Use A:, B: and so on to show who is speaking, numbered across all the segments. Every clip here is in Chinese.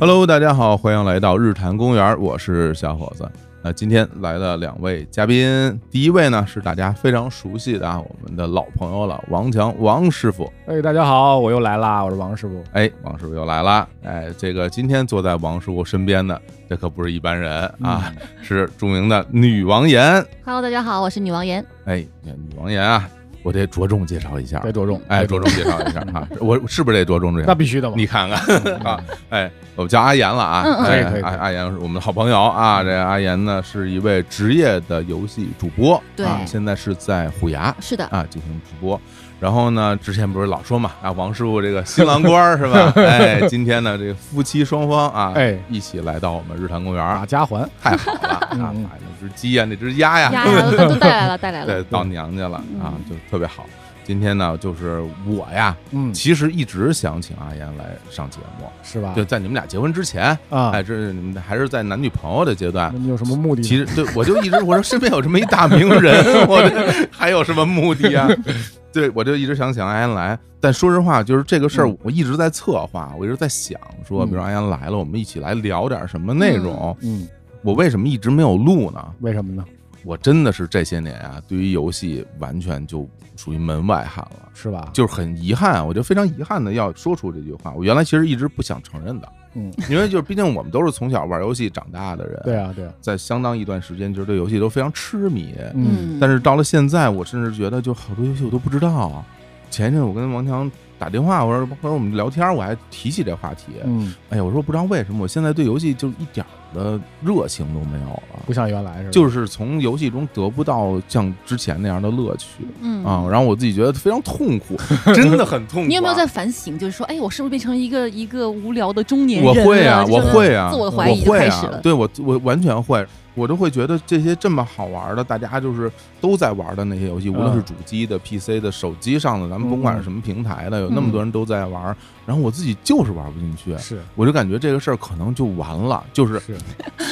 A: Hello，大家好，欢迎来到日坛公园，我是小伙子。那今天来了两位嘉宾，第一位呢是大家非常熟悉的啊，我们的老朋友了，王强王师傅。
B: 哎，大家好，我又来啦，我是王师傅。
A: 哎，王师傅又来了。哎，这个今天坐在王师傅身边的，这可不是一般人啊，是著名的女王岩。
C: Hello，大家好，我是女王岩。
A: 哎，女王岩啊，我得着重介绍一下
B: 别。着重，
A: 哎，着重介绍一下啊，我是不是得着重介绍？
B: 那必须的嘛。
A: 你看看啊，哎，我们叫阿岩了啊，
C: 嗯嗯嗯嗯
A: 哎
B: 可以可以
A: 阿
B: 可以
A: 阿岩是我们的好朋友啊。这个阿岩呢是一位职业的游戏主播，
C: 对
A: 啊，现在是在虎牙
C: 是的，
A: 啊进行直播。然后呢，之前不是老说嘛，啊，王师傅这个新郎官 儿是吧？哎，今天呢，这个夫妻双方啊，
B: 哎
A: 一起来到我们日坛公园
B: 打
A: 儿，啊
B: 家啊环，
A: 太好了啊！
B: 嗯
A: 把那只鸡啊呀，那只鸭呀，
C: 呀，都都带来了，带来了。
A: 对，到娘家了啊
C: 嗯，
A: 就特别好。今天呢，就是我呀，
B: 嗯，
A: 其实一直想请阿岩来上节目，
B: 是吧？
A: 就在你们俩结婚之前，
B: 啊嗯
A: 哎，，这是你们还是在男女朋友的阶段
B: 那。你有什么目的呢？
A: 其实，对我就一直我说身边有这么一大名人， 我这还有什么目的啊？ 对，我就一直想请阿岩来，但说实话，就是这个事儿
B: 嗯，
A: 我一直在策划，我一直在想说，
B: 嗯
A: 比如阿岩来了，我们一起来聊点什么内容。
B: 嗯，
A: 我为什么一直没有录呢？
B: 为什么呢？
A: 我真的是这些年啊，对于游戏完全就属于门外汉了。
B: 是吧？
A: 就是很遗憾，我就非常遗憾的要说出这句话。我原来其实一直不想承认的，
B: 嗯，
A: 因为就是毕竟我们都是从小玩游戏长大的人，
B: 对，啊，对啊，
A: 在相当一段时间就是对游戏都非常痴迷。
B: 嗯，
A: 但是到了现在，我甚至觉得就好多游戏我都不知道。前一阵我跟王强打电话，我说或者我们聊天，我还提起这话题，
B: 嗯，
A: 哎呀，我说不知道为什么我现在对游戏就一点儿的热情都没有了。
B: 不像原来是吧？
A: 就是是从游戏中得不到像之前那样的乐趣，
C: 嗯
A: 啊，然后我自己觉得非常痛苦，真的很痛苦、啊
C: 你有没有在？反省？就是说，哎，我是不是变成一个一个无聊的中年人
A: 我
C: 了？
A: 会啊，
C: 就是
A: 我会啊，
C: 自我
A: 我
C: 怀疑就
A: 会
C: 开始
A: 啊
C: 了，。
A: 对我我完全会，我都会觉得这些这么好玩的，大家就是都在玩的那些游戏，无论
B: 嗯
A: 是主机的、PC 的、手机上的，咱们甭管
C: 嗯
A: 是什么平台的，有那么多人都在玩，然后我自己就是玩不进去，
B: 是
A: 我就感觉这个事儿可能就完了，就是
B: 是，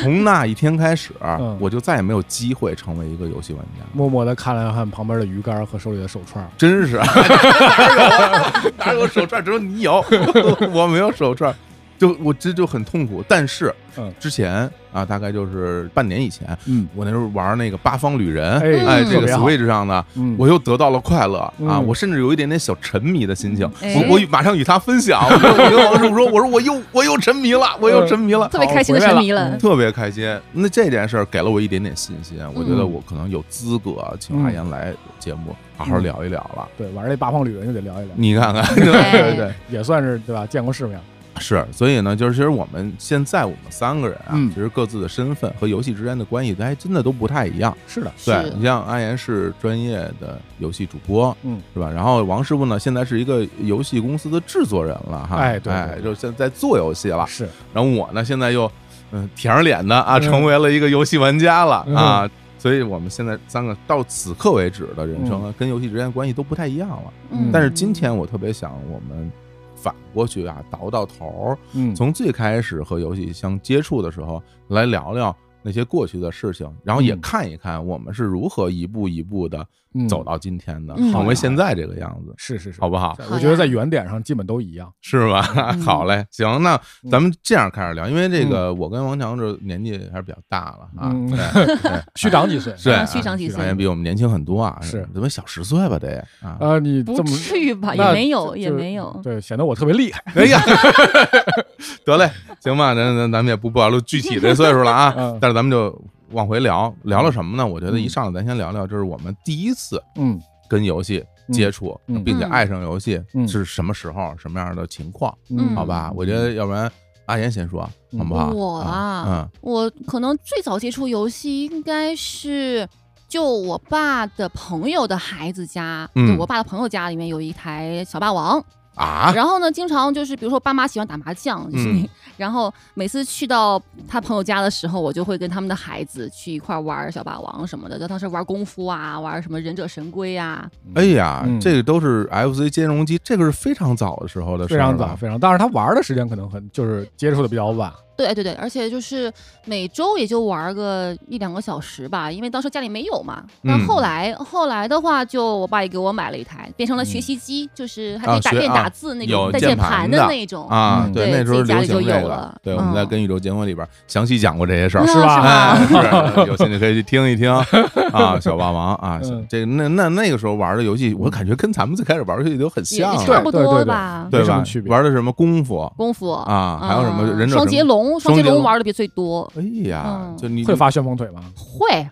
A: 从那一天开始
B: 嗯，
A: 我就再也没有机会成为一个游戏玩家。
B: 默默的看了看旁边的鱼竿和手里的手串，
A: 真 是啊哪有哪有手串？只有你有， 我没有手串，就我这就很痛苦。但是，
B: 嗯
A: 之前啊，大概就是半年以前，
B: 嗯，
A: 我那时候玩那个八方旅人，
B: 哎
A: 哎，
C: 嗯
A: 这
B: 特
A: 个
B: 别好
A: Switch 上呢，
B: 嗯，
A: 我又得到了快乐啊！
B: 嗯
A: 我甚至有一点点小沉迷的心情，
C: 哎
A: 我我与马上与他分 享。我跟我跟王师傅说，我说我又我又沉迷
B: 嗯
A: 了，我又沉迷了。
C: 特别开
B: 哦
C: 心的沉迷了。
A: 特别开心。那这件事儿给了我一点点信心，我觉得
B: 嗯
A: 我可能有资格请阿岩来节目好好聊一聊了。
B: 对玩这八方旅人就得聊一聊，
A: 你看看， 对对对，
B: 也算是对吧？见过世面，
A: 是。所以呢，就是其实我们现在我们三个人啊，
B: 嗯
A: 其实各自的身份和游戏之间的关系，还真的都不太一样。
B: 是的，
C: 是
A: 对你像阿岩是专业的游戏主播，
B: 嗯，
A: 是吧？然后王师傅呢，现在是一个游戏公司的制作人了哈，
B: 哎对
A: 哎，
B: 对
A: 就现在做游戏了。
B: 是
A: 然后我呢，现在又嗯舔着脸的啊，
B: 嗯
A: 成为了一个游戏玩家了
B: 嗯
A: 啊。所以我们现在三个到此刻为止的人生呢，啊跟游戏之间的关系都不太一样了。
B: 嗯
A: 但是今天我特别想我们反过去啊，倒到头儿，
B: 嗯，
A: 从最开始和游戏相接触的时候来聊聊。那些过去的事情，然后也
B: 嗯
A: 看一看我们是如何一步一步的
B: 嗯
A: 走到今天的，
C: 嗯
A: 成为现在这个样子，
B: 是是是
A: 好，不好？
B: 在
C: 好
B: 我觉得
C: 呀
B: 在原点上基本都一样，
A: 是吧？
C: 嗯
A: 好嘞，行，那
B: 嗯
A: 咱们这样开始聊，因为这个我跟王强这年纪还是比较大了啊，
B: 嗯
A: 对 对
B: 虚长几岁，
A: 是
C: 啊虚长几
A: 王
C: 岁
A: 源比我们年轻很多啊，
B: 是
A: 怎么小十岁吧得啊？
B: 啊，你
C: 不
B: 这么
C: 至于吧？也
B: 那
C: 没有，
B: 就
C: 也没有。
B: 对，显得我特别厉害。
A: 哎呀， 得嘞，行吧，咱咱咱们也不暴露具体的岁数了啊
B: 嗯，
A: 但是咱们就往回聊，聊了什么呢？我觉得一上来咱先聊聊，就是我们第一次
B: 嗯
A: 跟游戏接触，
B: 嗯嗯
A: 并且爱上游戏
B: 嗯
A: 是什么时候、什么样的情况？
C: 嗯
A: 好吧，我觉得要不然阿岩先说，
B: 嗯
A: 好不好？
C: 我
A: 啊，
C: 啊
A: 嗯。
C: 我可能最早接触游戏应该是。就我爸的朋友的孩子家，
A: 嗯
C: 就我爸的朋友家里面有一台小霸王，
A: 啊，
C: 然后呢，经常就是比如说爸妈喜欢打麻将，就是
A: 嗯
C: 然后每次去到他朋友家的时候，我就会跟他们的孩子去一块儿玩儿小霸王什么的，就当时玩功夫啊，玩什么忍者神龟啊，
A: 哎呀，
B: 嗯
A: 这个都是 FC 兼容机，这个是非常早的时候的事
B: 非
A: 儿
B: 常
A: 了
B: 早，非常，但是他玩的时间可能很就是接触的比较晚，
C: 对对对，而且就是每周也就玩个一两个小时吧，因为当时家里没有嘛。但
A: 嗯
C: 后来、后来的话，就我爸也给我买了一台，变成了学
B: 嗯
C: 习机，就是还
A: 啊
C: 可以打
A: 学
C: 电
A: 啊
C: 打字那种
A: 有
C: 带
A: 键
C: 键
A: 盘
C: 盘的
A: 的
C: 那种。
A: 啊，
B: 嗯
A: 对，
C: 对
A: 那时候
C: 自己家
A: 流行
C: 里就
A: 这
C: 有
A: 个
C: 了，
A: 对，我们在《
C: 嗯
A: 跟宇宙结婚》里边详细讲过这些事儿
C: 那，
B: 是吧
A: 哎
C: 吧？，
A: 是有兴趣可以去听一听啊，小霸王啊
B: 嗯，
A: 这那那那个时候玩的游戏，我感觉跟咱们最开始玩的游戏都很
C: 也
A: 像
C: 也
A: 啊，
C: 差不
B: 对对
C: 多
B: 对
C: 吧。
A: 对
B: 没什
A: 吧
B: 么区？别
A: 玩的什么功夫
C: 功夫
A: 啊，还有什么
C: 嗯
A: 忍者
C: 双
A: 神
C: 截龙，
A: 双
C: 双
A: 截
C: 截龙
A: 龙
C: 玩的比最多。
A: 哎呀
C: 嗯，
A: 就你
B: 会发旋风腿吗？
C: 会，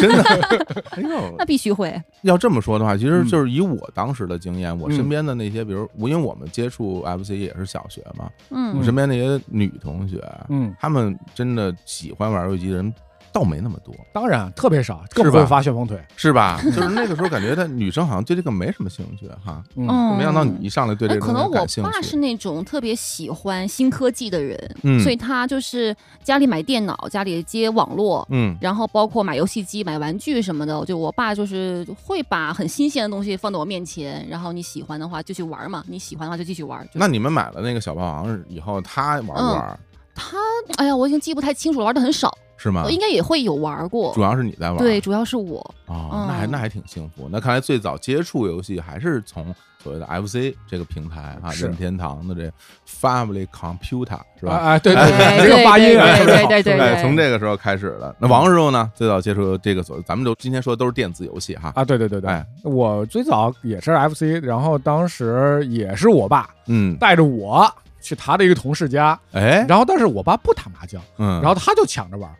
A: 真 的，哎呦，
C: 那必须会。
A: 要这么说的话，其实
B: 嗯
A: 就是以我当时的经验，我身
B: 嗯
A: 边的那些，比如我因为我们接触 FC 也是小学嘛，我
C: 嗯
A: 身边那些女同学，
B: 嗯，
A: 她们真的喜欢玩游戏的人倒没那么多，
B: 当然特别少，更不
A: 吧
B: 会发旋风腿。
A: 是 吧？就是那个时候感觉她女生好像对这个没什么兴趣哈，
B: 嗯
C: 嗯，
A: 没想到你一上来对这
C: 那
A: 个
C: 可
A: 东西
C: 能我
A: 感兴
C: 爸是
A: 趣，
C: 那种特别喜欢新科技的人，
A: 嗯
C: 所以他就是家里买电脑，家里接网络。
A: 嗯
C: 然后包括买游戏机、买玩具什么的，就我爸就是会把很新鲜的东西放到我面前，然后你喜欢的话就去玩嘛，你喜欢的话就继续玩。就
A: 那你们买了那个小霸王以后，她玩不
C: 嗯
A: 玩？
C: 他，哎呀，我已经记不太清楚了，玩的很少，
A: 是吗
C: 我？应该也会有玩过
A: 主。要是你在玩，
C: 对，主要是我，
A: 哦，那还
C: 嗯
A: 那还挺幸福。那看来最早接触游戏还是从所谓的 FC 这个平台啊，
B: 是
A: 任天堂的这 Family Computer 是吧？
B: 哎哎，对
A: 哎
B: 对，这
C: 对
B: 个发音啊，
C: 对
B: 特别 好
C: 对对啊对
A: 哎，从这个时候开始的。那王师傅呢？最早接触这个所，咱们都今天说的都是电子游戏哈。
B: 啊，对对对对
A: 哎，
B: 我最早也是 FC，然后当时也是我爸
A: 嗯，
B: 带着我去他的一个同事家，
A: 哎，
B: 然后但是我爸不打麻将，
A: 嗯，
B: 然后他就抢着玩，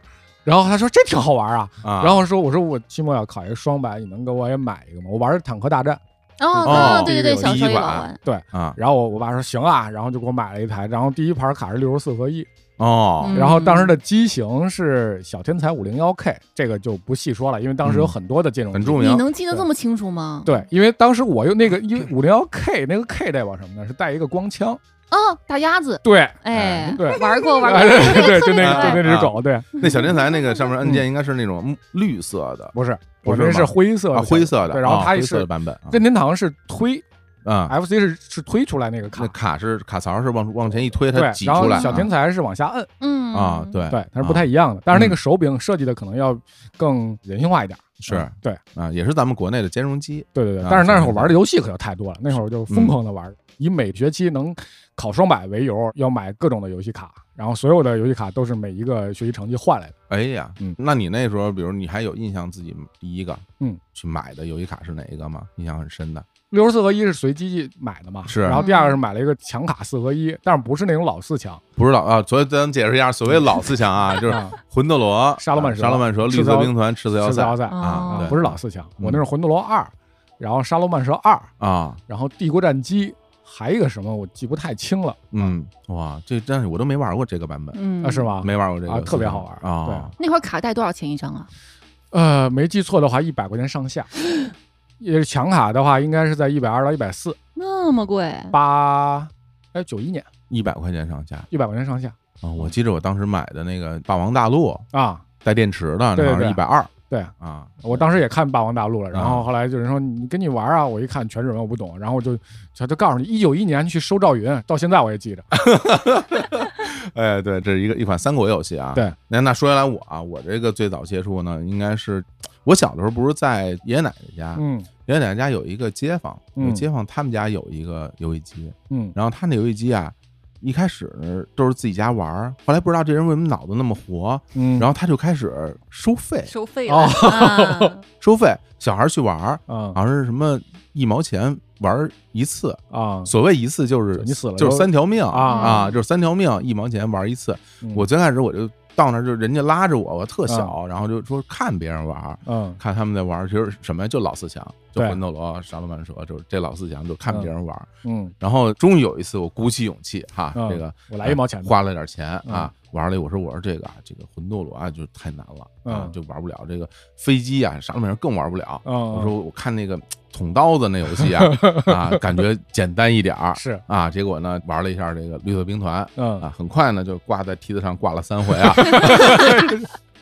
B: 然后他说这挺好玩啊，
A: 啊，
B: 然后说我说我期末要考一个双百，你能给我也买一个吗？我玩的坦克大战，
C: 哦，
A: 哦
C: 啊对对对，小时候也老玩。
A: 啊，
B: 然后我我爸说行啊，然后就给我买了一台，然后第一盘卡是六十四合一，
A: 哦，
C: 嗯
B: 然后当时的机型是小天才五零幺 K，这个就不细说了，因为当时有
A: 嗯
B: 很多的这种
A: 很著名
C: 你能记得这么清楚吗？
B: 对，因为当时我用那个，
A: 嗯
B: 因为五零幺 K 那个 K 代表什么呢？是带一个光枪，
C: 哦，打鸭子，
B: 对，
C: 哎，
B: 对
C: 玩过玩过，
B: 哎对 对，就
C: 特别
B: 那
A: 可爱
B: 就那只狗，对，
A: 那小天才那个上面按
B: 嗯
A: 键应该是那种绿色的
B: 不是，
A: 不
B: 我
A: 是
B: 那是
A: 吗
B: 灰色
A: 啊，
B: 的，
A: 灰色的，
B: 对，然后
A: 啊
B: 它
A: 灰
B: 也
A: 色的
B: 是
A: 版本啊
B: 任天堂是推
A: 啊。
B: ，FC 是是推出来那个
A: 那
B: 卡，
A: 卡是卡槽是往往前一推，
B: 对
A: 它挤，
B: 然
A: 出
B: 后
A: 来。
B: 小天才是往下摁，
C: 嗯
A: 啊啊，对
B: 对，它是不太一样的，但是那
A: 嗯
B: 个手柄设计的可能要更人性化一点，
A: 是
B: 嗯对，
A: 啊，也是咱们国内的兼容机。
B: 对对
A: 啊
B: 对，但是那
A: 小
B: 会儿
A: 天才
B: 玩的游戏可就太多了，那会儿就
A: 嗯
B: 疯狂的玩，以每学期能考双百为由，要买各种的游戏卡，然后所有的游戏卡都是每一个学习成绩换来的。
A: 哎呀，
B: 嗯
A: 那你那时候，比如你还有印象自己第一个
B: 嗯
A: 去买的游戏卡是哪一个吗？印象很深的
B: 六十四合一是随机买的嘛，
A: 是啊
B: 然后第二个是买了一个强卡四合一，但是不是那种老四强，
A: 不知道啊，所以咱解释一下，所谓老四强啊，就是
B: 啊
A: 魂斗罗、
B: 沙罗曼蛇
A: 沙罗曼蛇、
B: 赤
A: 绿色
B: 色
A: 兵团、赤色要
B: 是
A: 塞
B: 奥赛
A: 啊对
B: 不是老四强，我那是魂斗罗二，然后沙罗曼蛇二，
A: 啊，
B: 然后帝国战机，还有一个什么我记不太清了，
A: 嗯，哇，这但是我都没玩过这个版本，
C: 嗯
B: 啊是？吗？
A: 没玩过这
B: 啊
A: 个，
B: 特别好玩
A: 啊，
C: 那会儿卡带多少钱一张啊？
B: 呃，没记错的话，一百块钱上下。 也是强卡的话，应该是在一百二到一百四，
C: 那么贵？
B: 八，哎，九一年
A: 一百块钱上下啊
B: 一百块钱上下，
A: 我记着我当时买的那个《霸王大陆》
B: 啊。
A: 带电池的，
B: 对
A: 那好像
B: 对
A: 一百二
B: 对
A: 啊，
B: 我当时也看《霸王大陆》了，然
A: 啊
B: 后后来有人说你跟你玩啊，我一看全日文我不懂，然后我就他就告诉你一九一年去收赵云，到现在我也记着。
A: 啊哎，对，这是一个一款三国游戏啊。
B: 对，
A: 那那说回来我啊，我这个最早接触呢，应该是我小的时候不是在爷爷奶奶家，
B: 嗯
A: 爷爷奶奶家有一个街坊，有
B: 嗯
A: 街坊他们家有一个游戏机，
B: 嗯
A: 然后他那游戏机啊，一开始都是自己家玩儿，后来不知道这人为什么脑子那么活，
B: 嗯，
A: 然后他就开始收费，
C: 收费
B: 了哦
C: 啊！
A: 收费小孩儿去玩儿，
B: 啊
A: 好像是什么一毛钱玩儿一次，
B: 啊
A: 所谓一次就是
B: 你死了
A: 就是
B: 就
A: 三条命
B: 啊
A: 啊，就是三条命，一毛钱玩一次。
B: 嗯
A: 我最开始我就到那儿，就人家拉着我，我特小，然后就说看别人玩儿，
B: 嗯
A: 看他们在玩儿，其实什么呀，就老四强，就
B: 对
A: 魂斗罗、沙罗曼蛇，就是这老四强，就看别人玩儿。
B: 嗯，
A: 然后终于有一次，我鼓起勇气哈，
B: 嗯
A: 这个
B: 我来一毛钱
A: 呃
B: 嗯吧
A: 花了点钱啊，玩了一我说我说这个啊，这个魂斗罗啊就太难了啊
B: 嗯，
A: 就玩不了。这个飞机啊，沙罗曼蛇更玩不了。
B: 嗯，
A: 我说我看那个捅刀子那游戏啊 啊，感觉简单一点儿
B: 是
A: 啊，结果呢玩了一下这个绿色兵团
B: 嗯
A: 啊，很快呢就挂在梯子上挂了三回 啊，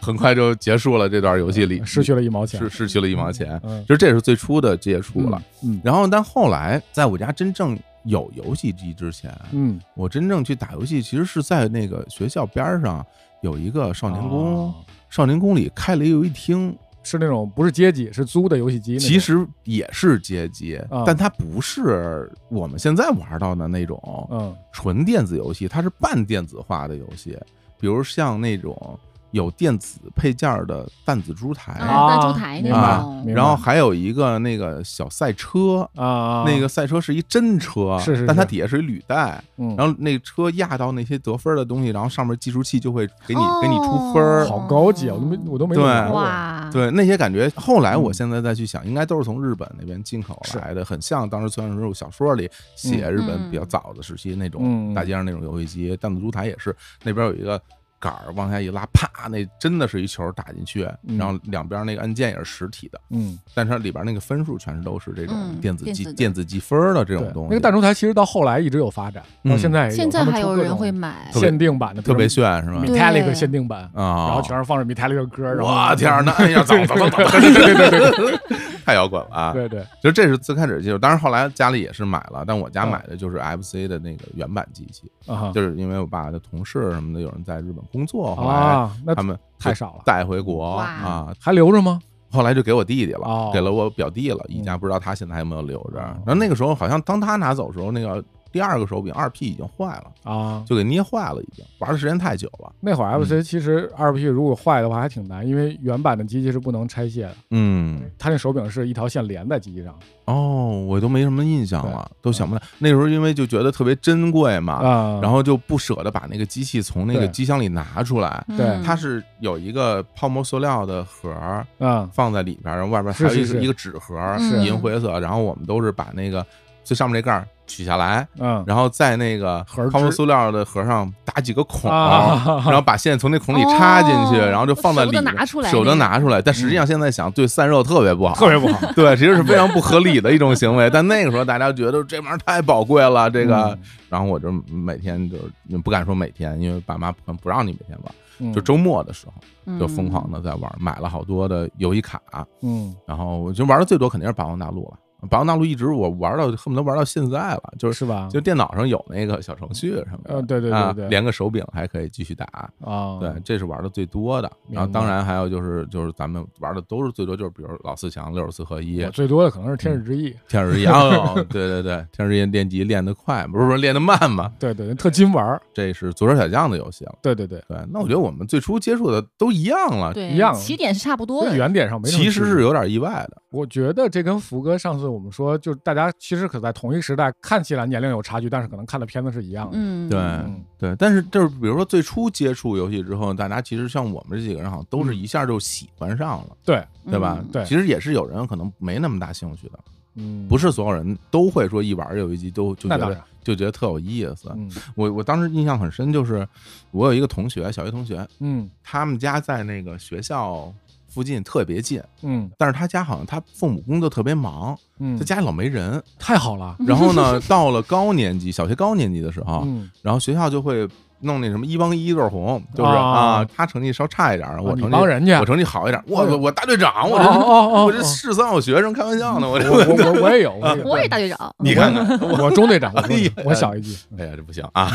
A: 很快就结束了这段游戏里
B: 呃失去了一毛钱
A: 失，失去了一毛钱，
B: 嗯
A: 就这是最初的接触了。
B: 嗯
A: 然后但后来在我家真正有游戏机之前，
B: 嗯，
A: 我真正去打游戏，其实是在那个学校边儿上有一个少年宫，
B: 哦
A: 少年宫里开了一游戏厅，
B: 是那种不是街机，是租的游戏机那种。
A: 其实也是街机，
B: 啊
A: 但它不是我们现在玩到的那种
B: 嗯，
A: 纯电子游戏，它是半电子化的游戏，比如像那种有电子配件儿的弹子珠台，
C: 啊弹珠台那
B: 明白
A: 啊
B: 明白
A: 然后还有一个那个小赛车。
B: 啊，
A: 那个赛车是一真车，
B: 是是
A: 但它
B: 是
A: 底下是一履带，
B: 嗯，
A: 然后那车压到那些得分的东西，然后上面计数器就会给你、
C: 哦
A: 给你出分儿。
B: 好高级啊，我都没我都没
A: 对
B: 怎么玩过
C: 哇，，
A: 对那些感觉，后来我
B: 嗯
A: 现在再去想，应该都是从日本那边进口
B: 是
A: 来的，很像当时村上春树小说里写日本
C: 嗯
A: 比较早的时期那种
B: 嗯
A: 大街上那种游戏机，弹子珠台也是，那边有一个杆儿往下一拉，啪，那真的是一球打进去，
B: 嗯
A: 然后两边那个按键也是实体的，
B: 嗯，
A: 但是它里边那个分数全是都是这种
C: 嗯
A: 电子计
C: 电子的
A: 电子计分儿的这
B: 对
A: 种东西，
B: 那个弹珠台其实到后来一直有发展，
A: 嗯
B: 到现在也
C: 现在
B: 他们
C: 还
B: 出
C: 有
B: 各
C: 人
B: 种
C: 会买，
B: 限定版的，
A: 特别炫是吧？
C: 对
B: Metallic 限定版，
A: 啊，
B: 然后全是放着 Metallic 的歌，然后
A: 我天儿，那哎呀，走走走走，对对对对，太摇滚了啊！
B: 对对，
A: 就这是最开始接触，当然后来家里也是买了，但我家
B: 嗯
A: 买的就是 FC 的那个原版机器，
B: 啊哈
A: 就是因为我爸的同事什么的有人在日本工作，后来
B: 啊，那
A: 他们
B: 太少了，
A: 带回国
C: 哇
A: 啊，
B: 还留着吗？
A: 后来就给我弟弟了
B: 哦，
A: 给了我表弟了，一
B: 嗯
A: 家不知道他现在还有没有留着。
B: 哦
A: 然后那个时候好像当他拿走的时候，那个第二个手柄二 P 已经坏了，
B: 啊，
A: 就给嗯捏坏了，已经玩的时间太久了，
B: 那会儿 FC 其实二 P 如果坏的话还挺难，因为原版的机器是不能拆卸的，
A: 嗯。
B: 它那手柄是一条线连在机器上
A: 哦，我都没什么印象了，都想不到。那时候因为就觉得特别珍贵嘛，
B: 啊，
A: 然后就不舍得把那个机器从那个
B: 对
A: 机箱里拿出来。
C: 嗯
B: 对
A: 它是有一个泡沫塑料的盒儿
B: 啊
A: 放在里边儿，然后外边还
B: 是
A: 有一
B: 是
A: 个
B: 是
A: 一个纸盒儿，
C: 是
A: 银灰色。然后我们都是把那个最上面那盖儿取下来，
B: 嗯
A: 然后在那个
B: 盒儿
A: 泡沫
B: 织
A: 塑料的盒上打几个孔，
B: 啊
A: 然后把线从那孔里插进去，
C: 哦
A: 然后就放在里
C: 舍
A: 面，
C: 不得拿出来
A: 舍不得
C: 那个
A: 拿出来。但实际上现在想，对散热特别不好，
B: 特别不 好，
A: 对，其实是非常不合理的一种行为。但那个时候大家觉得这玩意儿太宝贵了，这个，
B: 嗯
A: 然后我就每天就是不敢说每天，因为爸妈不不让你每天玩，
B: 嗯
A: 就周末的时候就
C: 就
A: 疯狂的在玩，买了好多的游戏卡，
B: 嗯
A: 然后我就玩的最多肯定是《霸王大陆》了。《霸王大陆》一直我玩到恨不得玩到现在了，就是
B: 是吧？
A: 就电脑上有那个小程序什么的，
B: 呃对对对
A: 啊
B: 对
A: 连个手柄还可以继续打，
B: 啊，
A: 对，这是玩的最多的。
B: 明白
A: 然后当然还有就是就是咱们玩的都是最多就是比如老四强、六十四合一、
B: 我最多的可能是天使之翼，
A: 天使一样，对对对，天使一练级练得快，不是说练得慢嘛，
B: 对对，特金玩儿，
A: 这是左手小将的游戏了。
B: 对对对，
A: 对，那我觉得我们最初接触的都一样了，
C: 对
B: 一样
C: 起点是差不多
B: 所以
C: 的，
B: 原点上没什么
A: 其实
B: 区别
A: 是有点意外的。
B: 我觉得这跟福哥上次我们说，就是大家其实可在同一时代看起来年龄有差距，但是可能看的片子是一样的。
C: 嗯，
A: 对
B: 嗯
A: 对，但是就是比如说最初接触游戏之后，大家其实像我们这几个人好像都是一下就喜欢上了，
B: 对，
A: 对吧
C: 嗯？
B: 对
A: 其实也是有人可能没那么大兴趣的，
B: 嗯，
A: 不是所有人都会说一玩游戏机都就觉
B: 那当
A: 得
B: 然，
A: 就觉得特有意思。
B: 嗯
A: 我我当时印象很深，就是我有一个同学，小学同学，
B: 嗯
A: 他们家在那个学校附近特别近，
B: 嗯
A: 但是他家好像他父母工作特别忙，
B: 嗯，
A: 他家里老没人。
B: 太好了，
A: 然后 呢，到了高年级，小学高年级的时候，
B: 嗯，
A: 然后学校就会弄那什么一帮一一对红，就是
B: 啊
A: 啊，他成绩稍差一点，我
B: 啊你
A: 成绩
B: 帮人家，
A: 我成绩好一点，我
B: 哎呦
A: 我我大队长，啊我
B: 哦
A: 这
B: 哦哦，
A: 我这
B: 哦
A: 市三好学生，开玩笑呢，我这
B: 我我我我也 有，有
C: 嗯我也大队长，
A: 你看看，
B: 我中队长，我中 队
A: 哎呀
B: 长我小一级，
A: 哎呀，这不行 啊！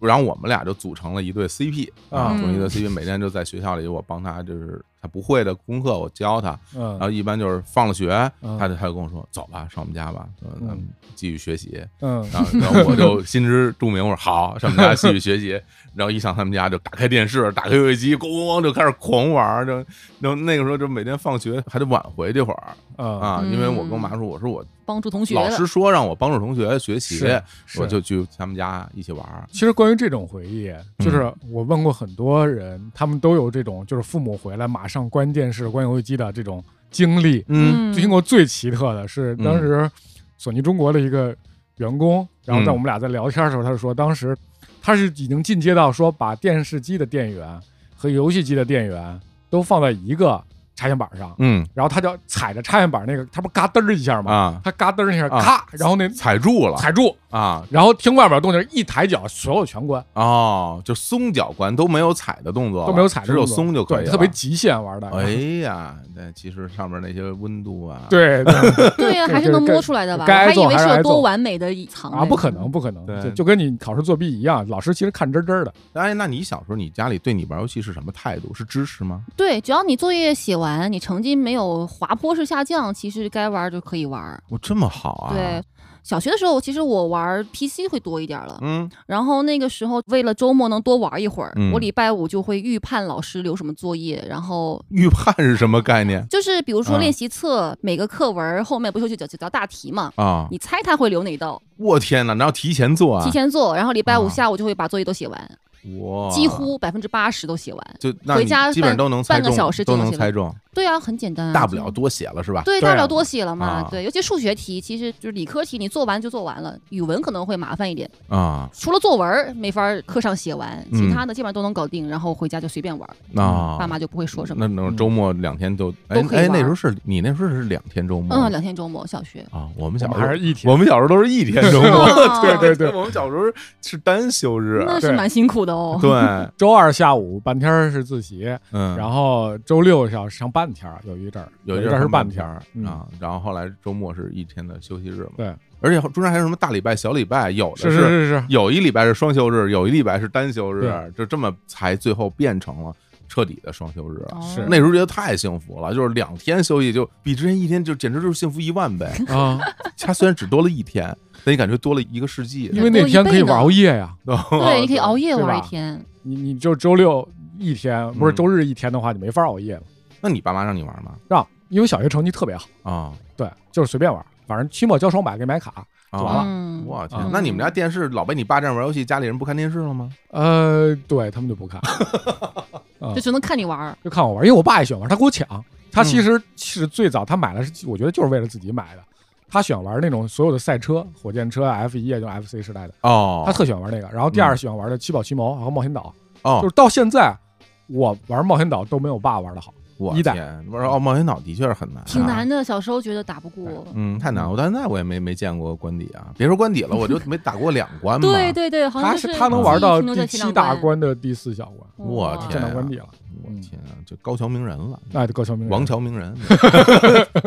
A: 然后我们俩就组成了一对 CP 啊，
B: 嗯
A: 组成一对 CP，每天就在学校里，我帮他就是他不会的功课我教他，然后
B: 嗯
A: 一般就是放了学，
B: 嗯
A: 他就他就跟我说：“走吧，上我们家吧，说咱们继续学习。
B: 嗯”
A: 然啊后然后我就心知肚明，我说：“好，上我们家继续学习。” 然后一上他们家就打开电视，打开游戏机，咣咣咣就开始狂玩儿，就然后那个时候就每天放学还得晚回这会儿
B: 嗯，
A: 啊，因为我跟我妈说，我说我
C: 帮助同学
A: 老
C: 了
A: 师说让我帮助同学学习，
B: 是
A: 我
B: 是
A: 就去他们家一起玩儿。
B: 其实关于这种回忆，就是
A: 嗯
B: 我问过很多人，他们都有这种，就是父母回来马上关电视、关游戏机的这种经历。
A: 嗯
B: 最英国最奇特的是，当时索尼中国的一个员工，嗯然后在我们俩在聊天的时候，他就说，当时他是已经进阶到说把电视机的电源和游戏机的电源都放在一个插线板上，
A: 嗯
B: 然后他就踩着插线板那个，他不嘎噔儿一下吗？
A: 啊，
B: 他嘎噔儿一下，
A: 啊
B: 咔，然后那
A: 踩住了
B: 踩住，
A: 啊
B: 然后听外边动静，一抬脚，所有全关，
A: 哦，就松脚关都没有踩的动作了，
B: 都没有踩着
A: 只
B: 动
A: 有
B: 作，
A: 松就可以
B: 对
A: 了。
B: 特别极限玩的。
A: 哎呀，那其实上面那些温度啊，
B: 对， 对
C: 对呀、
B: 这
C: 还是能
B: 这
C: 摸出来的吧？我
B: 该挨
C: 还以
B: 揍
C: 为
B: 还是
C: 是有
B: 挨
C: 多
B: 揍
C: 完美的一藏
B: 啊，
C: 在
B: 不
C: 里
B: 可
C: 面
B: 能，不可能，
A: 对
B: 就就跟你考试作弊一样，老师其实看真真的。
A: 哎，那你小时候你家里对你玩游戏是什么态度？是支持吗？
C: 对，只要你作业写完，你成绩没有滑坡式下降，其实该玩儿就可以玩儿。
A: 我这么好啊？
C: 对，，小学的时候其实我玩儿 PC 会多一点儿了，
A: 嗯，
C: 然后那个时候为了周末能多玩儿一会儿，
A: 嗯
C: 我礼拜五就会预判老师留什么作业，然后。
A: 预判是什么概念
C: 就是比如说
A: 啊
C: 练习册，每个课文儿后面不是就有几道大题嘛？
A: 啊？
C: 你猜他会留哪道？
A: 我天哪，那要提前做啊？
C: 提前做，然后礼拜五
A: 啊
C: 下午就会把作业都写完，
A: 哇，
C: 几乎百分之八十都写完。
A: 就那
C: 回
A: 你
C: 家
A: 基本
C: 半
A: 都能猜
C: 半个
A: 中
C: 小时就
A: 都
C: 能
A: 能
C: 写
A: 猜
C: 完
A: 中，
C: 对啊，很简单啊、
A: 大不
C: 就
A: 了多写了是吧？
C: 对，
B: 对
C: 大
B: 啊
C: 不了多写了嘛。
A: 啊
C: 对，尤其数学题，其实就是理科题，你做完就做完了。语文可能会麻烦一点，
A: 啊
C: 除了作文儿没法儿课上写完，
A: 嗯
C: 其他的基本上都能搞定，然后回家就随便玩儿，
A: 啊，
C: 嗯爸妈就不会说什
A: 那
C: 么。嗯
A: 能周末两天都哎
C: 都可以
A: 哎，那
C: 玩
A: 时候是你那时候是两天周末
C: 嗯，两天周末小学。
A: 啊？我们
B: 我
A: 小
B: 们
A: 时候
B: 还是一天，
A: 我们小时候都是一天周末，
C: 啊
B: 对对对
A: 我们小时候是单休日，
C: 那是
B: 对
C: 蛮辛苦的哦。
A: 对，
B: 周二下午半天儿是自习，
A: 嗯，
B: 然后周六要上半天儿，有一阵儿，
A: 有
B: 一
A: 一
B: 阵
A: 阵
B: 儿是
A: 半
B: 天儿嗯
A: 儿啊，然后后来周末是一天的休息日嘛，
B: 对，
A: 而且中间还有什么大礼拜、小礼拜，有的
B: 是是是是，
A: 有一礼拜是双休日，有一礼拜是单休日
B: 对，
A: 就这么才最后变成了彻底的双休日了。
C: 哦
B: 是
A: 那时候觉得太幸福了，就是两天休息就比之前一天就简直就是幸福一万倍。
B: 啊，
A: 它虽然只多了一天，但你感觉多了一个世纪。
B: 因为那天可以玩熬夜呀，
C: 对，你可以熬夜
B: 对
C: 玩
B: 吧
C: 一天。
B: 你你就周六一天，不是
A: 嗯
B: 周日一天的话，你没法熬夜了，
A: 那你爸妈让你玩吗？
B: 让，因为小学成绩特别好，
A: 啊、
B: 对，就是随便玩，反正期末交双百给买卡，
A: 啊！
B: 就完了
C: 嗯，
A: 我天
B: 嗯！
A: 那你们家电视老被你爸这样玩游戏，家里人不看电视了吗？
B: 呃，对他们就不看，啊
C: 就只能看你玩儿。
B: 就看我玩，因为我爸也喜欢玩，他给我抢，他其实是最早他买了是，我觉得就是为了自己买的。他喜欢玩那种所有的赛车，火箭车、F 一啊，就 FC 时代的，
A: 哦，
B: 他特喜欢玩那个。然后第二喜欢玩的七宝奇谋和冒险岛，就
A: 哦
B: 是，到现在我玩冒险岛都没有爸玩的好。
A: 我
B: 一代
A: 天！玩哦，冒险岛的确是很难，啊
C: 挺难。的，小时候觉得打不过。
A: 嗯，太难了，我到现在我也没没见过关底啊！别说关底了，我就没打过两关嘛。
C: 对对
A: 哦
C: 对，好像
B: 他
C: 就是
B: 他能
C: 记
B: 玩
C: 忆
B: 到
C: 停留在
B: 第
C: 前
B: 七
C: 两
B: 大关的第四小关，
A: 我
C: 哇
A: 天
B: 站到关底了，
A: 我天啊，这高桥名人了，
B: 那就够聪明。
A: 王桥名 人，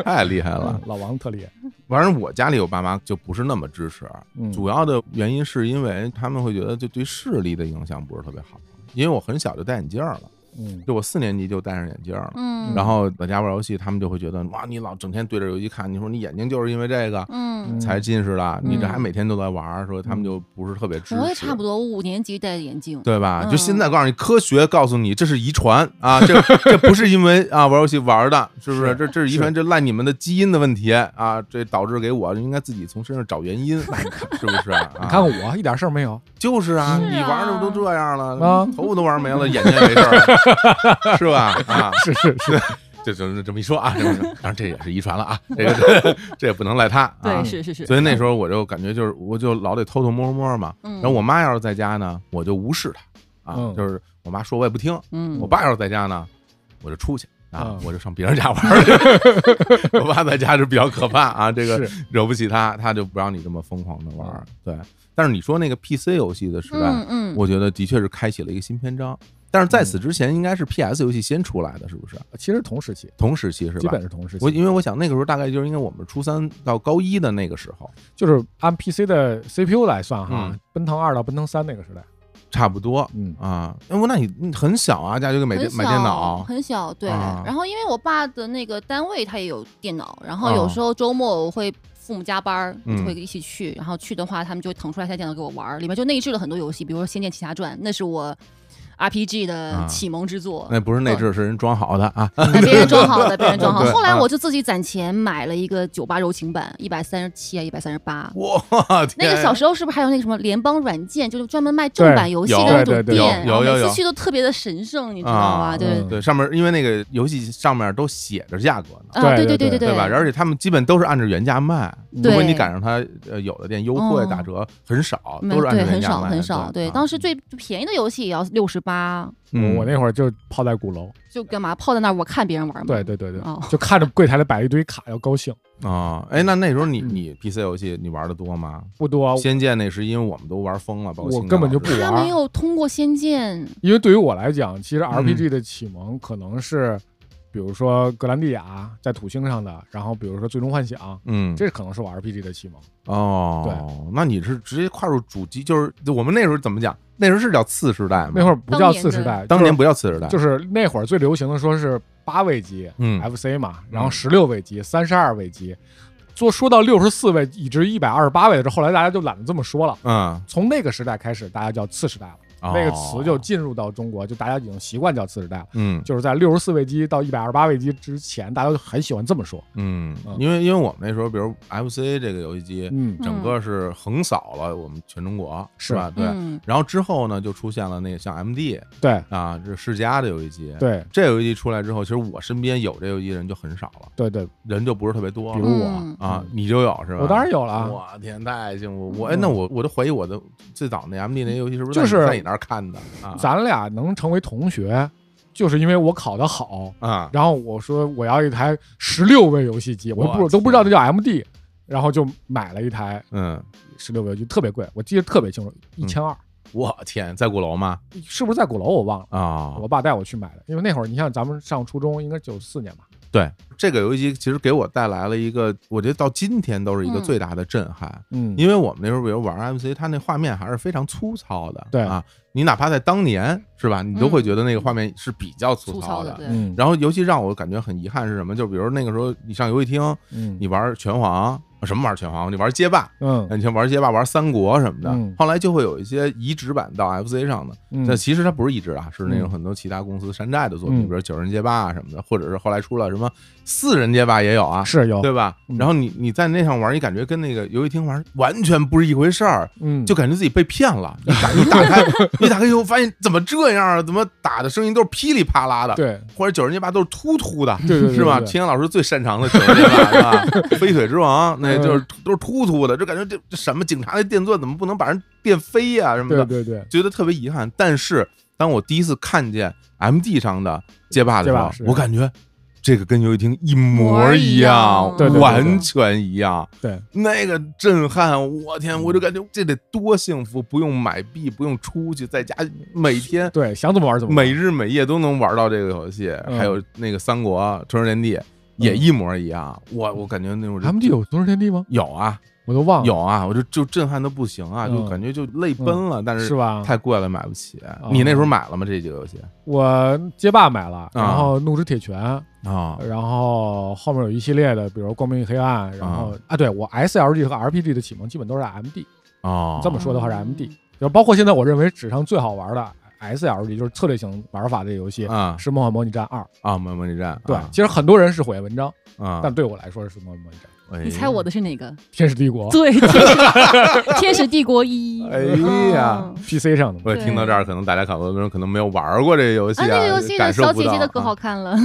A: 太厉害了
B: 嗯。老王特厉害，
A: 反正我家里我爸妈就不是那么支持，
B: 嗯
A: 主要的原因是因为他们会觉得就对视力的影响不是特别好，因为我很小就戴眼镜儿了，
B: 嗯
A: 就我四年级就戴上眼镜儿了。
C: 嗯，
A: 然后在家玩游戏，他们就会觉得哇，你老整天对着游戏看，你说你眼睛就是因为这个
C: 嗯
B: 嗯，
A: 才近视的，你这还
C: 嗯
A: 每天都在玩儿，说他们就嗯不是特别支持。
C: 我也差不多，我五年级戴的眼镜。
A: 对吧？
C: 嗯
A: 就现在告诉你，科学告诉你这是遗传啊，这这不是因为啊玩游戏玩的，是不是？
B: 是
A: 这这是遗传，
B: 是
A: 这赖你们的基因的问题啊，这导致给我应该自己从身上找原 因，是不是？啊、
B: 你看看我一点事儿没有，
A: 就是啊，
C: 是啊
A: 你玩的都这样了，
B: 啊
A: 头发都玩没了，眼睛也没事儿， 是吧？啊，
B: 是是是，
A: 就就 这么一说啊，这么一说当然这也是遗传了啊，这个 这也不能赖他啊。
C: 对，是是是。
A: 所以那时候我就感觉就是，我就老得偷偷摸摸嘛。
C: 嗯
A: 然后我妈要是在家呢，我就无视她啊，
B: 嗯
A: 就是我妈说我也不听。
C: 嗯
A: 我爸要是在家呢，我就出去啊
B: 嗯，
A: 我就上别人家玩儿去。 我爸在家是比较可怕啊，这个
B: 是
A: 惹不起他，他就不让你这么疯狂的玩儿。对，但是你说那个 PC 游戏的时代
C: 嗯，嗯，
A: 我觉得的确是开启了一个新篇章。但是在
B: 嗯
A: 此之前，应该是 PS 游戏先出来的，是不是？
B: 其实同时期，
A: 同时期是
B: 基
A: 吧
B: 本？是同时期。
A: 我因为我想那个时候大概就是应该我们初三到高一的那个时候，
B: 就是按 PC 的 CPU 来算哈
A: 嗯，
B: 奔腾二到奔腾三那个时代，
A: 差不多。
B: 嗯，
A: 啊，那我那你你很小啊，家就给买
C: 很
A: 电
C: 小
A: 买电脑
C: 很小，对。
A: 啊
C: 然后因为我爸的那个单位他也有电脑，然后
A: 啊
C: 有时候周末我会父母加班儿，
A: 嗯
C: 就会一起去。然后去的话，他们就腾出来一台电脑给我玩儿，里面就内置了很多游戏，比如说《仙剑奇侠传》，那是我 RPG
A: 啊
C: 的启蒙之 作。
A: 那不是内置，是人装好的啊。
C: 哎别人装好的，别人装好
A: 对
C: 的。后来
A: 啊
C: 我就自己攒钱买了一个九八柔情版，一百三十七啊，一百三十八。
A: 哇，
C: 那
A: 天
C: 个小时候是不是还有那个什么联邦软件，就是专门卖正版游戏的
A: 有
C: 那
B: 对
C: 种
B: 对对
C: 店，
A: 有
C: 啊
A: 有有
C: 然后每
A: 有
C: 次去都特别的神圣，你知道
A: 啊
C: 吗？对
B: 嗯
A: 对上面，因为那个游戏上面都写着价格呢。
C: 啊，
B: 对
C: 对
B: 对
C: 对
B: 对
A: 对吧？而且他们基本都是按照原价卖，除
C: 对
A: 非你赶上它呃有的店优惠
C: 嗯
A: 打折很少，
C: 没
A: 都是按照
C: 嗯对，
A: 原
C: 很
A: 价
C: 少
A: 卖。啊
C: 很少。对，当时最便宜的游戏也要六十八，
A: 嗯
B: 我我那会儿就泡在鼓楼，
C: 就干嘛泡在那儿，我看别人玩嘛。
B: 对对对对，
C: 哦
B: 就看着柜台里摆一堆卡，要高兴。
A: 啊，哎，那那时候你你 PC 游戏你玩的多吗？
B: 不多，
A: 仙剑那是因为我们都玩疯了，包括
B: 哦我
A: 青年
B: 根本
A: 老
B: 就
A: 师
B: 不玩
C: 他没有通过《仙剑》，
B: 因为对于我来讲，其实
A: 嗯
B: RPG 的启蒙可能是，比如说格兰蒂亚在土星上的，然后比如说最终幻想，
A: 嗯，
B: 这可能是我 RPG 的启蒙。
A: 哦，那你是直接跨入主机，就是我们那时候怎么讲？那时候是叫次时代吗？
B: 那会
A: 儿
B: 儿不叫次时代，
A: 当年
B: 不
A: 不叫次时代，
B: 就是是那会儿最流行的说是八位机
A: 嗯
B: FC 嘛，然
A: 嗯
B: 后十六位机、三十二位机，做说到六十四位以至一百二十八位的时候，后来大家就懒得这么说了。
A: 嗯，
B: 从那个时代开始，大家叫次时代了，哎那个词就
A: 哦
B: 进入到中国，就大家已经习惯叫次时代了。
A: 嗯
B: 就是在六十四位机到一百二十八位机之前，大家都很喜欢这么说。
A: 嗯
B: 嗯，
A: 因为因为我们那时候，比如 FC 这个游戏机，
B: 嗯
A: 整个是横扫了我们全中国，
B: 是
A: 吧？对。
C: 嗯，
A: 然后之后呢，就出现了那个像 MD
B: 对
A: 啊，这世嘉的游戏机。，
B: 对
A: 这游戏机出来之后，其实我身边有这游戏机的人就很少了，
B: 对对，
A: 人就不是特别多
B: 比
A: 了
B: 如我，
C: 嗯
A: 啊。你就有是吧？
B: 我当然有了啊，
A: 我天，太幸福！我哎，
B: 嗯
A: 那我我都怀疑我的最早那 M D 那游戏是不是
B: 就
A: 在你
B: 是
A: 在你那儿看的啊？
B: 咱俩能成为同学，就是因为我考得好。
A: 啊？
B: 然后我说我要一台十六位游戏机，我都
A: 我天
B: 不
A: 啊
B: 都不知道那叫 MD，然后就买了一台
A: 嗯，
B: 十六位游戏，特别贵，我记得特别清楚，一千二，
A: 我天，在鼓楼吗？
B: 是不是在鼓楼我忘了。
A: 啊，
B: 我爸带我去买的，因为那会儿你像咱们上初中，应该九四年吧，
A: 对这个游戏机其实给我带来了一个，我觉得到今天都是一个
C: 嗯
A: 最大的震撼。
B: 嗯，
A: 因为我们那时候，比如玩 MC，它那画面还是非常粗糙的，
B: 对
A: 啊，你哪怕在当年是吧，你都会
C: 嗯
A: 觉得那个画面是比较粗
C: 粗糙
A: 的。
C: 的，对，
B: 嗯，
A: 然后，尤其让我感觉很遗憾是什么？就比如那个时候，你上游戏厅，
B: 嗯
A: 你玩拳皇，什么玩拳皇？你玩街霸，
B: 嗯
A: 你像玩街霸、玩三国什么的，
B: 嗯
A: 后来就会有一些移植版到 FC 上的。
B: 嗯
A: 但其实它不是移植啊，是那种
B: 嗯
A: 很多其他公司山寨的作品，
B: 嗯
A: 比如九人街霸啊什么的，或者是后来出了什么四人街霸也有啊，
B: 是有，
A: 对吧？
B: 嗯
A: 然后你你在那上玩，你感觉跟那个游戏厅玩完全不是一回事儿，
B: 嗯，
A: 就感觉自己被骗了。你打你打 开你打开以后，发现怎么这样啊？怎么打的声音都是噼里啪啦的？
B: 对
A: 或者九人街霸都是突突的，
B: 对对对
A: 是吧？
B: 对对
A: 秦阳老师最擅长的九人街霸是吧？ 飞腿之王那
B: 嗯
A: 就是都是突突的，就感觉这这什么警察的电钻怎么不能把人电飞呀、什么
B: 对
A: 的，
B: 对对，
A: 觉得特别遗憾。但是当我第一次看见 M D 上的街霸的时
B: 街
A: 候
B: 霸，是
A: 我感觉这个跟游戏厅一模一样，
B: 对对对对
A: 完全一样。
B: 对，
A: 那个震撼，我天！我就感觉这得多幸福，不用买币，不用出去，在家每天
B: 对，想怎么玩怎么玩
A: 每日每夜都能玩到这个游戏，
B: 嗯
A: 还有那个三国《春日天地》也一模一样。我我感觉那种
B: ，MD 有《多人天地》吗？
A: 有啊
B: 我都忘了，
A: 有啊，我就就震撼的不行啊，
B: 嗯
A: 就感觉就泪奔了。但
B: 是吧？哦
A: 太贵了，买不起。你那时候买了吗？这几个游戏
B: 我街霸买了，
A: 啊
B: 然后《怒之铁拳》
A: 啊
B: 然后后面有一系列的，比如《光明与黑暗》，然后啊对我 SLG 和 RPG 的启蒙基本都是 MD，
A: 啊，
B: 这么说的话是 MD，然后包括现在我认为史上最好玩的 SLG 就是策略型玩法的游戏
A: 啊
B: 是《梦幻模拟战二》。
A: 啊，模模拟战
B: 对，
A: 啊
B: 其实很多人是火焰文章，
A: 啊，
B: 但对我来说是《梦幻模拟战》
A: 哎
C: 你猜我的是哪个？
A: 哦
B: 《天使帝国》
C: 对，天 使天使帝国一，
A: 哎呀
C: 嗯
B: PC 上的嘛。
A: 我听到这儿，可能大家好多人可能没有玩过这个游戏
C: 啊，那个游戏的
A: 感受
C: 小
A: 不
C: 姐
A: 到
C: 姐
A: 啊。
C: 的可好看了，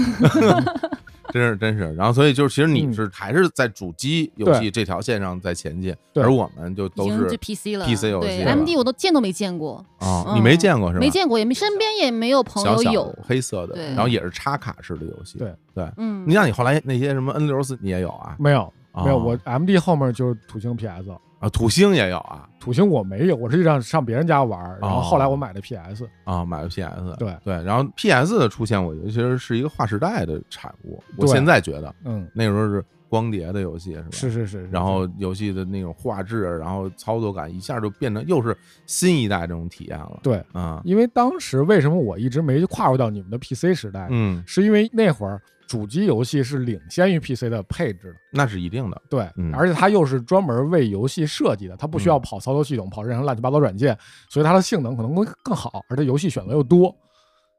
A: 真是真是。然后，所以就是，其实你
B: 嗯
A: 是还是在主机游戏这条线上在前进，
B: 对
A: 而我们就
C: 已
A: 都
C: 经
A: 是
C: 就 PC 了
A: PC 游戏
C: 对
A: 了
C: ，MD 我都见都没见过，
A: 啊，
C: 嗯
A: 你没见过是吧？
C: 没见过，也没身边也没有朋
A: 小
C: 友
A: 小
C: 有
A: 的，黑色的，
C: 对
A: 然后也是插卡式的游戏。
B: 对
A: 对，
C: 嗯
A: 你，像你后来那些什么 N 六四，你也有啊？
B: 没有，没有，
A: 啊
B: 我 MD 后面就是土星 PS，
A: 啊，土星也有啊
B: 土星我没有，我实际上上别人家玩，然后
A: 哦
B: 后来我买的 PS，
A: 啊，买了 PS。
B: 对，
A: 对，然后 PS 的出现，我觉得其实是一个划时代的产物。我
B: 对
A: 现在觉得
B: 嗯，
A: 那时候是光碟的游戏，是吧？
B: 是是是，是
A: 然后游戏的那种画质，然后操作感，一下就变成又是新一代这种体验了。
B: 对，
A: 啊，
B: 因为当时为什么我一直没跨入到你们的 PC 时代，
A: 嗯，
B: 是因为那会儿主机游戏是领先于 PC 的配置的，
A: 那是一定的。
B: 对，
A: 嗯
B: 而且它又是专门为游戏设计的，它不需要
A: 嗯
B: 跑操作系统，跑任何乱七八糟软件，所以它的性能可能会更好，而且游戏选择又多。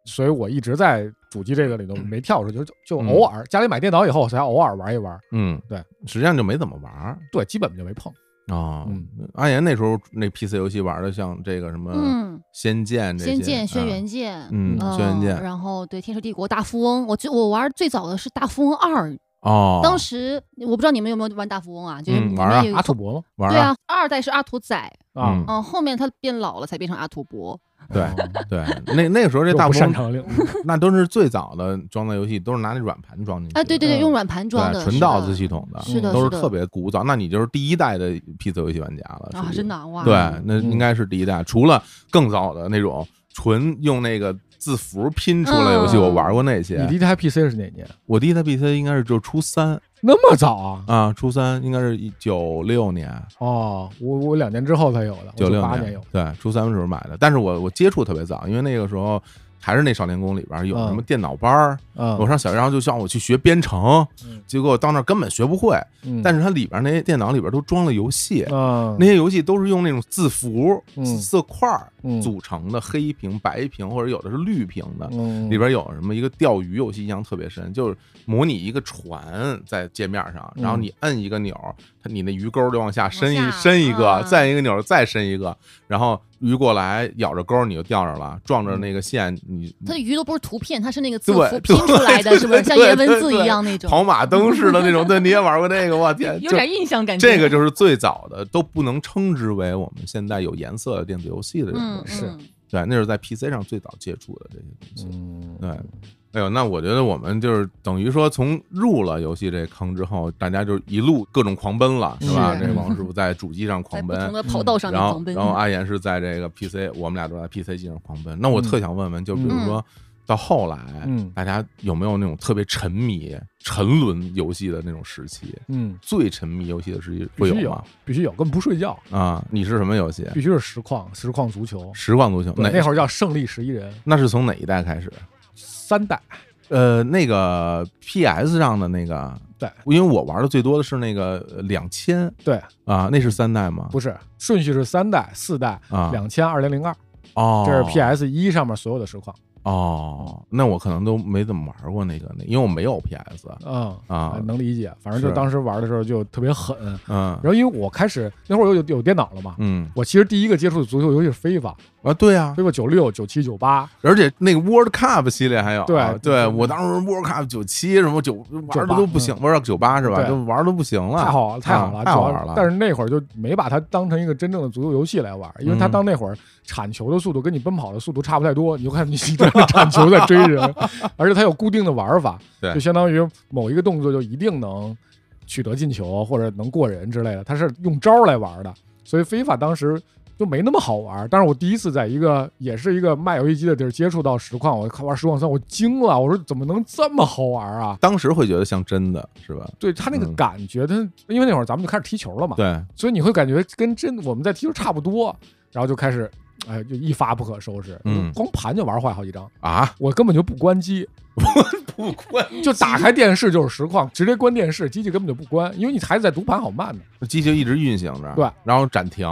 B: 所以我一直在主机这个里头没跳出去，就就就
A: 嗯
B: 偶尔家里买电脑以后我才偶尔玩一玩，
A: 嗯，
B: 对，
A: 实际上就没怎么玩儿
B: 对，基本就没碰。
A: 啊
B: 嗯，
A: 阿岩那时候那 PC 游戏玩的像这个什么《
C: 嗯，
A: 仙剑》这些，
C: 仙剑、轩
A: 啊
C: 辕剑，
A: 嗯，
C: 嗯
A: 轩辕剑
C: 然后对《天使帝国》、大富翁，我最我玩最早的是大富翁二，
A: 哦，
C: 当时我不知道你们有没有玩大富翁啊，就是
A: 嗯
C: 里
A: 玩啊
C: 面有一
B: 阿
C: 个
B: 土伯吗？
A: 玩
C: 对
A: 儿啊
C: 啊，二代是阿土仔，
B: 啊
A: 嗯，
C: 嗯，后面他变老了才变成阿土伯，
A: 对
B: 哦
C: 啊
A: 对，那那个时候这
B: 又
A: 大
B: 不
A: 部分嗯
B: 擅长练，
A: 那都是最早的装的游戏，都是拿那软盘装进去的。
C: 哎，对对对，
B: 嗯
C: 用软盘装
A: 对
C: 的，
A: 纯
C: 是
A: 道
C: 的
A: 子系统的，
C: 是的
A: 都
C: 是
A: 是
C: 的
A: 特别古早。那你就是第一代的 PC 游戏玩家了
C: 啊，
A: 属于
C: 真的啊哇，
A: 对，
B: 嗯
A: 那应该是第一代。除了更早的那种纯用那个字符拼出来的游戏，
C: 嗯
A: 我玩过那
B: 你
A: 些。
B: 第一台 PC 是哪年？
A: 我第一台 PC 应该是就初三
B: 那么早啊？
A: 啊，初三应该是一九六年，
B: 哦，我我两年之后才有的，
A: 九六
B: 哦八年有的。
A: 对，初三的时候买的。但是我我接触特别早，因为那个时候还是那少年宫里边有
B: 嗯
A: 什么电脑班儿，
B: 嗯，
A: 我上小学，然后就叫我去学编程
B: 嗯，
A: 结果到那儿根本学不会。
B: 嗯，
A: 但是它里边那些电脑里边都装了游戏，
B: 嗯，
A: 那些游戏都是用那种字符、
B: 嗯
A: 色块儿
B: 嗯
A: 组成的，黑屏、白屏或者有的是绿屏的。
B: 嗯
A: 里边有什么一个钓鱼游戏印象特别深，就是模拟一个船在界面上，
B: 嗯
A: 然后你摁一个钮儿，它你那鱼钩就往下伸一
C: 往下
A: 伸一个，
C: 嗯
A: 再一个钮儿再伸一个，然后鱼过来咬着钩儿你就钓着了，撞着那个线你
C: 它的鱼都不是图片，它是那个字
A: 对
C: 符拼出来
A: 对
C: 的，是不是
A: 对
C: 像
A: 对
C: 颜文
A: 对
C: 字
A: 对
C: 一样那种？
A: 跑马灯 似的那种，对，你也玩过那个，我天，
C: 有
A: 就
C: 点印象感觉。
A: 这个就是最早的，都不能称之为我们现在有颜色的电子游戏的这种
C: 嗯
A: 东西。
B: 是
C: 嗯
A: 对，那是在 PC 上最早接触的这些东西。
B: 嗯
A: 对，哎呦，那我觉得我们就是等于说，从入了游戏这坑之后，大家就一路各种狂奔了，是吧？
C: 是
A: 这王师傅在主机上
C: 在
A: 狂
C: 不
A: 奔，
C: 同的跑道上
A: 嗯
C: 面
A: 然后
C: 狂奔，嗯
A: 然后啊阿岩是在这个 PC，我们俩都在 PC 机上狂奔。那我
C: 嗯
A: 特想问问，就比如说到后来，
B: 嗯
A: 大家有没有那种特别沉迷、沉沦游戏的那种时期？
B: 嗯，
A: 最沉迷游戏的时期
B: 必
A: 会
B: 须
A: 吗
B: 有？，必须有，根本不睡觉，
A: 啊，你是什么游戏？
B: 必须是实况，实况足球。
A: 实况足球
B: 对
A: 哪
B: 那会儿叫胜利十一人，
A: 那是从哪一代开始？
B: 三代，
A: 呃，那个 PS 上的那个，
B: 对，
A: 因为我玩的最多的是那个两千
B: 对，
A: 啊，那是三代吗？
B: 不是顺序是三代、四代、
A: 啊，
B: 两千、二零零二，
A: 哦，
B: 这是 PS 一上面所有的实况。
A: 哦，那我可能都没怎么玩过那个，那因为我没有 PS，
B: 嗯
A: 啊
B: 能理解。反正
A: 是
B: 就当时玩的时候就特别狠，
A: 嗯
B: 然后因为我开始那会儿有有有电脑了嘛，
A: 嗯
B: 我其实第一个接触的足球游戏是 FIFA。
A: 啊，对啊，
B: FIFA 九六、九七、九八，
A: 而且那个 World Cup 系列还有啊，
B: 对嗯
A: 对
B: 对
A: 我当时 World Cup 九七什么九玩的都不行，玩到九八是吧？
B: 嗯对
A: 就玩的都不行了，
B: 太好了，太好了，
A: 啊
B: 主
A: 太
B: 要
A: 好玩了。
B: 但是那会儿就没把它当成一个真正的足球游戏来玩，因为它
A: 嗯
B: 当那会儿铲球的速度跟你奔跑的速度差不太多，你就看你你在那铲球在追 人，而且它有固定的玩法
A: 对，
B: 就相当于某一个动作就一定能取得进球或者能过人之类的，它是用招儿来玩的。所以 FIFA 当时就没那么好玩。但是我第一次在一个也是一个卖游戏机的地儿接触到实况，我看玩实况三，我惊了，我说怎么能这么好玩啊？
A: 当时会觉得像真的是吧？
B: 对他那个
A: 嗯
B: 感觉，他因为那会儿咱们就开始踢球了嘛，
A: 对，
B: 所以你会感觉跟真我们在踢球差不多，然后就开始。哎，就一发不可收拾，
A: 嗯
B: 光盘就玩坏好几张，
A: 啊，
B: 我根本就不关机，
A: 不关
B: 就打开电视就是实况，直接关电视，机器根本就不关，因为你还在读盘好慢呢。
A: 机器一直运行着，
B: 对，啊
A: 然后暂停，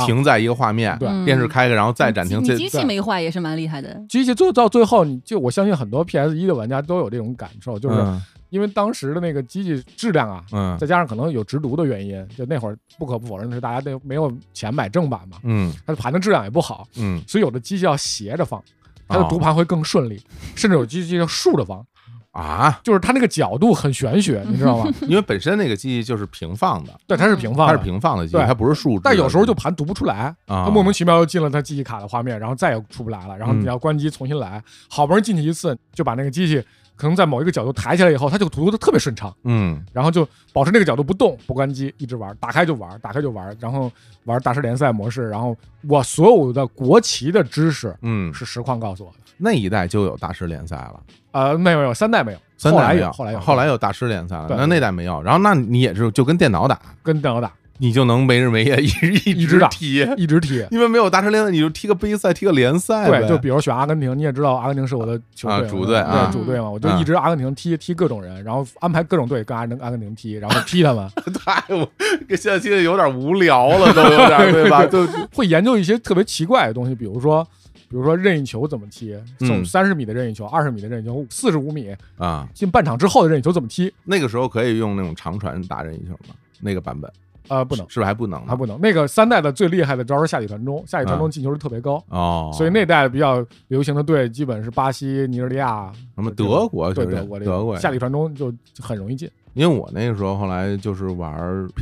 A: 停在一个画面，
B: 对
C: 嗯
A: 电视开开，然后再暂停，
C: 你
A: 这
C: 机你机器
B: 对
C: 没坏也是蛮厉害的。
A: 嗯
B: 机器做到最后，你就我相信很多 PS 一的玩家都有这种感受，就是
A: 嗯
B: 因为当时的那个机器质量啊，
A: 嗯
B: 再加上可能有直读的原因，就那会儿不可不否认的是，大家那没有钱买正版嘛，
A: 嗯
B: 它的盘的质量也不好，
A: 嗯，
B: 所以有的机器要斜着放，它的读盘会更顺利，甚至有机器要竖着放，
A: 啊，
B: 就是它那个角度很玄学，你知道吗？
A: 因为本身那个机器就是平放的，
B: 对，它是平放
A: 它
B: 的，
A: 是平放的机器，
B: 啊对
A: 它不是竖直的。
B: 但有时候就盘读不出来，
A: 啊
B: 它莫名其妙又进了它记忆卡的画面，然后再也出不来了。然后
A: 嗯
B: 你要关机重新来，好不容易进去一次，就把那个机器可能在某一个角度抬起来以后，它这个读的特别顺畅，
A: 嗯
B: 然后就保持那个角度不动，不关机，一直玩，打开就玩，打开就玩，然后玩大师联赛模式。然后我所有的国旗的知识
A: 嗯，
B: 是实况告诉我的，
A: 那一代就有大师联赛了，
B: 呃，没有没有三代没有，
A: 三
B: 后
A: 代
B: 来
A: 没
B: 有
A: 有，
B: 后来有
A: 有，后来有大师联赛了，
B: 对
A: 那那代没有。然后那你也是就跟电脑打，
B: 跟电脑打
A: 你就能没日没夜一直一
B: 一直打
A: 踢，
B: 一直踢。
A: 因为没有大师联赛，你就踢个杯赛，踢个联赛呗，
B: 对，就比如选阿根廷，你也知道阿根廷是我的球队
A: 啊
B: 嘛，
A: 主队啊
B: 对主队嘛，我就
A: 啊
B: 一直阿根廷踢踢各种人，然后安排各种队跟阿根阿根廷踢，然后踢他们，
A: 太我跟现在踢的有点无聊了，都有 点对吧？就
B: 会研究一些特别奇怪的东西，比如说。比如说任意球怎么踢，走
A: 嗯
B: 三十米的任意球，二十米的任意球，四十五米
A: 啊，
B: 进半场之后的任意球怎么踢？
A: 那个时候可以用那种长传打任意球吗？那个版本
B: 呃，不能，
A: 是不是还不能呢？
B: 还不能。那个三代的最厉害的招是下底传中，下底传中
A: 嗯
B: 进球率特别高，
A: 哦，
B: 所以那代比较流行的队基本是巴西、尼日利亚、
A: 什么德国
B: 对
A: 就是
B: 德国这
A: 德国
B: 下底传中就很容易进。
A: 因为我那个时候后来就是玩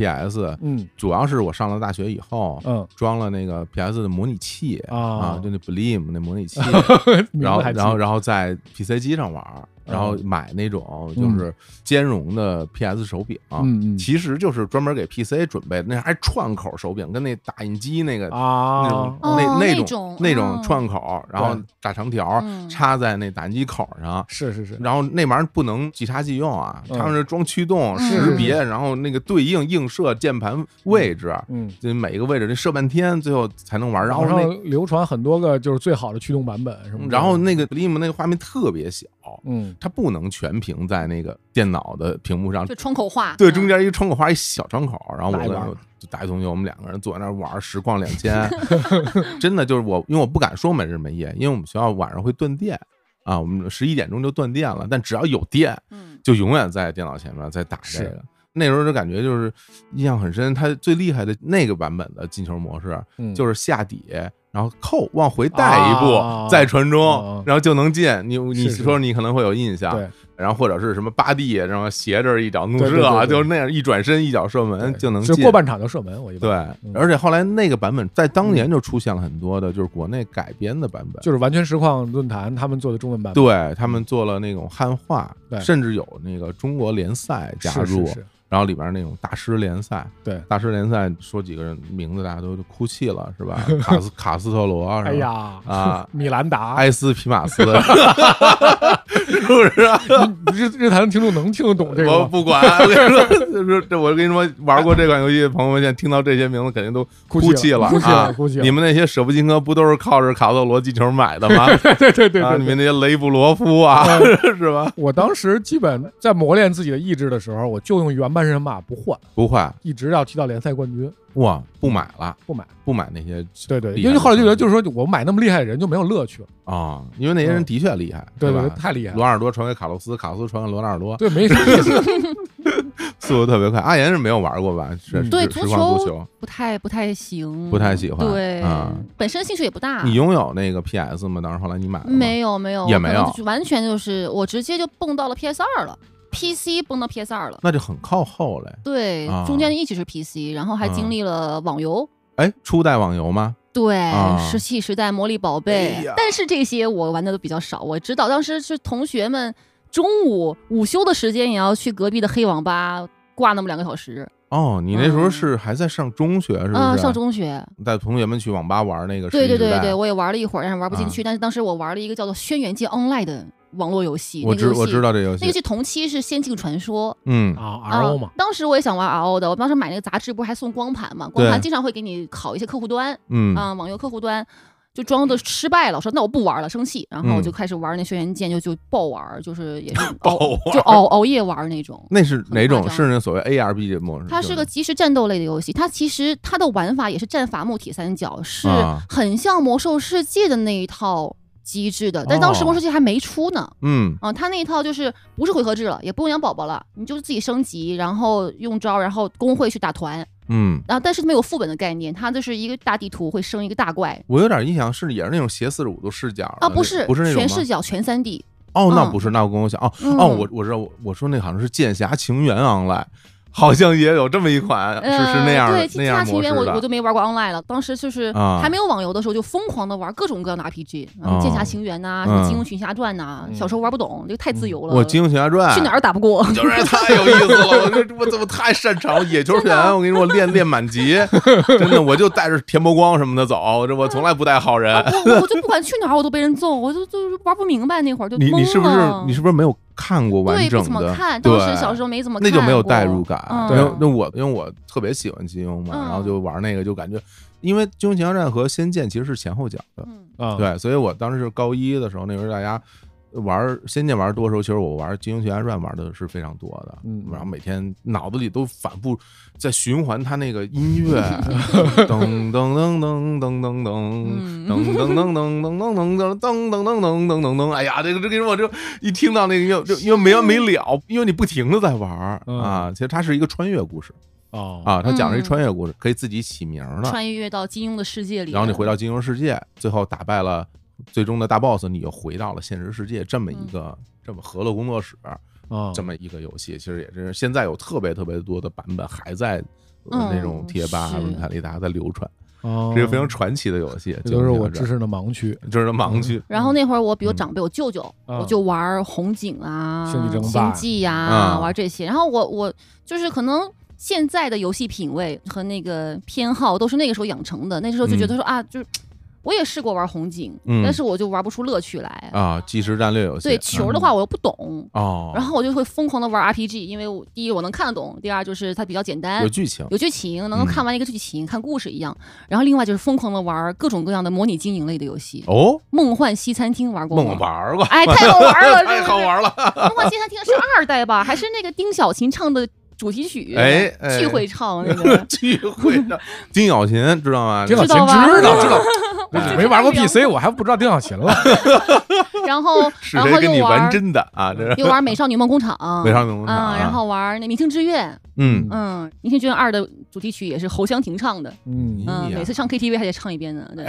A: PS，
B: 嗯
A: 主要是我上了大学以后，
B: 嗯
A: 装了那个 PS 的模拟器啊
B: 啊，
A: 就那 Blim 那模拟器，
B: 名
A: 然后
B: 字还嗯记
A: 然后然后在 PC 机上玩儿，然后买那种就是兼容的 PS 手柄，
B: 嗯嗯嗯
A: 其实就是专门给 PC 准备的，那还串口手柄，跟那打印机那个。那种
B: 啊，
C: 哦
A: 那
C: 那
A: 种
C: 种
A: 那种
C: 哦
A: 串口，然后
B: 对
A: 打长条
C: 嗯
A: 插在那打印机口上，
B: 是是是，
A: 然后那玩意儿不能即插即用啊，
B: 嗯
A: 他们是装驱动、
C: 嗯
A: 识别，然后那个对应映射键盘位置，
B: 嗯，
A: 这每个位置这设半天，最后才能玩。然后
B: 网上
A: 那
B: 流传很多个就是最好的驱动版本什么的，
A: 然后那个 Blim 那个画面特别小，
B: 嗯
A: 它不能全屏在那个电脑的屏幕上
C: 就，窗口化，
A: 对，
C: 嗯
A: 中间一个窗口画一小窗口，然后我
B: 来玩
A: 跟大学同学我们两个人坐在那儿玩实况两千， 真的就是我，因为我不敢说没日没夜，因为我们学校晚上会断电啊，我们十一点钟就断电了，但只要有电，
C: 嗯，
A: 就永远在电脑前面在打这个
B: 是。
A: 那时候就感觉就是印象很深，它最厉害的那个版本的进球模式
B: 嗯，
A: 就是下底，然后扣往回带一步，
B: 啊
A: 再传中
B: 哦，
A: 然后就能进。你你
B: 是是
A: 说你可能会有印象，
B: 对
A: 然后或者是什么八 D，然后斜着一脚怒
B: 对对
A: 射啊，
B: 对对
A: 就是那样一转身一脚射门
B: 对
A: 就能
B: 是
A: 进。
B: 过半场就射门，我一般
A: 对，
B: 嗯
A: 而且后来那个版本在当年就出现了很多的，就是国内改编的版本，
B: 就是完全实况论坛他们做的中文版本，
A: 对他们做了那种汉化，
B: 对
A: 甚至有那个中国联赛加
B: 是
A: 入
B: 是，是，
A: 然后里边那种大师联赛，
B: 对
A: 大师联赛说几个人名字大家都哭泣了是 吧？卡斯卡斯特罗，是吧
B: 哎呀
A: 啊
B: 米兰达，
A: 埃斯皮马斯， 是不是啊？
B: 嗯日日坛的听众能听得懂这个
A: 我
B: 吗？
A: 不管，我跟你说，就是这我跟你说，玩过这款游戏的朋友们，现在听到这些名字肯定都
B: 哭
A: 哭
B: 泣
A: 了
B: 了哭泣
A: 啊
B: 了！哭泣了
A: 你们那些舍不金科不都是靠着卡特罗进球买的吗？
B: 对对对
A: 啊，
B: 对嗯
A: 你
B: 对。
A: 们那些雷布罗夫啊，是吧？
B: 我当时基本在磨练自己的意志的时候，我就用原班人马不换，
A: 不会，
B: 一直要踢到联赛冠军，
A: 哇，不买了，
B: 不买。
A: 不买那些
B: 对对，
A: 厉
B: 因
A: 害
B: 为后来就觉
A: 了
B: 得，就是说我买那么厉害的人就没有乐趣了，
A: 啊，因为那些人的确厉害，
B: 嗯对
A: 吧
B: 对，？太厉害
A: 罗
B: 了，
A: 纳尔多传给卡洛斯，卡洛斯传给罗纳尔 多，
B: 对，没啥意思。
A: 速度特别快。阿岩是没有玩过吧？是
B: 嗯
A: 是
C: 对
A: 实
C: 足
A: 况足
C: 球
A: 球，
C: 不太不太行，
A: 不太喜欢
C: 对
A: 啊，
C: 本身兴趣也不大。
A: 你拥有那个 PS 吗？当时后来你买了吗？
C: 没有没有，
A: 也
C: 我可
A: 没
C: 能
A: 有
C: 就完全就是我直接就蹦到了 PS 二了，PC 蹦到 PS 二了。
A: 那就很靠后嘞。
C: 对
A: 啊，
C: 中间一直是 PC，然后还
A: 啊
C: 经历了网游，
A: 哎，初代网游吗？
C: 对，
A: 啊
C: 石器时代、魔力宝贝
A: 哎呀，
C: 但是这些我玩的都比较少。我知道当时是同学们中午午休的时间也要去隔壁的黑网吧挂那么两个小时，
A: 哦，你那时候
C: 嗯
A: 是还在上中学是不是？
C: 啊，上中学。
A: 带同学们去网吧玩那个
C: 对对
A: 时
C: 对
A: 代啊
C: 对，我也玩了一会儿，但是玩不进去。但是当时我玩了一个叫做《轩辕剑 Online》的网络游戏，
A: 我
C: 那
A: 知
C: 个游戏
A: 我知道这游
C: 那个
A: 戏，
C: 游戏同期是《仙境传说》
A: 嗯，
B: 啊
C: 啊
B: ，RO 嘛，
C: 当时我也想玩 RO 的，我当时买那个杂志不是还送光盘嘛？光
A: 对
C: 盘经常会给你拷一些客户端
A: 嗯
C: 啊、网游客户端。就装的失败了，我说那我不玩了，生气，然后
A: 嗯
C: 我就开始玩那轩辕剑，就就爆玩，就 是也是
A: 爆
C: 熬
A: 玩
C: 就熬熬夜玩 那种。
A: 哦那是哪种？
C: 哦很夸
A: 是
C: 张
A: 那所谓 ARB 的模式？
C: 它是个即时战斗类的游戏，它其实它的玩法也是战伐木铁三角，是
A: 啊
C: 很像魔兽世界的那一套机制的，但当时
A: 哦
C: 魔兽世界还没出呢。
A: 嗯
C: 啊，它那一套就是不是回合制了，也不用养宝宝了，你就是自己升级，然后用招，然后工会去打团，
A: 嗯，
C: 然后但是没有副本的概念，它就是一个大地图会生一个大怪
A: 我有点印象是也是那种斜四十五度视角
C: 啊，
A: 的
C: 不
A: 那
C: 是
A: 不是那种
C: 全
A: 吗
C: 视？角全三 D，
A: 哦，那
C: 嗯
A: 不是，那我跟我想哦
C: 嗯
A: 哦，我我知道，我我说那好像是《剑侠情缘 Online》，好像也有这么一款，是是那样的
C: 呃、对，
A: 那
C: 其他
A: 样
C: 情
A: 模式
C: 缘我我
A: 的
C: 都没玩过 online 了，当时就是
A: 啊
C: 还没有网游的时候就疯狂的玩各种各样的 RPG，
A: 哦
C: 嗯，剑侠情缘呐、什么
A: 嗯
C: 金庸群侠传呐、小时候玩不懂，这个太自由了，
A: 我《金庸群侠传》
C: 去哪儿打 不过，
A: 就是哎太有意思了，我这我怎么太擅长野球拳？我跟你说，我练练满 级，真的，我就带着田伯光什么的走，我这我从来不带好人。
C: 我我我就不管去哪儿我都被人揍，我就就是玩不明白那会儿就
A: 你
C: 懵了。
A: 你是不是你是不是没有看过完
C: 对，
A: 整
C: 不怎么
A: 的？
C: 看，
A: 对
C: 当时小时候没怎么
A: 那
C: 看
A: 就没有
C: 过
A: 代入感。
C: 嗯、
A: 因为那我因为我特别喜欢金庸嘛，
C: 嗯
A: 然后就玩那个，就感觉因为《金庸群侠传》和《仙剑》其实是前后脚的，
C: 嗯
B: 啊，，
A: 对，所以我当时是高一的时候，那时候大家。玩《仙剑》玩多的时候，其实我玩《金庸群侠传》玩的是非常多的，
B: 嗯
A: 然后每天脑子里都反复在循环他那个音 乐，噔噔噔噔噔噔噔噔噔噔噔噔噔噔噔噔噔噔噔噔噔噔，哎呀，这个这个我就一听到那个就就因为没完没了，因为你不停的在玩
C: 嗯
A: 啊，其实它是一个穿越故事
B: 哦，
A: 啊，它讲的是穿越故事，可以自己起名的，
C: 穿越到金庸的世界里，
A: 然后你回到金融世界，最后打败
C: 嗯
A: 了最终的大 boss，你又回到了现实世界，这么一个、这么和乐工作室，
B: 啊，
A: 这么一个游戏，其实也是现在有特别特别多的版本还在呃
C: 嗯
A: 那种贴吧、
C: 是
A: 论坛里大家在流传，
B: 哦
A: 是一个非常传奇的游戏。
B: 这都是我
A: 就
B: 知识的盲区。
A: 就是盲区，
C: 然后那会儿我比如
A: 嗯
C: 长辈，我舅舅，
B: 啊
C: 我就玩儿红警啊、
B: 星际争霸
C: 星际呀、
A: 啊
C: 玩这些。然后我我就是可能现在的游戏品味和那个偏好都是那个时候养成的，那时候就觉得说、啊，就是我也试过玩红警，
A: 嗯
C: 但是我就玩不出乐趣来。
B: 嗯
A: 啊，即时战略游戏。
C: 对球的话我又不懂，
A: 嗯哦，
C: 然后我就会疯狂的玩 RPG，因为我第一我能看得懂，第二就是它比较简单
A: 有。嗯剧情，
C: 有剧情，能够看完一个剧情，看故事一样。然后另外就是疯狂的玩各种各样的模拟经营类的游戏，
A: 哦，
C: 梦幻西餐厅》玩过吗？
A: 梦玩 过，
C: 哎，太好玩 了，
A: 太
C: 是不
A: 好
C: 是？
A: 玩了，
C: 梦幻西餐厅是二代吧？还是那个丁小琴唱的主题曲？
A: 哎哎。
C: 巨会唱那个
A: 聚会的丁小琴知道 吗？
B: 丁小
C: 小
B: 琴
C: 琴知道吧
B: 知
A: 知
B: 道知
C: 知 道
B: 道
A: 道，
B: 你没玩过 PC，我还不知道丁小 琴了。
C: 然后，
A: 是
C: 然后
A: 谁跟你
C: 又
A: 玩
C: 玩
A: 真的啊？
B: 嗯
A: 这是
C: 又玩《美少女梦工厂》。
A: 美少女梦工厂
C: 啊，
A: 啊
C: 然后玩那《明星志愿》。
A: 嗯，
C: 嗯，《明星志愿二》的主题曲也是侯湘婷唱的。
B: 嗯，
A: 哎
C: 嗯，
A: 呀哎
C: 每次唱 KTV 还得唱一遍呢。对，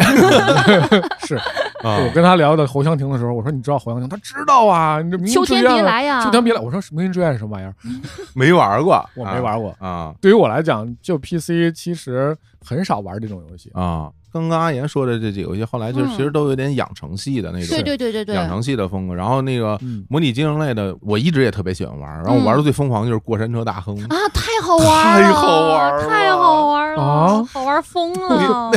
B: 是
A: 啊
B: 我跟他聊的侯湘婷的时候，我说你知道侯湘婷，他知道啊，你这明星
C: 秋
B: 志
C: 天
B: 愿
C: 别
B: 啊
C: 来呀！
B: 秋天别来，我说《明星志愿》是什么玩意儿？
A: 没玩过，
B: 我没玩过。
A: 啊
B: 对于我来讲，就 PC 其实很少玩这种游戏。
A: 啊！刚刚阿岩说的这几个游戏，后来
B: 嗯
A: 就是其实都有点养成系的那种，
C: 对对对对对。
A: 养成系的风格。然后那个
B: 嗯，
A: 模拟经营类的，我一直也特别喜欢玩。然后我
C: 嗯
A: 玩的最疯狂的就是过山车大 亨，
C: 啊，太好玩了！
A: 太好玩了
C: 太好
B: 啊
C: 玩了！好玩疯 了！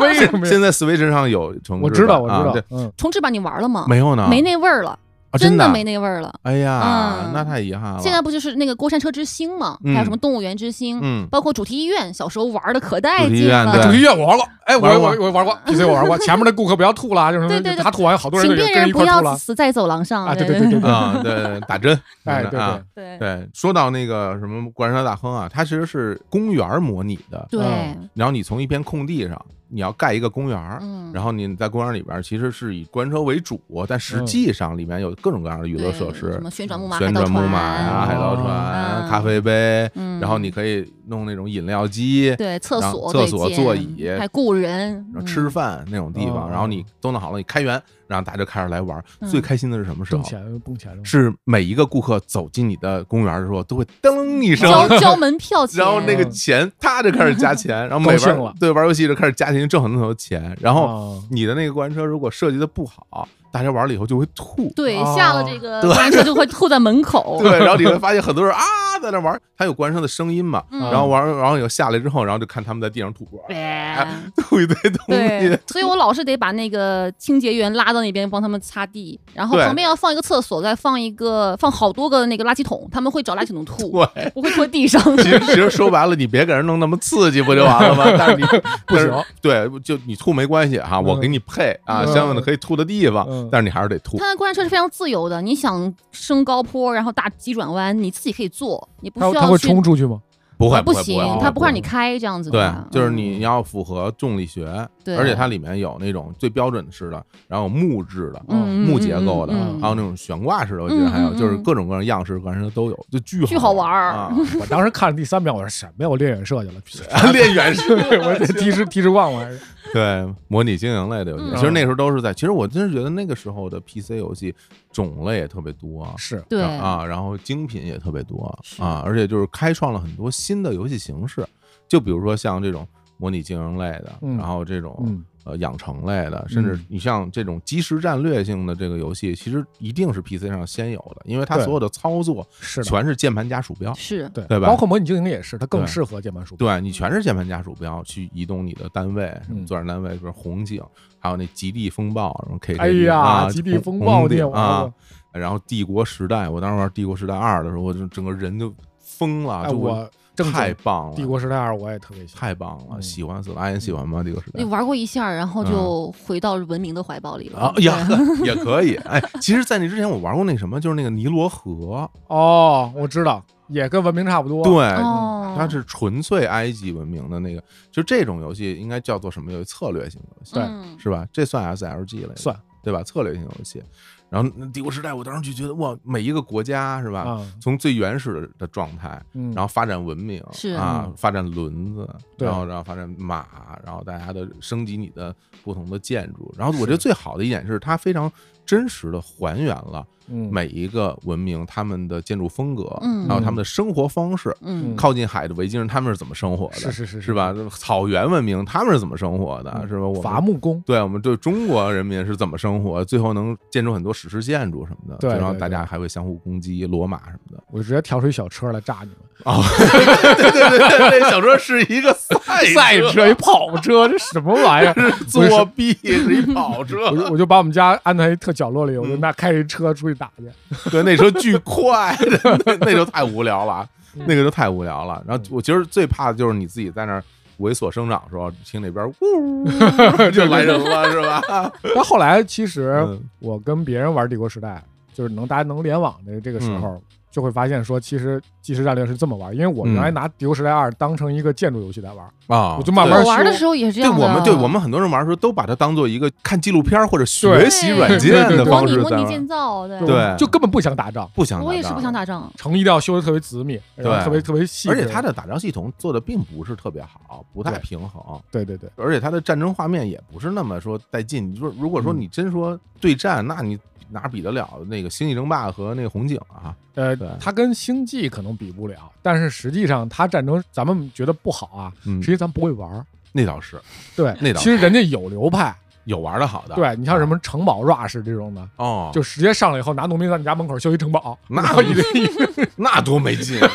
B: 为什么呀？
A: 现在 Switch 上有重
B: 我
A: 置
B: 知
A: 版
B: 道，我
A: 啊
B: 知
A: 对
B: 道，嗯，
C: 重置版你玩了吗？
A: 没有呢，
C: 没那味儿了，
A: 啊
C: 真
A: 真
C: 的没。那味儿了。
A: 哎呀，
C: 嗯
A: 那太遗憾了。
C: 现在不就是那个过山车之星嘛，还有什么动物园之星，
A: 嗯，
C: 包括主题医院，小时候玩的可带
A: 主题医
C: 劲
A: 院
B: 啊
A: 对
B: 主
C: 了。
B: 题乐我玩过，哎，我
A: 玩过
B: 我我玩过 PC 我玩过，前面的顾客不要吐了，就是
C: 对对对
B: 他吐完，好多人
C: 请
B: 就
C: 病
B: 跟着
C: 人
B: 一
C: 不
B: 块吐
C: 要
B: 了。
C: 死在走廊上。
B: 啊，对
C: 对
B: 对对对，
A: 啊，对，打 针，
B: 哎，
A: 真
B: 对
A: 的啊
B: 对，
C: 对
A: 对，说到那个什么过山车大亨啊，它其实是公园儿模拟的，
C: 啊对
B: 嗯
A: 然后你从一片空地上，你要盖一个公园儿，
C: 嗯，
A: 然后你在公园里边儿其实是以过山车为主，但实际上里面有各种各样的娱
C: 嗯对
A: 乐设施嗯
C: 什，么旋转木马、
A: 旋转木马呀、
C: 呀，
A: 海盗
C: 嗯
A: 船、咖啡杯，
C: 嗯，
A: 然后你可以弄那种饮料机，
C: 对厕
A: 然
C: 所
A: 后
C: 可以
A: 厕所
C: 建
A: 座椅
C: 还雇人
A: 然后吃
C: 嗯
A: 饭那种地
B: 哦
A: 方，然后你都弄好了，你开园，然后大家就开始来玩儿。
C: 嗯
A: 最开心的是什么时
B: 挣
A: 候？
B: 钱挣钱了。
A: 是每一个顾客走进你的公园的时候，都会噔一声，
C: 交交门票钱，
A: 然后那个钱，他就开始加钱， 然后每
B: 高兴了
A: 玩对玩游戏就开始加钱，挣很多钱。然后
B: 哦
A: 你的那个过山车如果设计的不好，大家玩了以后就会吐。
C: 对
B: 哦
C: 下了这个
A: 对
C: 过山车就会吐在门口。
A: 对，然后你会发现很多人啊在那玩，他有过山车的声音嘛，
C: 嗯
A: 然后玩，哎然后有下来之后，然后就看他们在地上吐，啊
C: 对。
A: 吐一堆东西
C: 对，，所以我老是得把那个清洁员拉到那边帮他们擦地，然后
A: 对
C: 旁边要放一个厕所，再放一个放好多个那个垃圾桶，他们会找垃圾桶吐，
A: 对。
C: 不会拖地上。
A: 其实其实说白了，你别给人弄那么刺激不就完了吗？但是你
B: 不行，
A: 但是对，就你吐没关系哈，我
B: 嗯
A: 给你配啊，
B: 嗯
A: 相应的可以吐的地方
B: 嗯，
A: 但是你还是得吐。
C: 他的过山车是非常自由的，你想升高坡，然后大急转弯，你自己可以做，你不
B: 他
C: 需要
B: 他会
C: 去
B: 冲出去吗？
A: 不会
C: 啊不
A: 会
C: 行
A: 会，
C: 他不会让
A: 会
C: 你开这样子
A: 对
C: 的话，，
A: 就是
C: 嗯
A: 你要符合重力学，
C: 对
A: 而且它里面有那种最标准式的，然后有木质的，
C: 嗯
A: 木结构的，啊
C: 嗯嗯嗯
A: 还有那种悬挂式的，我记得还有
C: 嗯嗯
A: 就是
C: 嗯
A: 各种各样样式，反正都有，就巨
C: 巨
A: 好
C: 好玩儿
A: 啊！
B: 我当时看第三秒，我说什么呀？我练远射去了，
A: 练远式，
B: 我这提示提示忘了。
A: 对模拟经营类的游戏，
C: 嗯
A: 其实那时候都是在，其实我真是觉得那个时候的 PC 游戏种类也特别多。
B: 是，
C: 对
A: 啊，然后精品也特别多
C: 是
A: 啊，而且就是开创了很多新的游戏形式，就比如说像这种模拟经营类的，
B: 嗯
A: 然后这种、
B: 嗯，
A: 呃养成类的，甚至
B: 嗯
A: 你像这种即时战略性的这个游戏，其实一定是 PC 上先有的，因为它
B: 对
A: 所有的操作
B: 是的，
A: 全是键盘加鼠标，
C: 是
B: 对
A: 对吧
B: 包括模拟经营也是，它更
A: 对
B: 适合键盘鼠标。
A: 对你全是键盘加鼠标去移动你的单位，什么
B: 嗯
A: 作战单位，比如红警，还有那极地风暴，什么 K，
B: 哎呀，
A: 啊、
B: 极地
A: 红
B: 风暴
A: 红
B: 你也
A: 警
B: 玩过
A: 啊，？然后帝国时代，我当时玩帝国时代二的时候，我就整个人就疯了，
B: 哎，
A: 就
B: 我正
A: 太
B: 经
A: 棒了，
B: 帝国时代二我也特别喜欢。
A: 太棒了，
B: 嗯
A: 喜欢死了，阿言喜欢吗？帝国时代
C: 你玩过一下，然后就回到文明的怀抱里了。
A: 嗯啊呀，也可以。哎，其实，在那之前我玩过那什么，就是那个尼罗河，
B: 哦，我知道，也跟文明差不多。
A: 对
C: 对，哦，
A: 它哎是纯粹埃及文明的那个，就这种游戏应该叫做什么游戏？策略型游戏
B: 对
C: 嗯
A: 是吧？这算 SLG 类的
B: 算
A: 对吧？策略性游戏。然后帝国时代，我当时就觉得哇，每一个国家是吧，
B: 啊，
A: 从最原始的状态，
B: 嗯，
A: 然后发展文明，
C: 是
A: 啊
B: 嗯，
A: 发展轮子，
B: 对
A: 然后然后发展马，然后大家的升级你的不同的建筑，然后我
B: 是
A: 觉得最好的一点是它非常真实的还原了
B: 嗯
A: 每一个文明他们的建筑风格，
C: 嗯
A: 还有他们的生活方式。
C: 嗯
B: 嗯
A: 靠近海的维京人他们是怎么生活的？
B: 是是是
A: 是吧？草原文明他们是怎么生活的？
B: 嗯
A: 是吧？我们
B: 伐木工，
A: 对我们对中国人民是怎么生活，最后能建出很多史诗建筑什么的，
B: 对
A: 然后
B: 对
A: 大
B: 对
A: 家还会相互攻击罗马什么的。
B: 我直接调出一小车来炸你们，
A: 哦，对对对对，对，小车是一个 赛
B: 赛车一跑车，这什么玩意 儿？
A: 作弊是一跑车，
B: 我就我就把我们家安在一特角落里，我就
A: 嗯
B: 那开一车出去打去。
A: 对，那时候巨快， 那那时候太无聊了啊，
B: 嗯
A: 那个时候太无聊了。然后我其实最怕的就是你自己在那儿猥琐生长的时候，听那边儿 呜就来人了，是 吧？
B: 但后来其实
A: 嗯
B: 我跟别人玩帝国时代，就是能大家能联网的这个时
A: 嗯
B: 候，就会发现说，其实即时战略是这么玩。因为我
A: 嗯
B: 原来拿帝国时代二当成一个建筑游戏来玩，
A: 啊，
B: 我就慢慢
C: 我
B: 说
C: 玩的时候也是这
A: 对
C: 样的。
A: 我们对我们很多人玩的时候都把它当做一个看纪录片儿或者学
B: 对
A: 习软件
B: 对对
A: 的
B: 对
A: 方
C: 模
A: 式
C: 拟模
A: 在
C: 拟
A: 玩，
C: 建造，对
A: 对
B: 就根本不想打仗，
A: 不想
C: 我也
A: 打
C: 是不
A: 仗
C: 想打仗，
B: 城一定要修的特别紧密，然后
A: 对
B: 特别特别细致。
A: 而且它的打仗系统做的并不是特别好，不太
B: 对
A: 平衡，
B: 对对对，
A: 而且它的战争画面也不是那么说带劲。你说，如果说
B: 嗯
A: 你真说对战，那你哪比得了那个《星际争霸》和那个《红警》啊？
B: 呃
A: 对，
B: 它跟星际可能比不了，但是实际上它战争咱们觉得不好啊，
A: 嗯
B: 实，际咱们不会玩儿。
A: 那倒是
B: 对，
A: 那倒
B: 其实人家有流派，
A: 有玩的好的。
B: 对你像什么城堡 rush 这种的，
A: 哦，
B: 就直接上来以后拿农民在你家门口修一城堡，
A: 那
B: 然后一个
A: 那多没劲啊！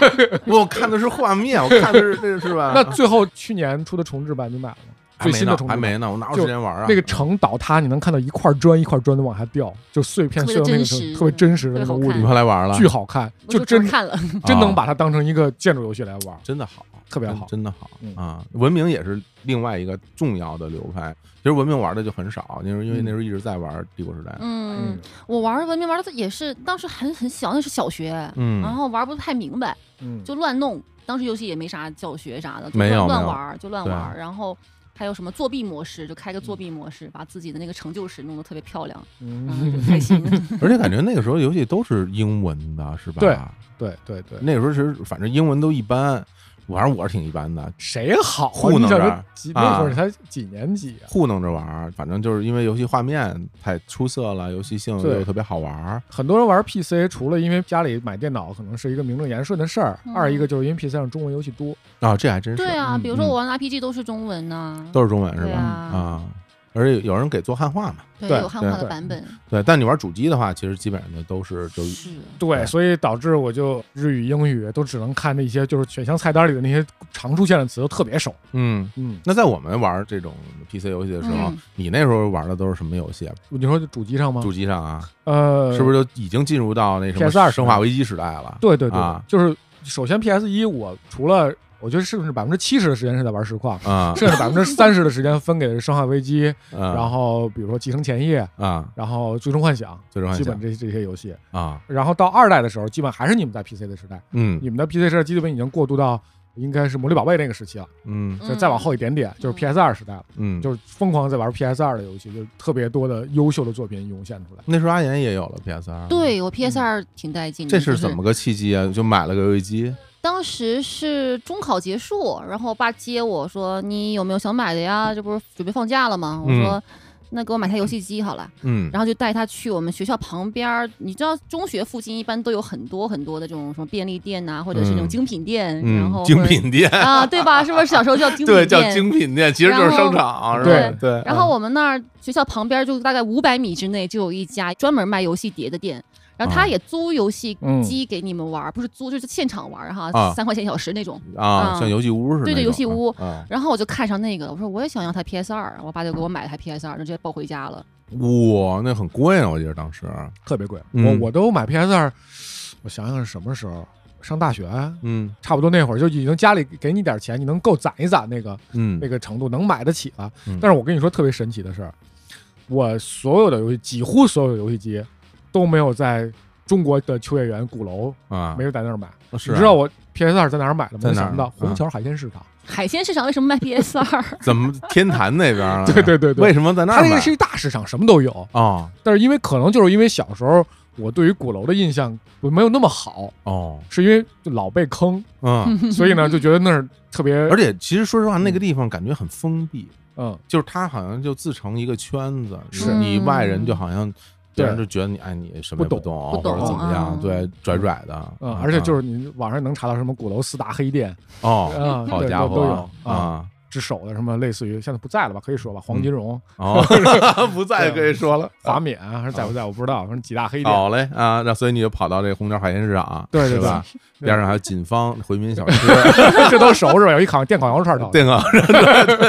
A: 我看的是画面，我看的是这是吧？
B: 那最后去年出的重置版你买了吗？
A: 还
B: 最
A: 没
B: 新的
A: 呢，
B: 重
A: 还
B: 置
A: 没
B: 版。
A: 呢，我哪有
B: 就
A: 时间玩啊？
B: 那个城倒塌，你能看到一块砖一块砖的往下掉，就碎片
C: 特
B: 碎
C: 别
B: 到那个
C: 真
B: 城
C: 实
B: 特别真实的那
C: 特别
B: 个
C: 好
B: 屋
A: 你
B: 里
C: 看，
A: 快来玩了，
B: 巨好看，
C: 我就只
B: 真
C: 是看了，
B: 真能
A: 啊
B: 把它当成一个建筑游戏来玩，
A: 真的好，
B: 特别
A: 真
B: 好。
A: 真的好
B: 嗯
A: 啊！文明也是另外一个重要的流派，其实文明玩的就很少，那时候因为
B: 嗯
A: 那时候一直在玩帝国时代，
C: 嗯
B: 嗯，，
C: 我玩文明玩的也是当时很很小，那是小学，
A: 嗯
C: 然后玩不太明白，
B: 嗯，
C: 就乱弄。当时游戏也没啥教学啥的，就
A: 没有没
C: 乱乱
A: 有
C: 玩儿就乱
A: 对啊
C: 玩儿，然后。还有什么作弊模式？就开个作弊模式，把自己的那个成就值弄得特别漂亮，嗯，
B: 嗯，
C: 就 开心。
A: 而且感觉那个时候游戏都是英文的，是吧？
B: 对对 对对，
A: 那个时候其实反正英文都一般，反正我是挺一般的，
B: 谁好啊？
A: 糊弄
B: 你想
A: 着
B: 说几
A: 啊
B: 那会儿才几年级啊？
A: 糊弄着玩儿。反正就是因为游戏画面太出色了，游戏性
B: 对
A: 又特别好玩儿。
B: 很多人玩 PC，除了因为家里买电脑可能是一个名正言顺的事儿，
C: 嗯
B: 二一个就是因为 PC 上中文游戏多。
A: 啊，这还真是
C: 对啊，
B: 嗯
C: 比如说我玩的 RPG 都是中文呐，
A: 都是中文是
C: 对
A: 吧？
C: 啊，
A: 啊，而且有人给做汉化嘛，
C: 对
B: 对
C: 有汉化
B: 对
C: 的版本，
A: 对。但你玩主机的话，其实基本上都是就是
B: 对，
A: 对
B: 所以导致我就日语、英语都只能看那些就是选项菜单里的那些常出现的词都特别熟。
A: 嗯。
B: 嗯，
A: 那在我们玩这种 PC 游戏的时候，
C: 嗯
A: 你那时候玩的都是什么游戏啊？
B: 你说主机上吗
A: 主？机上啊，
B: 嗯呃，
A: 是不是就已经进入到那什么
B: PS2
A: 生化危机时代了？
B: 对对对，
A: 啊
B: 就是首先 PS 一，我除了我觉得是不是百分之七十的时间是在玩实况，
A: 啊，
B: 剩下百分之三十的时间分给《生化危机》然
A: 然
B: 后比如说《继承前夜》，
A: 啊，
B: 然后《最终幻想》，
A: 最终幻
B: 基本
A: 想
B: 这这些游戏。
A: 啊，
B: 然后到二代的时候，基本还是你们在 PC 的时代，
A: 嗯
B: 你们的 PC 时代基本已经过渡到应该是《魔力宝贝》那个时期了，
A: 嗯
B: 就再往后一点点就是 PS 二时代了，
A: 嗯，
B: 就是疯狂在玩 PS 二的游戏，就是特别多的优秀的作品涌现出来。
A: 那时候阿岩也有了 PS 二，，
C: 对我 PS 二挺带劲的。
A: 嗯这
C: 就是
A: 怎么个契机啊？就买了个游戏机，
C: 当时是中考结束，然后我爸接我说：“你有没有想买的呀？这不是准备放假了吗？”我说：“那给我买台游戏机好了。”
A: 嗯
C: 然后就带他去我们学校旁边儿，你知道中学附近一般都有很多很多的这种什么便利店呐、或者是那
A: 嗯
C: 种精品店，然
A: 嗯，
C: 后
A: 精
C: 或者
A: 品店，
C: 啊，对吧？是不是小时候叫 精品
A: 对，
C: 店？
A: 叫精品嗯店，其实就是商场，是吧？对，
C: 然后我们那儿学校旁边就大概五百米之内就有一家专门卖游戏碟的店，然后他
A: 啊
C: 也租游戏
B: 嗯
C: 机给你们玩儿，不是租就是现场玩儿
A: 啊
C: 哈，三、块钱一小时那种。
A: 啊，
C: 啊
A: 像游戏屋似的那种，
C: 对对游戏屋
A: 啊，
C: 然后我就看上那个，我说我也想要台 PS 二，我爸就给我买了台 PS 二，就直接抱回家了。
A: 哇，那很贵啊，我记得当时，
B: 特别贵。
A: 嗯
B: 我我都买 PS 二，我想想是什么时候？上大学，
A: 嗯
B: 差不多那会儿就已经家里给你点钱，你能够攒一攒那个
A: 嗯
B: 那个程度，能买得起了
A: 嗯。
B: 但是我跟你说特别神奇的是，我所有的游戏，几乎所有的游戏机都没有在中国的秋叶原鼓楼
A: 啊
B: 没，有在那儿买。
A: 是
B: 你
A: 啊
B: 知道我 PS 二在哪儿买的吗？
A: 在
B: 没
A: 哪儿
B: 想到
A: 啊
B: 虹桥海鲜市场，
C: 海鲜市场为什么卖 PS 二？
A: 怎 么天坛那边儿了？
B: 对对对
A: 啊
B: 对
A: 为什么在那
B: 它
A: 儿
B: 这
A: 买
B: 个是一大市场，什么都有。
A: 哦
B: 但是因为可能就是因为小时候我对于鼓楼的印象我没有那么好，
A: 哦，
B: 是因为就老被 坑，
A: 嗯，
B: 所以呢就觉得那儿特别
A: 而且其实说实话，那个地方感觉很封闭，
B: 嗯
A: 就是它好像就自成一个圈子，
B: 是
A: 你外人就好像。别
B: 对
A: 人就觉得你哎，你什么也
B: 不
A: 懂，
C: 不懂
A: 或者怎么样，
C: 啊
A: 对，拽拽的啊
B: 嗯，而且就是是你网上能查到什么鼓楼四大黑店
A: 哦，
B: 啊，
A: 好
B: 对
A: 家
B: 都都
A: 伙
B: 有啊，
A: 啊，
B: 之首的什么类似于现在不在了吧，可以说吧，黄金荣、
A: 哦， 不在可以说了，
B: 华冕啊还是在不在我不知道，反正几大黑店。
A: 好嘞啊，那所以你就跑到这虹桥海鲜市场，啊
B: 对对
A: 是
B: 对
A: 吧？ 边上还有锦芳回民小 吃，
B: 这都熟是吧？有一烤电烤羊肉串儿，
A: 对啊，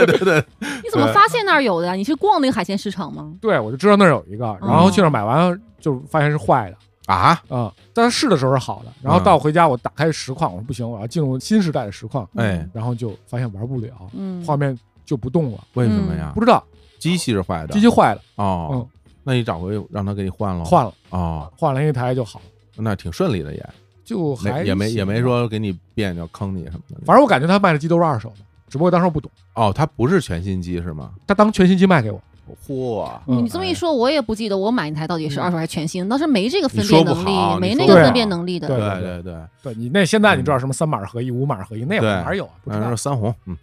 C: 你怎么发现那儿有的呀？你是逛那个海鲜市场吗？
B: 对，我就知道那儿有一个，然
A: 嗯
B: 后去那儿买完就发现是坏的
A: 啊，
B: 啊、但是试的时候是好的，
A: 嗯
B: 然后到回家我打开实况，我说不行，我要进入新时代的实况，
A: 哎，
B: 然后就发现玩不了，
C: 嗯，
B: 画面就不动了，
A: 为什么呀
B: 不？知道
A: 机器是坏的，
B: 机器坏了，
A: 哦，那你找回让他给你换了，
B: 嗯换了
A: 哦，
B: 换了一台就好了，
A: 那挺顺利的也，
B: 就
A: 没
B: 还
A: 也没
B: 行啊
A: 也没，说给你别扭坑你什么的。
B: 反正我感觉他卖的机都是二手的，只不过当时我不懂，
A: 哦，它不是全新机是吗？
B: 他当全新机卖给我，
A: 嚯，
C: 你这么
A: 哎
C: 一说，我也不记得我买那台到底是
B: 嗯
C: 二手还是全新，当时没这个分
A: 你说
C: 辨
A: 不
C: 能
A: 好
C: 力，没
A: 你
C: 那
A: 说
C: 个
B: 不好
C: 分辨能力的。
B: 对
A: 对对，
B: 对你那现在你知道什么三码合一、五码合一，那会
A: 对
B: 儿哪有啊？不知
A: 那
B: 道
A: 是。三红， 嗯，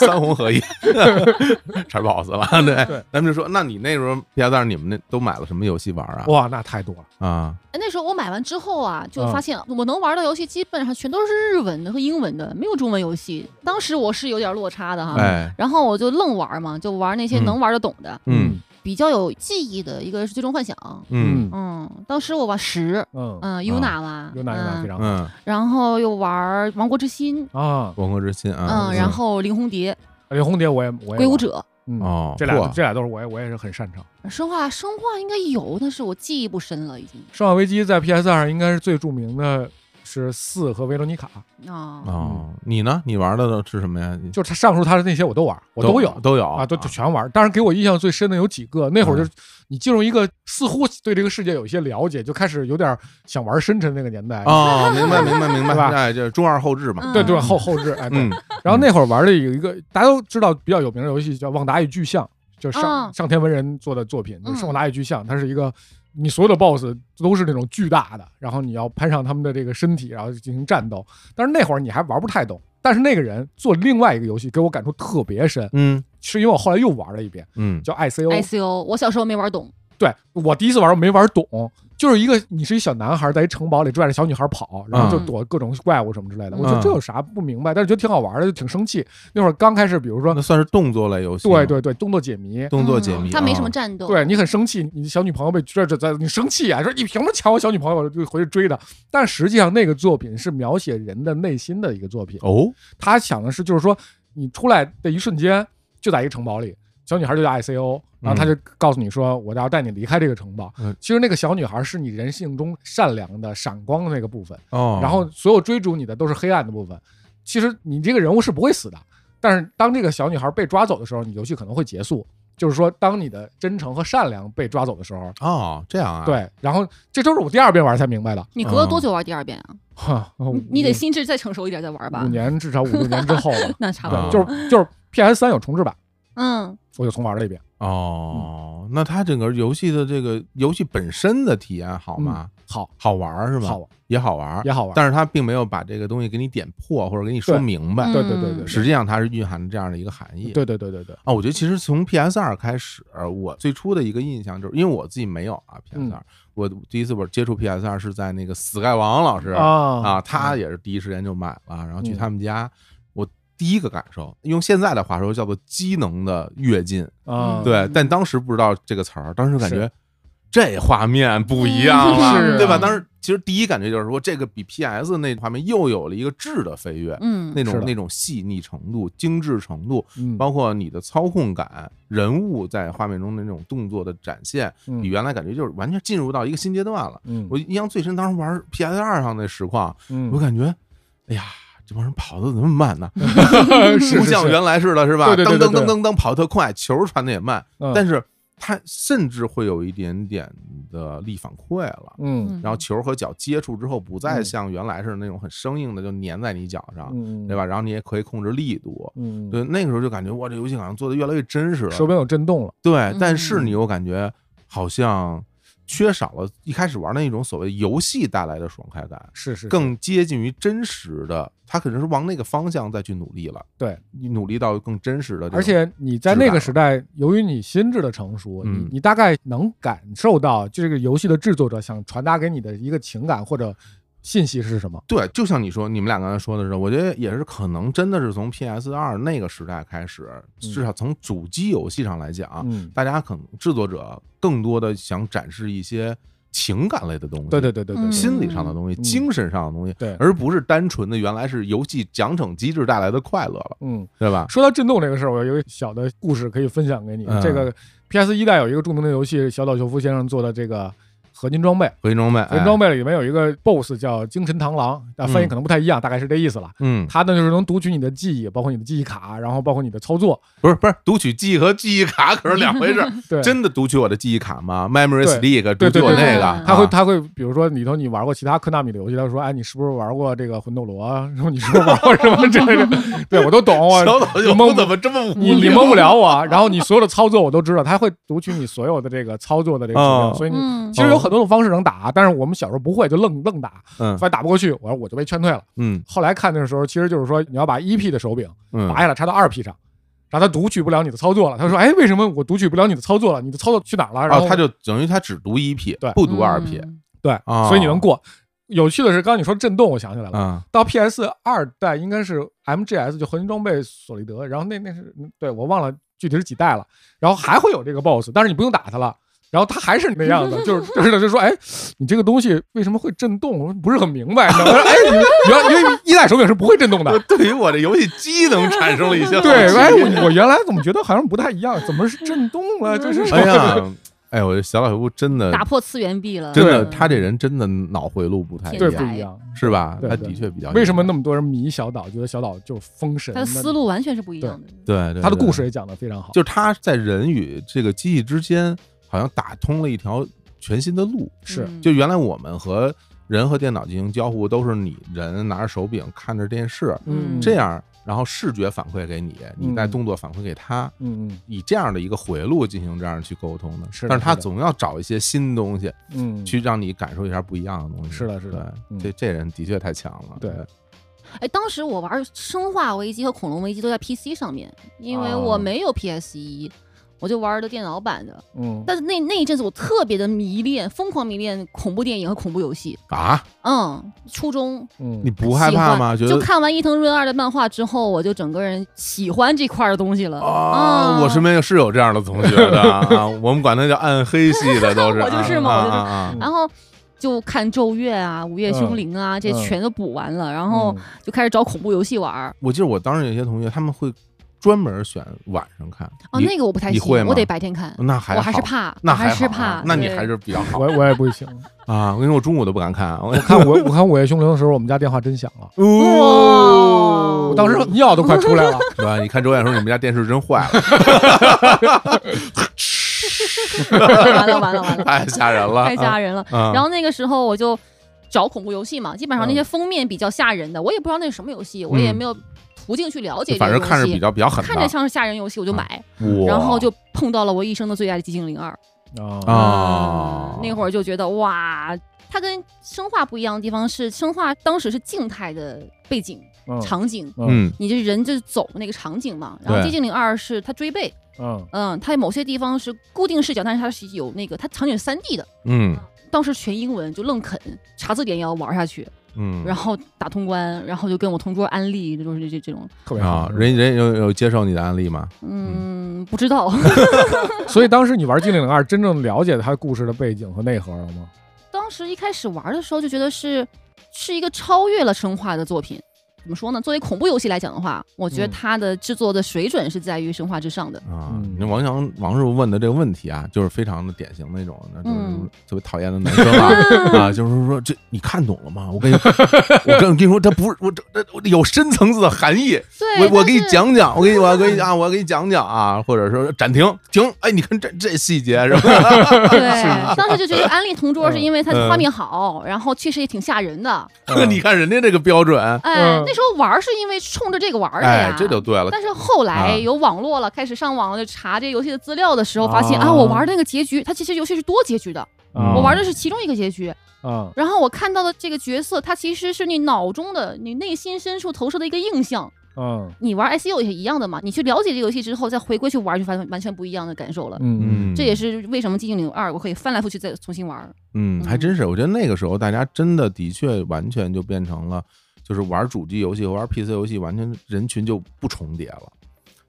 A: 三红合一， 差点把我 死了。对
B: 对，
A: 咱们就说，那你那时候 PS 二你们那都买了什么游戏玩啊？
B: 哇，那太多了，
A: 啊，
C: 哎那时候我买完之后啊，就
B: 嗯
C: 发现我能玩的游戏基本上全都是日文的和英文的，没有中文游戏。当时我是有点落差
B: 嗯
C: 的哈，
A: 哎，
C: 然后我就愣玩嘛，就玩那些
A: 嗯
C: 能玩得懂的，
A: 嗯
C: 比较有记忆的一个是《最终幻想》。
A: 嗯
C: 嗯，当时我玩十，
B: 嗯
A: 啊
C: 嗯，UNA 嘛，
B: 有哪有哪非
C: 嗯，
B: 常好
A: 嗯，
C: 然后又玩《王国之心》，
B: 啊，
A: 王国之心啊，
C: 嗯，然后《灵红蝶》
B: 李红蝶我也我
C: 《
B: 也
C: 鬼舞
B: 玩
C: 者
B: 嗯
A: 哦
B: 这俩
A: 嚯
B: 这俩都是我也我也是很擅长。》，
C: 生化生化应该有，但是我记忆不深了，已经
B: 《生化危机》在 PS 二应该是最著名的是四和维罗妮卡，
C: 啊。
A: 哦，你呢？你玩的都是什么呀？
B: 就是他上述他的那些我都玩，我都有
A: 都有
B: 啊，都就全玩。但是给我印象最深的有几个，那会儿就是你进入一个似乎对这个世界有一些了解，就开始有点想玩深沉那个年代，
A: 哦，明白明白明白，
B: 对吧
A: 哎，这中二后置嘛，
B: 对对，
C: 嗯
B: 后后置 哎对
A: 嗯。
B: 然后那会儿玩的有一个大家都知道比较有名的游戏叫《旺达与巨像》，就是上
C: 嗯
B: 上天文人做的作品，就是《
C: 嗯
B: 旺达与巨像》，它是一个。你所有的 BOSS 都是那种巨大的，然后你要攀上他们的这个身体，然后进行战斗。但是那会儿你还玩不太懂。但是那个人做另外一个游戏给我感触特别深，
A: 嗯
B: 是因为我后来又玩了一遍，
A: 嗯
B: 叫 ICO。
C: ICO，我小时候没玩懂，
B: 对我第一次玩我没玩懂，就是一个你是一小男孩在一城堡里拽着小女孩跑，然后就
C: 嗯
B: 躲各种怪物什么之类的。
C: 嗯
B: 我觉得这有啥不明白，但是觉得挺好玩的，就挺生气。那会儿刚开始，比如说
A: 那算是动作类游戏吗，
B: 对对对，动作解谜，
A: 动作解谜，
C: 嗯它没
A: 啊
C: 什么战斗，
B: 对你很生气，你小女朋友被追着在，你生气啊，说你凭什么抢我小女朋友，我就回去追她。但实际上那个作品是描写人的内心的一个作品，
A: 哦，
B: 他想的是就是说你出来的一瞬间就在一个城堡里。小女孩就叫 ICO，然后他就告诉你说：“我要带你离开这个城堡。
A: 嗯
B: 其实那个小女孩是你人性中善良的、闪光的那个部分，
A: 哦，
B: 嗯然后所有追逐你的都是黑暗的部分。其实你这个人物是不会死的，但是当这个小女孩被抓走的时候，你游戏可能会结束。就是说，当你的真诚和善良被抓走的时候，
A: 哦，这样啊，，
B: 对。然后这都是我第二遍玩才明白的，
C: 你隔了多久玩第二遍啊？
B: 哈，
C: 你你得心智再成熟一点再玩吧。
B: 五。年至少五六年之后吧
C: 那 差不
A: 啊
B: 对，
C: 多，
B: 就是就是 PS 三有重置版，
C: 嗯，
B: 我就重玩了一遍，
A: 哦，那它整个游戏的这个游戏本身的体验好吗？
B: 好，
A: 好玩儿是吧？
B: 嗯好玩，
A: 也好玩儿，
B: 也好玩。
A: 但是它并没有把这个东西给你点破或者给你说
B: 对
A: 明白，
C: 嗯
B: 对对对对，
A: 实际上它是蕴含着这样的一个含义。
B: 对对对对对，
A: 啊，我觉得其实从 PS 二开始，呃我最初的一个印象就是，因为我自己没有啊
B: 嗯
A: PS 二，我第一次我接触 PS 二是在那个 Sky 王老师
B: 啊
A: 啊，他也是第一时间就买了，然后去
B: 嗯
A: 他们家，我第一个感受，用现在的话说叫做机能的跃进，
B: 啊，
A: 对
C: 嗯，
A: 但当时不知道这个词儿，当时感
B: 是
A: 觉这画面不一样
B: 嗯是
A: 了，
B: 啊
A: 对吧？当时其实第一感觉就是说，这个比 PS 那画面又有了一个质的飞跃，
C: 嗯
A: 那种
B: 是的
A: 那种细腻程度、精致程度，
B: 嗯，
A: 包括你的操控感、人物在画面中的那种动作的展现，比
B: 嗯
A: 原来感觉就是完全进入到一个新阶段了。
B: 嗯，
A: 我印象最深，当时玩 PS 二上那实况，
B: 嗯
A: 我感觉，哎呀，这帮人跑的怎么慢呢？
B: 是
A: 不像原来似的，是吧？
B: 对对对对
A: 噔噔
B: 对
A: 噔噔噔跑得特快，球传的也慢，
B: 嗯
A: 但是它甚至会有一点点的力反馈了。
B: 嗯
C: 嗯
A: 然后球和脚接触之后，不再
B: 嗯
A: 像原来似的那种很生硬的就粘在你脚上，
B: 嗯，
A: 啊对吧？然后你也可以控制力度。
B: 嗯，
A: 对，那个时候就感觉哇，这游戏好像做的越来越真实了。
B: 手柄有震动了，
A: 对，但是
C: 嗯
A: 你又感觉好像缺少了一开始玩那种所谓游戏带来的爽快感，
B: 是是是
A: 更接近于真实的。他可能是往那个方向再去努力了，
B: 对，
A: 你努力到更真实的这种。
B: 而且你在那个时代，由于你心智的成熟，
A: 嗯
B: 你你大概能感受到这个游戏的制作者想传达给你的一个情感或者信息是什么。
A: 对，就像你说，你们俩刚才说的是，我觉得也是可能真的是从 PS 二那个时代开始，
B: 嗯
A: 至少从主机游戏上来讲，
B: 嗯，
A: 大家可能制作者更多的想展示一些情感类的东西。
B: 对对对对对，
C: 嗯
A: 心理上的东西、
B: 嗯
A: 精神上的东西，
B: 对
A: 而不是单纯的原来是游戏奖惩机制带来的快乐了，
B: 嗯，
A: 对吧？
B: 说到震动这个事儿，我有一个小的故事可以分享给你。
A: 嗯
B: 这个 PS 一代有一个著名的游戏，小岛秀夫先生做的这个合金装备。
A: 回哎装备，
B: 合金装备里面有一个 BOSS 叫京城螳螂，但翻译
A: 嗯
B: 可能不太一样，大概是这意思了。
A: 嗯，
B: 它呢就是能读取你的记忆，包括你的记忆卡，然后包括你的操作。
A: 不是不是，读取记忆和记忆卡可是两回事儿。
B: 对，
A: 真的读取我的记忆卡吗？Memory
B: 对
A: Stick 读
B: 对
A: 取
B: 对
A: 我那
C: 对
A: 个
C: 对
A: 啊，
B: 他会他会，比如说里头你玩过其他科纳米的游戏，他说，哎，你是不是玩过这个魂斗罗啊？然后你是不是玩过什么这个？对我都懂，
A: 小
B: 我
A: 岛秀
B: 蒙
A: 夫怎么这么无
B: 你你蒙不了我。然后你所有的操作我都知道，他会读取你所有的这个操作的这个指
A: 哦
B: 令，所以你
C: 嗯
B: 其实有很多种方式能打，但是我们小时候不会，就愣愣打，
A: 嗯
B: 发现打不过去，我我就被劝退了。
A: 嗯
B: 后来看那个时候，其实就是说你要把一 P 的手柄拔
A: 嗯，
B: 下来插到二 P 上。然后他读取不了你的操作了，他说：“哎，为什么我读取不了你的操作了？你的操作去哪儿了？”然
A: 然
B: 后
A: 后哦他就等于他只读一 P，
B: 对
A: 不读二 P
C: 嗯
B: 对，
A: 啊
B: 所以你能过。有趣的是，刚刚你说震动，我想起来了。
A: 啊，
B: 到 PS 二代应该是 MGS 就合金装备索利德，然后那那是对我忘了具体是几代了，然后还会有这个 BOSS，但是你不用打它了，然后它还是那样子，就是就是就说哎，你这个东西为什么会震动？ 我不是很明白。然后哎，你原因为一代手柄是不会震动的，
A: 对于我这游戏机能产生了一些好
B: 对，
A: 奇
B: 哎， 我我原来怎么觉得好像不太一样，怎么是震动了？这是 什
A: 哎
B: 么？
A: 呀，哎，我这小岛秀夫真的
C: 打破次元壁了，
A: 真的，
C: 嗯
A: 他这人真的脑回路不太一
C: 天
B: 对，
A: 样
B: 不。一
C: 哎
B: 样。
A: 是吧？
B: 对
A: 他
B: 对
A: 的确比较
B: 为什么那
A: 么
B: 么多人迷小岛，觉得小岛就是封神？
C: 他的思路完全是不一样的。
A: 对对对
B: 他的故事也讲得非常好。
A: 就是他在人与这个机器之间好像打通了一条全新的路。
B: 是
C: 嗯
A: 就原来我们和人和电脑进行交互，都是你人拿着手柄看着电视
B: 嗯
A: 这样，然后视觉反馈给你，你再
B: 嗯
A: 动作反馈给他。
B: 嗯嗯
A: 以这样的一个回路进行这样去沟通的，
B: 是的
A: 但是他
B: 是的
A: 总要找一些新东西
B: 嗯，
A: 去让你感受一下不一样的东西。
B: 是的是的
A: 对
B: 嗯
A: 这这人的确太强了。
B: 对
C: 哎，当时我玩《生化危机》和《恐龙危机》都在 PC 上面，因为
A: 哦
C: 我没有 PS 一。我就玩的电脑版的，
B: 嗯，
C: 但是那那一阵子我特别的迷恋，疯狂迷恋恐怖电影和恐怖游戏。
A: 啊，
C: 嗯，初中
B: 嗯，
A: 你不害怕吗？
C: 喜
A: 觉
C: 欢
A: 得
C: 就看完伊藤润二的漫画之后，我就整个人喜欢这块儿的东西了。
A: 啊，
C: 嗯
A: 我身边有是有这样的同学 的啊，我们管他叫暗黑系的都是，
C: 我就是嘛
A: 啊
C: 我就是
A: 啊啊
C: 然后就看《咒怨》啊，《午夜凶铃》啊，这
B: 嗯
C: 全都补完了，然后
A: 嗯
C: 就开始找恐怖游戏玩儿。
A: 我记得我当时有些同学他们会专门选晚上看，
C: 哦，
A: 你
C: 那个我不太
A: 你
C: 行
A: 会，吗
C: 我得白天看，
A: 那还
C: 我还是
A: 好，
C: 怕，
A: 那
C: 我还
A: 还
C: 是
A: 好啊
C: 怕。
A: 那你
C: 对
A: 还是比较
B: 嗯
A: 好
B: 我我也不行。
A: 啊，因为我中午都不敢 看，我
B: 我看我我看《午夜凶铃》的时候，我们家电话真响了，
C: 哇
B: 我当时尿都快出 来了。
A: 对吧？你看周燕说你们家电视真坏了，
C: 完了完了完 了，
A: 太吓人了，
C: 太吓人了。
A: 啊！
C: 然
A: 后
C: 后那个时候我就找恐怖游戏嘛，基本上那些封面比较吓人的，我也不知道那是什么游戏，我也
A: 嗯
C: 没有途径去了解这个
A: 反
C: 游戏。
A: 正看着比较比较狠的，嗯
C: 看着像是吓人游戏，我就买，
A: 哇
C: 然后就碰到了我一生的最爱的《寂静岭二》
B: 啊，
A: 啊
C: 嗯那会儿就觉得哇，它跟生化不一样的地方是，生化当时是静态的背景、
B: 嗯
C: 场景，
B: 嗯
A: 嗯
C: 你这人就是走那个场景嘛。然后《
A: 对
C: 寂静岭二》是它追背，
B: 嗯
C: 嗯，它某些地方是固定视角，但是它是有那个它场景是三 D 的。
A: 嗯
C: 当时全英文就愣啃，查字典也要玩下去，
A: 嗯，
C: 然后打通关，然后就跟我同桌安利，就是这这这种，
B: 特别
A: 啊
B: 好，。
A: 人人有有接受你的案例吗？
C: 嗯，不知道，
B: 所以当时你玩《精灵二》，真正了解它故事的背景和内核了吗？
C: 当时一开始玩的时候就觉得是是一个超越了生化的作品，怎么说呢？作为恐怖游戏来讲的话，我觉得
B: 嗯
C: 它的制作的水准是在于《生化》之上的。
A: 啊
B: 嗯，
A: 那王翔王师傅问的这个问题啊，就是非常的典型那种，那就是
C: 嗯
A: 特别讨厌的男生啊， 啊，就是说这你看懂了吗？我跟你，我跟我跟你说，这不是我这这我有深层次的含义，
C: 对，
A: 我我给你
C: 但是，
A: 讲讲，我给你我要给你啊，我要给你讲讲啊，或者说暂停停，哎，你看这这细节是 吧？
C: 对，当时就觉得《安利同桌》
B: 嗯
C: 是因为它
A: 嗯
C: 画面好，然后确实也挺吓人的。
A: 你看人家这个标准，
C: 哎
B: 嗯，
C: 那时候玩儿是因为冲着这个玩儿的
A: 哎
C: 呀，，
A: 这就对了。
C: 但是后
A: 啊
C: 来有网络了，开始上网了，就查这游戏的资料的时候，发现
B: 啊
C: 啊我玩那个结局，它其实游戏是多结局的，
A: 嗯
C: 我玩
B: 的
C: 的是其中一个结局。
B: 啊
C: 然后我看到的这个角色，它其实是你脑中的、你内心深处投射的一个印象。
B: 嗯
C: 你玩 ICU 也是一样的嘛，你去了解这个游戏之后，再回归去玩，就发现完全不一样的感受了。
B: 嗯
A: 嗯，
C: 这也是为什么《寂静岭二》我可以翻来覆去再重新玩。
A: 嗯，还真是，我觉得那个时候大家真的的确完全就变成了，就是玩主机游戏和玩 PC 游戏完全人群就不重叠了。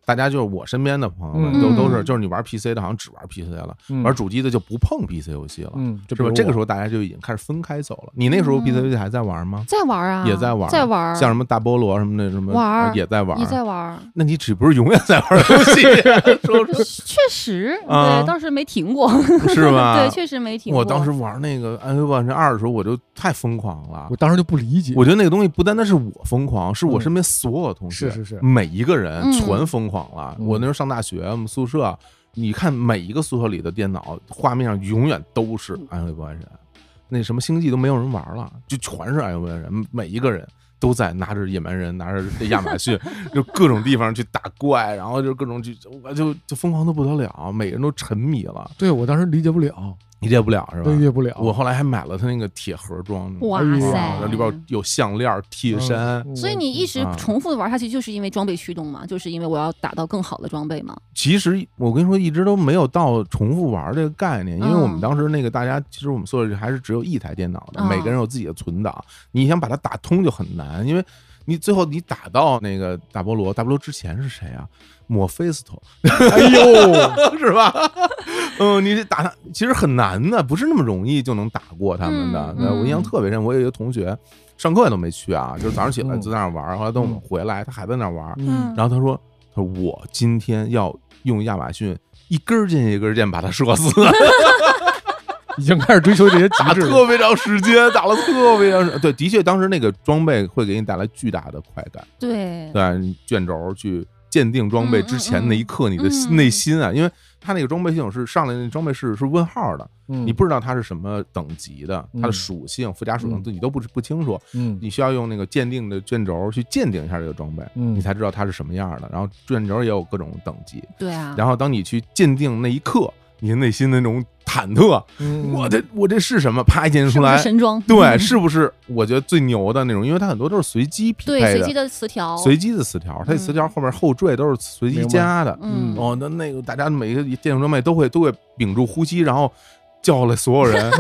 A: 大家就是我身边的朋友们
B: 嗯
A: 都都是，
C: 嗯
A: 就是你玩 PC 的，好像只玩 PC 了，
B: 嗯
A: 玩主机的就不碰 PC 游戏了，
B: 嗯，
A: 是吧？这个时
B: 候
A: 候大家就已经开始分开走了。你那时候
C: 嗯
A: PC 游戏还在玩吗？
C: 在玩啊，
A: 也在玩
C: 在玩，
A: 像什么大菠萝什么的，什么啊
C: 玩儿
A: 也在玩
C: 你。在玩，
A: 那你岂不是永远在玩游 戏？ 说
C: 确实，
A: 啊
C: 对，当时没停过，
A: 是吧？
C: 对，确实没停过。
A: 我当时玩那个《暗黑破坏神二》的时候，我就太疯狂了
B: 我。当时就不理解，
A: 啊我觉得那个东西不单单是我疯狂，是我
B: 嗯
A: 身边所有同学，
B: 是是是
A: 每一个人
C: 嗯
A: 全疯狂了。
B: 嗯
A: 我那时候上大学，我们宿舍，你看每一个宿舍里的电脑画面上永远都是
B: 嗯
A: 《暗黑破坏神》，那什么星际都没有人玩了，就全是《暗黑破坏神》，每一个人。都在拿着野蛮人，拿着这亚马 逊，就各种地方去打怪，然后就各种去，我就就疯狂的不得了，每个人都沉迷了，
B: 对我当时理解不了，
A: 理解不了是吧？
B: 理解不了，
A: 我后来还买了他那个铁盒装，
C: 哇
B: 哎呀
C: 塞
A: 然后，里边有项链、替身，
B: 嗯
C: 所以你一直
A: 啊
C: 重复的玩下去，就是因为装备驱动嘛，就是因为我要打到更好的装备嘛。
A: 其实我跟你说，一直都没有到重复玩这个概念，因为
C: 嗯
A: 我们当时那个大家，其实我们宿舍里还是只有一台电脑的，
C: 嗯
A: 每个人有自己的存档，你想把它打通就很难，因为你最后你打到那个大菠萝，大菠萝之前是谁啊？莫菲斯托
B: 哎呦，
A: 是吧？嗯，你得打他其实很难的，不是那么容易就能打过他们的。
C: 嗯
A: 那我印象
B: 嗯
A: 特别深，我有一个同学上课都没去啊，就是早上起来
B: 嗯
A: 就在那玩，后来等我们回来，他还在那玩，
B: 嗯
A: 然后他说：“他说我今天要用亚马逊一根箭一根箭把他射 死，
B: 已经开始追求这些极
A: 打
B: 致了，
A: 特别长时间，打了特别长时间。对，的确，当时那个装备会给你带来巨大的快感。
C: 对，
A: 对，卷轴去鉴定装备
C: 嗯嗯
A: 之前那一刻，你的心
C: 嗯
A: 内心啊，因为他那个装备系统是上来那装备是是问号的，你
C: 嗯
B: 你
A: 不知道它是什么等级的，它的
B: 嗯
A: 属性、附加属性
B: 嗯
A: 你都不不清楚，
B: 嗯
A: 你需要用那个鉴定的卷轴去鉴定一下这个装备。”
B: 嗯
A: 你才知道它是什么样的，然后卷轴也有各种等级，
C: 对啊。
A: 然后当你去鉴定那一刻，你内心的那种忐忑，
B: 嗯
A: 我这我这是什么？啪一鉴定
C: 是
A: 出
C: 不是
A: 来，
C: 神装？
A: 对，
C: 嗯
A: 是不是我觉得最牛的那种？因为它很多都是随机匹
C: 对，
A: 配
C: 随
A: 的，
C: 机的嗯词条，
A: 随机的词条，它的词条后面后缀都是随机加的。
B: 嗯，
C: 嗯
A: 哦，那那个大家每个鉴定装备都会都会屏住呼吸，然后。叫了所有 人，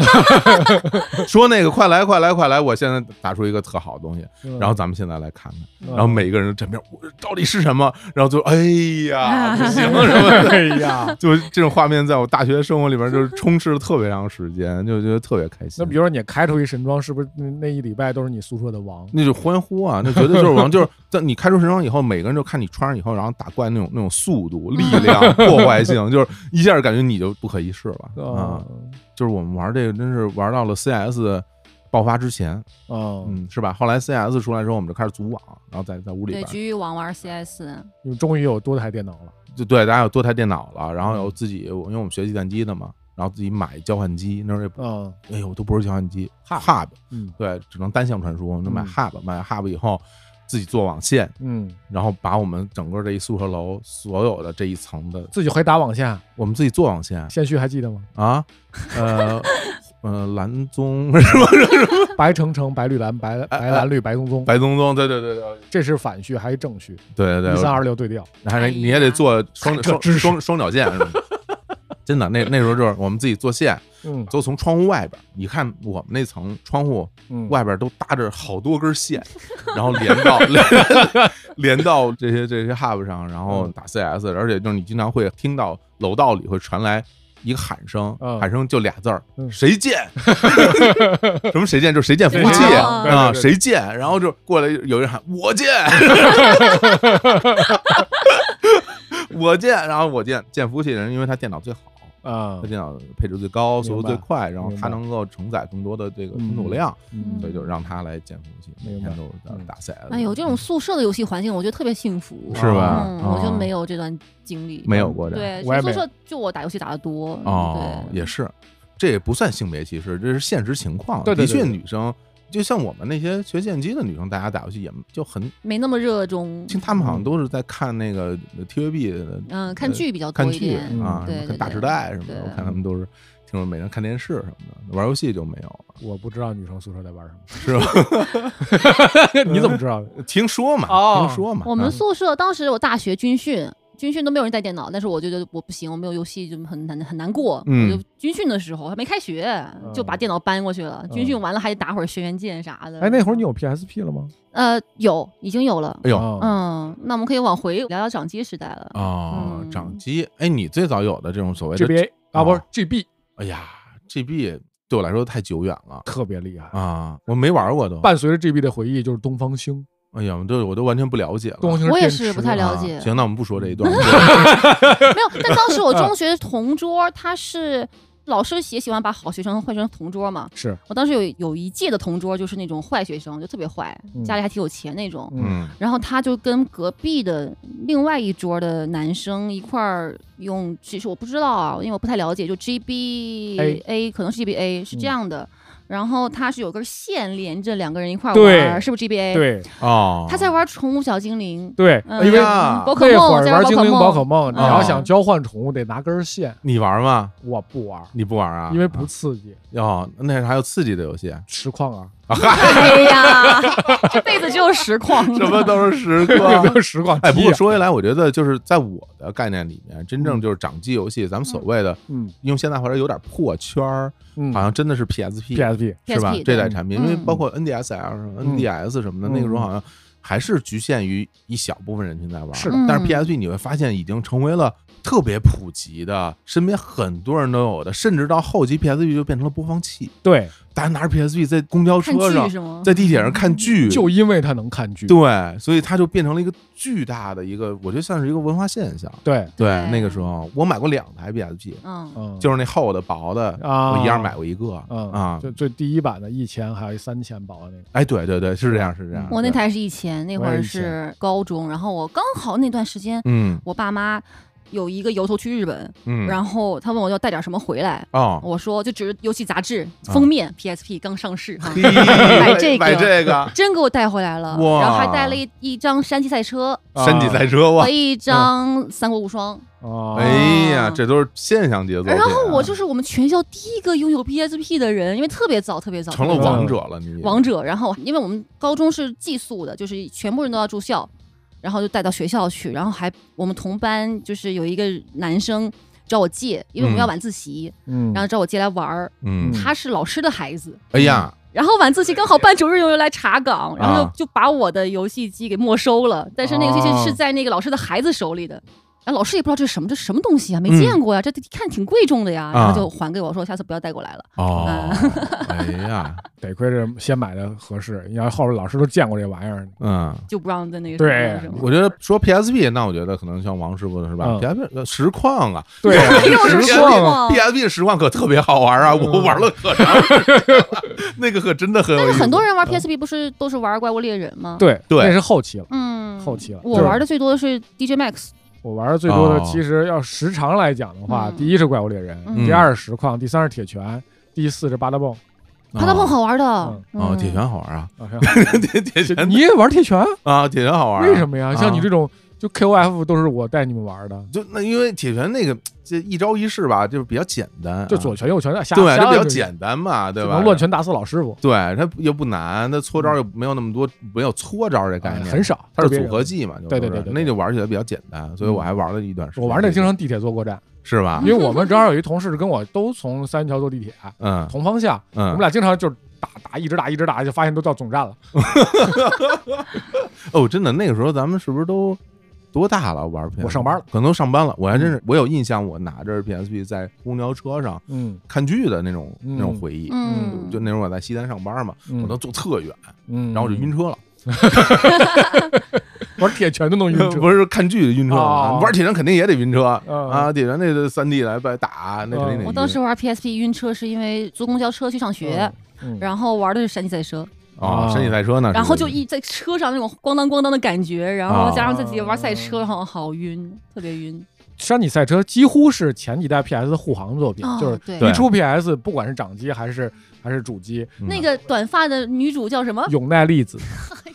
A: 说那个快来快来快来！我现在打出一个特好的东西，
C: 嗯
B: 嗯
A: 然后咱们现在来看看，然后 每个人枕边我到底是什么？然后就哎 呀，不行什么的，
B: 哎 呀，
A: 就是这种画面，在我大学生活里边就是充斥了特别长时间，就觉得特别开心。
B: 那比如说你开出一神装，是不是那那一礼拜都是你宿舍的王？
A: 那就欢呼啊，那绝对就是王， 就是在你开出神装以后，每个人就看你穿上以后，然后打怪那种那种速度、力 量、破坏性，就是一下感觉你就不可一世了啊
B: 啊！
A: 就是我们玩这个，真是玩到了 CS 爆发之前，
B: 啊，
A: 嗯，是吧？后来 CS 出来之后，我们就开始组网，然后在在屋里
C: 对
A: 边，呃
C: 局域网玩 CS，
B: 你们终于有多台电脑了，
A: 就对，大家有多台电脑了，然后
B: 嗯
A: 有自己，我因为我们学计算机的嘛，然后自己买交换机，那时候也不，
B: 嗯
A: 哎呦，都不是交换机
B: Hub
A: ，Hub，
B: 嗯
A: 对，只能单向传输，那买
B: 嗯
A: Hub，买 Hub 以后自己做网线，
B: 嗯，
A: 然后把我们整个这一宿舍楼所有的这一层的，
B: 自己还打网线，啊
A: 我们自己做网线
B: 线序还记得吗？
A: 啊，呃 呃，蓝棕是 吧？
B: 白橙橙，白绿蓝，白白蓝绿，白棕棕，
A: 哎白棕棕，对对对对
B: 这是反序还是正序？
A: 对对
B: 一
A: 对，
B: 三二六对调，
A: 还是你也得做双
B: 这
A: 双
B: 知识
A: 双双脚线是吧？ 真的，那那时候就是我们自己做线，
B: 嗯
A: 都从窗户外边儿。你看我们那层窗户
B: 嗯，
A: 外边都搭着好多根线， 然后连到连连到
B: 嗯
A: 这些这些 hub 上，然后打 CS，而且就是你经常会听到楼道里会传来一个喊声
B: 嗯，
A: 喊声就俩字儿，
B: 嗯
A: 谁 见？什么谁见？就是谁见服务
B: 谁
A: 器
C: 见
A: 啊，
B: 对对对
A: 谁见？然后就过来有人喊我 见，我见，然后我见见服务器的人，因为他电脑最好。
B: 啊
A: 他，电脑配置最高，速度最
B: 明白
A: 快，然后
B: 明
A: 它
B: 白
A: 能够承载更多的这个存储
B: 嗯
A: 量，
B: 嗯
A: 所以就让他来建服务器，每
B: 明
A: 天
B: 白
A: 都打
B: 嗯
A: 打赛。
C: 哎呦，这种宿舍的游戏环境，我觉得特别幸福。
A: 是吧？
C: 嗯，我就
A: 啊
C: 没有这段经历。
A: 没有过这样
C: 对，
B: 我也
C: 宿
B: 没
C: 舍就我打游戏打的多。
A: 哦，
C: 对
A: 也是，这也不算性别歧视，这是现实情况。
B: 对对对
A: 的确，
B: 对
A: 女生就像我们那些学剑击的女生，大家打游戏也就很，
C: 没那么热衷。
A: 其实她们
B: 嗯
A: 好像都是在看那个 TVB 的
C: 嗯，看剧比较
A: 看
C: 多一
A: 剧
C: 点。
B: 嗯
A: 啊，
C: 对
A: 什么看
C: 对
A: 《大
C: 对
A: 时代》什么的，
C: 对
A: 我看他们都是听说每人看电视什么的，玩游戏就没有了，
B: 我不知道女生宿舍在玩什
A: 是吧？
B: 么，你怎么知 道的？
A: 听说嘛，
B: 哦
A: 听说嘛，
C: 我们
A: 啊
C: 宿舍当时我大学军训，军训都没有人带电脑，但是我就觉得我不行，我没有游戏就很难很难过。
A: 嗯
C: 我就军训的时候还没开学，就把电脑搬过去
A: 嗯
C: 了。军训完了还得打会儿轩辕剑啥的。
B: 哎，那会儿你有 PSP 了吗？
C: 呃有已经有了，
A: 哎呦。
B: 啊，
C: 嗯，那我们可以往回聊聊掌机时代了。
A: 哦，
C: 嗯
A: 掌机，哎，你最早有的这种所谓的
B: GBA 啊，不是
A: 哦
B: GB，
A: 哎呀，GB 对我来说太久远了
B: 特别厉害。
A: 啊，我没玩过都。
B: 伴随着 GB 的回忆就是东方星，
A: 哎呀，我都我都完全不了解了。
B: 东方星
C: 我也
B: 电
C: 是不
B: 池
C: 太
A: 啊
C: 了解
A: 行，那我们不说这一段了。
C: 没有，但当
A: 嗯
C: 时我中学同桌他是。老师也喜欢把好学生换成同桌嘛。
B: 是，
C: 我当时有有一届的同桌就是那种坏学生，就特别坏，
B: 嗯
C: 家里还挺有钱那种。
A: 嗯，
C: 然后他就跟隔壁的另外一桌的男生一块儿用，其实我不知道啊，因为我不太了解，就 G B A 可能是 G B A
B: 嗯
C: 是这样的。然后他是有根线连着两个人一块儿
B: 对
C: 玩，是不是 G B A？，
B: 对
A: 哦，
C: 他在玩宠物小精灵，
B: 对，
C: 嗯
A: 哎
B: 因为
A: 呀
C: 宝可
B: 那会
C: 梦，嗯
B: 儿
C: 在
B: 玩精灵宝可
C: 梦，
B: 梦，你
A: 啊
B: 要想交换宠物得拿根线，
A: 你玩吗？
B: 我不玩，
A: 你不玩啊？
B: 因为不刺激，
A: 哦，那还有刺激的游戏，
B: 实况啊，
C: 哎呀，这辈子只有实况，
A: 什么都是实
B: 有没
A: 况。
B: 有实况机啊？
A: 哎，不过说回来，我觉得就是在我的概念里面，真正就是掌机游戏，咱们所谓的
B: 嗯
A: 用现在话说有点破圈儿，
B: 嗯
A: 好像真的是 PSP
B: ，PSP
A: 是吧
C: PSP？
A: 这代产品，因为
C: 嗯
A: 包括 NDSL 什么、
B: 嗯
A: NDS 什么的，
B: 嗯
A: 那个时候好像还是局限于一小部分人群在玩。
B: 是
C: 的嗯
A: 但是 PSP 你会发现已经成为了特别普及的，身边很多人都有的，甚至到后期 PSP 就变成了播放器，
B: 对，
A: 大家拿着 PSP 在公交
C: 看
A: 车
C: 剧
A: 上、
C: 是嗯吗？
A: 在地铁上看剧，
B: 就因为它能看剧，
A: 对，所以它就变成了一个巨大的一个，我觉得算是一个文化现象。
B: 对，
A: 对，
C: 对
A: 那个时候我买过两台 PSP，
C: 嗯，
B: 嗯，
A: 就是那厚的、薄的，
B: 啊，
A: 我一样买过一个
B: 嗯
A: 啊。
B: 就最第一版的一千，还有一三千保的那个，
A: 哎，对对对，是这样，是这样。
C: 我那
A: 啊对
C: 台是以前，那会
B: 我也以
C: 儿
B: 前
C: 是高中，然后我刚好那段时间，
A: 嗯
C: 我爸妈有一个由头去日本，
A: 嗯，
C: 然后他问我要带点什么回来，
A: 哦，
C: 我说就只是游戏杂志
A: 啊
C: 封面、PSP 刚上市 哈，
A: 买
C: 这个
A: 买这个
C: 真给我带回来了，
A: 哇
C: 然后还带了一一张山地赛车啊
A: 山脊赛车哇嗯
C: 和！一张三国无双，
B: 啊，
A: 哎呀，这都是现象级的作品啊。
C: 然后我就是我们全校第一个拥有 PSP 的人，因为特别早，特别早
A: 成了王者了，你
C: 王者，然后因为我们高中是寄宿的，就是全部人都要住校，然后就带到学校去，然后还我们同班就是有一个男生找我借，因为我们
A: 嗯
C: 要晚自习，
B: 嗯，
C: 然后找我借来玩儿。
A: 嗯，
C: 他是老师的孩子，
A: 哎呀，
C: 然后晚自习刚好办九日游又来查岗，然后
A: 啊
C: 就就把我的游戏机给没收了，但是那个游戏
B: 哦
C: 机是在那个老师的孩子手里的。然后老师也不知道这是什么，这什么东西啊，没见过呀、
A: 嗯
C: 这一看挺贵重的呀，
A: 啊
C: 然后就还给我说下次不要带过来了。
A: 哦
C: 啊，
A: 哎呀，
B: 得亏是先买的合适，你要后边老师都见过这玩意儿，
A: 嗯。
C: 就不让在那个
B: 对
C: 什么
A: 我觉得说 PSP，那我觉得可能像王师傅的是吧
B: 嗯
A: ？PSP 呃实况啊，
B: 对，
C: 又是
B: 实
C: 实
B: 况啊，
C: 况
A: PSP 实况可特别好玩啊，我
B: 嗯
A: 玩了可长时间了， 那个可真的很有
C: 但
A: 意
C: 是
A: 思。
C: 很多人玩 PSP 不是都是玩怪物猎人吗？，
B: 嗯对，
A: 对
B: 那是后期了。
C: 嗯，
B: 后期了
C: 我
B: 就是
C: 玩的最多的是 DJ Max，
B: 我玩的最多的
A: 哦，
B: 其实要时长来讲的话，
C: 嗯
B: 第一是怪物猎人，
C: 嗯
B: 第二是实况，第三是铁拳，第四是八达蹦。
C: 他那碰好玩的。
A: 嗯哦哦，
C: 嗯
A: 铁拳好玩啊，
B: 啊
A: 铁铁拳
B: 你也玩铁拳？
A: 啊，铁拳好玩啊。
B: 为什么呀？
A: 啊
B: 像你这种就 KOF 都是我带你们玩的，
A: 就那因为铁拳那个这一招一式吧，就是比较简单，
B: 就左拳右拳的，瞎
A: 啊对，
B: 瞎
A: 就比较
B: 就
A: 简单嘛，对
B: 就
A: 吧？
B: 能乱拳打死老师傅，
A: 对，它又不难，它搓招又没有那么多，没有搓招这概
B: 哎
A: 念，
B: 很。少，
A: 它是
B: 特别
A: 组合技嘛，就
B: 对
A: 都
B: 对
A: 是
B: 对对对
A: 那就玩起来比较简单，所以我还玩了一段时
B: 少。
A: 间。
B: 我玩的经常地铁坐过站，
A: 是吧
B: 因？为我们正好有一同事跟我都从三元桥坐地铁，
A: 嗯
B: 同方向，我
A: 嗯
B: 们，俩经常就是打打一直打一直打，就发现都到总站了。
A: 哦，真的，那个时候咱们是不是都多大了玩 PS？
B: 我上班了，
A: 可能上班了。我还真是，我有印象，我拿着 PSP 在公交车上
B: 嗯
A: 看剧的那种
B: 嗯
A: 那种回忆。
C: 嗯，
A: 就那会儿我在西单上班嘛，
B: 嗯
A: 我能坐特远，
B: 嗯，
A: 然后我就晕车了。
B: 玩铁拳都能晕车，
A: 不是看剧晕车
B: 哦
A: 嘛，玩铁人肯定也得晕车
B: 嗯
A: 啊！铁人那个三 D 来被打，那肯定得晕。
C: 哦我当时玩 PSP 晕车是因为坐公交车去上学，
B: 嗯，
C: 然后玩的是山地赛车，
A: 啊，山地赛车呢，
C: 然后就是一在车上那种咣当咣当的感觉，然后加上自己
B: 啊
C: 玩赛车，然后好晕，特别晕。
B: 嗯山体赛车几乎是前几代 PS 的护航作品，
C: 哦
B: 就是嗯
C: 对
B: 一出 PS，不管是掌机还是还是主机，
A: 嗯
C: 那个短发的女主叫什么？
B: 永濑粒子
C: 她
B: 嗯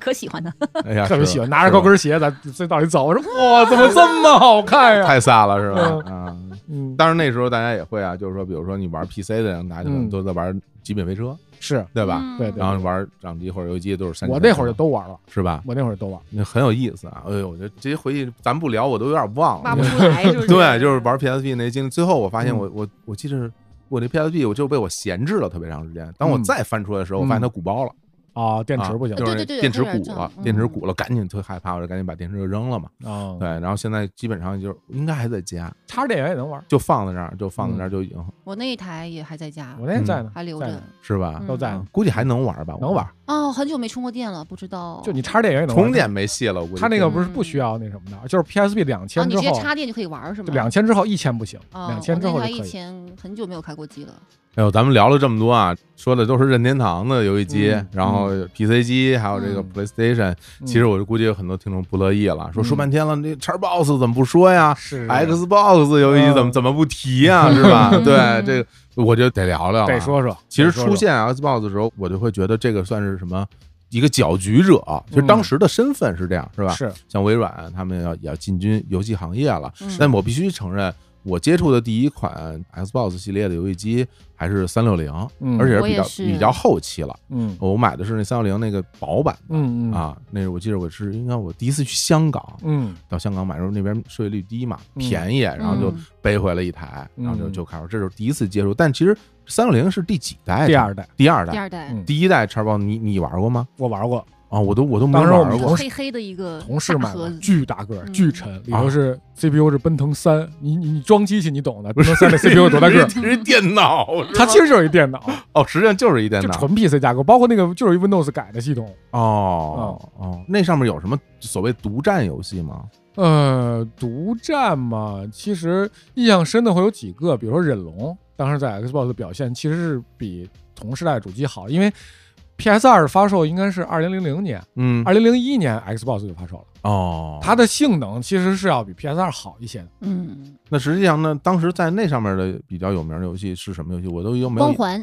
C: 可喜欢她，
A: 哎呀，
B: 特
A: 是
B: 别
A: 的
B: 喜欢，拿着高，跟鞋在隧道里走，我说哇，怎么这么好看
A: 是的
B: 呀？
A: 太飒了是吧？啊，
B: 嗯，
A: 当然那时候大家也会啊，就是说，比如说你玩 PC 的人，大家可能
B: 嗯
A: 都在玩极品飞车，
B: 是
A: 对吧？
C: 嗯
B: 对对
A: 然后玩掌机或者游戏机都是三。
B: 我那会儿就都玩了，
A: 是吧？
B: 我那会儿都玩，
A: 那很有意思啊！哎呦，我觉得这些回忆咱不聊，我都有点忘
C: 挖不
A: 了。
C: 出来，是不是？
A: 对，就是玩 PSP 那经历。最后我发现
B: 嗯
A: 我，我我记得是我那 PSP 我就被我闲置了特别长时间。当我
B: 嗯
A: 再翻出来的时候，我发现它鼓包了，
B: 啊，电池不行
A: 啊就是
C: 对对对
A: 电池
C: 有点
A: 鼓了
C: 胀，嗯
A: 电池鼓了，赶紧特害怕，我就赶紧把电池就扔了嘛。
B: 啊，
A: 对，然后现在基本上就是应该还在家，
B: 插着电源也能玩，
A: 就放在那儿，就放
B: 嗯
A: 在那儿就已经
C: 我那一台也还在家，
A: 嗯
B: 我那在呢，
C: 还留
B: 在
C: 着
B: 呢。
A: 是吧
C: 嗯？
B: 都在呢，
A: 估计还能玩吧，
B: 能玩，
C: 哦，很久没充过电了，不知道。
B: 就你插着电源也能玩
A: 充。电没戏了。我估计
B: 它那个
A: 是
B: 不是不需要那什么的，就是 PSP 两
C: 啊，
B: 千
C: 你
B: 之
C: 直接
B: 后，
C: 插电就可以玩是吗？
B: 两千之后一千不行，
C: 哦
B: 两千之后
C: 我
B: 就
C: 那
B: 可
C: 台以
B: 以。
C: 前很久没有开过机了，
A: 哎呦，咱们聊了这么多啊，说的都是任天堂的游戏机，
B: 嗯
A: 然后 PC 机，还有这个
B: 嗯
A: PlayStation、
B: 嗯
A: 其实我就估计有很多听众不乐意了，说
B: 嗯
A: 说半天了，那 Xbox 怎么不说呀
B: 是啊
A: ？Xbox 游戏怎么
B: 嗯
A: 怎么不提呀？是 吧？
C: 嗯
A: 对，这个我就得聊聊了。
B: 得，说说，
A: 其实
B: 得说说
A: 出现 Xbox 的时候，我就会觉得这个算是什么？一个搅局者，啊其实当时的身份是这样，是吧？
B: 嗯是
A: 像微软他们要也要进军游戏行业了，
C: 嗯
A: 但我必须承认，我接触的第一款 Xbox 系列的游戏机还是三六零，
B: 嗯
A: 而且比
C: 我也
A: 较
C: 是
A: 比较后期了。
B: 嗯
A: 我买的是那三六零那个薄版
B: 嗯嗯
A: 啊，那是我记得我是应该我第一次去香港，
B: 嗯
A: 到香港买的时候那边税率低嘛，
B: 嗯
A: 便宜，然后就
C: 嗯
A: 背回了一台，然后就
B: 嗯
A: 就开始，这是第一次接触。但其实三六零是第几代？
B: 第二代
A: 第二
C: 第
A: 代，
C: 二代
B: 嗯，
A: 第一代叉 box 你你玩过吗？
B: 我玩过，
A: 啊，我都我都没
B: 当时我
A: 玩
B: 们
A: 过
B: 同事
C: 黑黑的一个
B: 同事
C: 大
B: 买
C: 盒
B: 的
C: 子，
B: 巨大个儿，
C: 嗯
B: 巨沉，里头
A: 啊
B: 是 CPU 是奔腾三，你你你装机器你 懂的，奔腾三的 CPU 有多大个儿？
A: 这是电 脑，
B: 它其实就是一电脑，
A: 哦，实际上就是一电
B: 就
A: 脑，
B: 纯 PC 架构，包括那个就是一 Windows 改的系统。
A: 哦
B: 嗯
A: 哦，那上面有什么所谓独占游戏吗？
B: 呃，独占嘛，其实印象深的会有几个，比如说忍龙，当时在 Xbox 的表现其实是比同时代主机好，因为 PS 二发售应该是二零零零年，
A: 嗯
B: 二零零一年 Xbox 就发售了，
A: 哦，
B: 它的性能其实是要比 PS 二好一些的。
C: 嗯，
A: 那实际上呢，当时在那上面的比较有名的游戏是什么游戏？我都已经没有
C: 光环，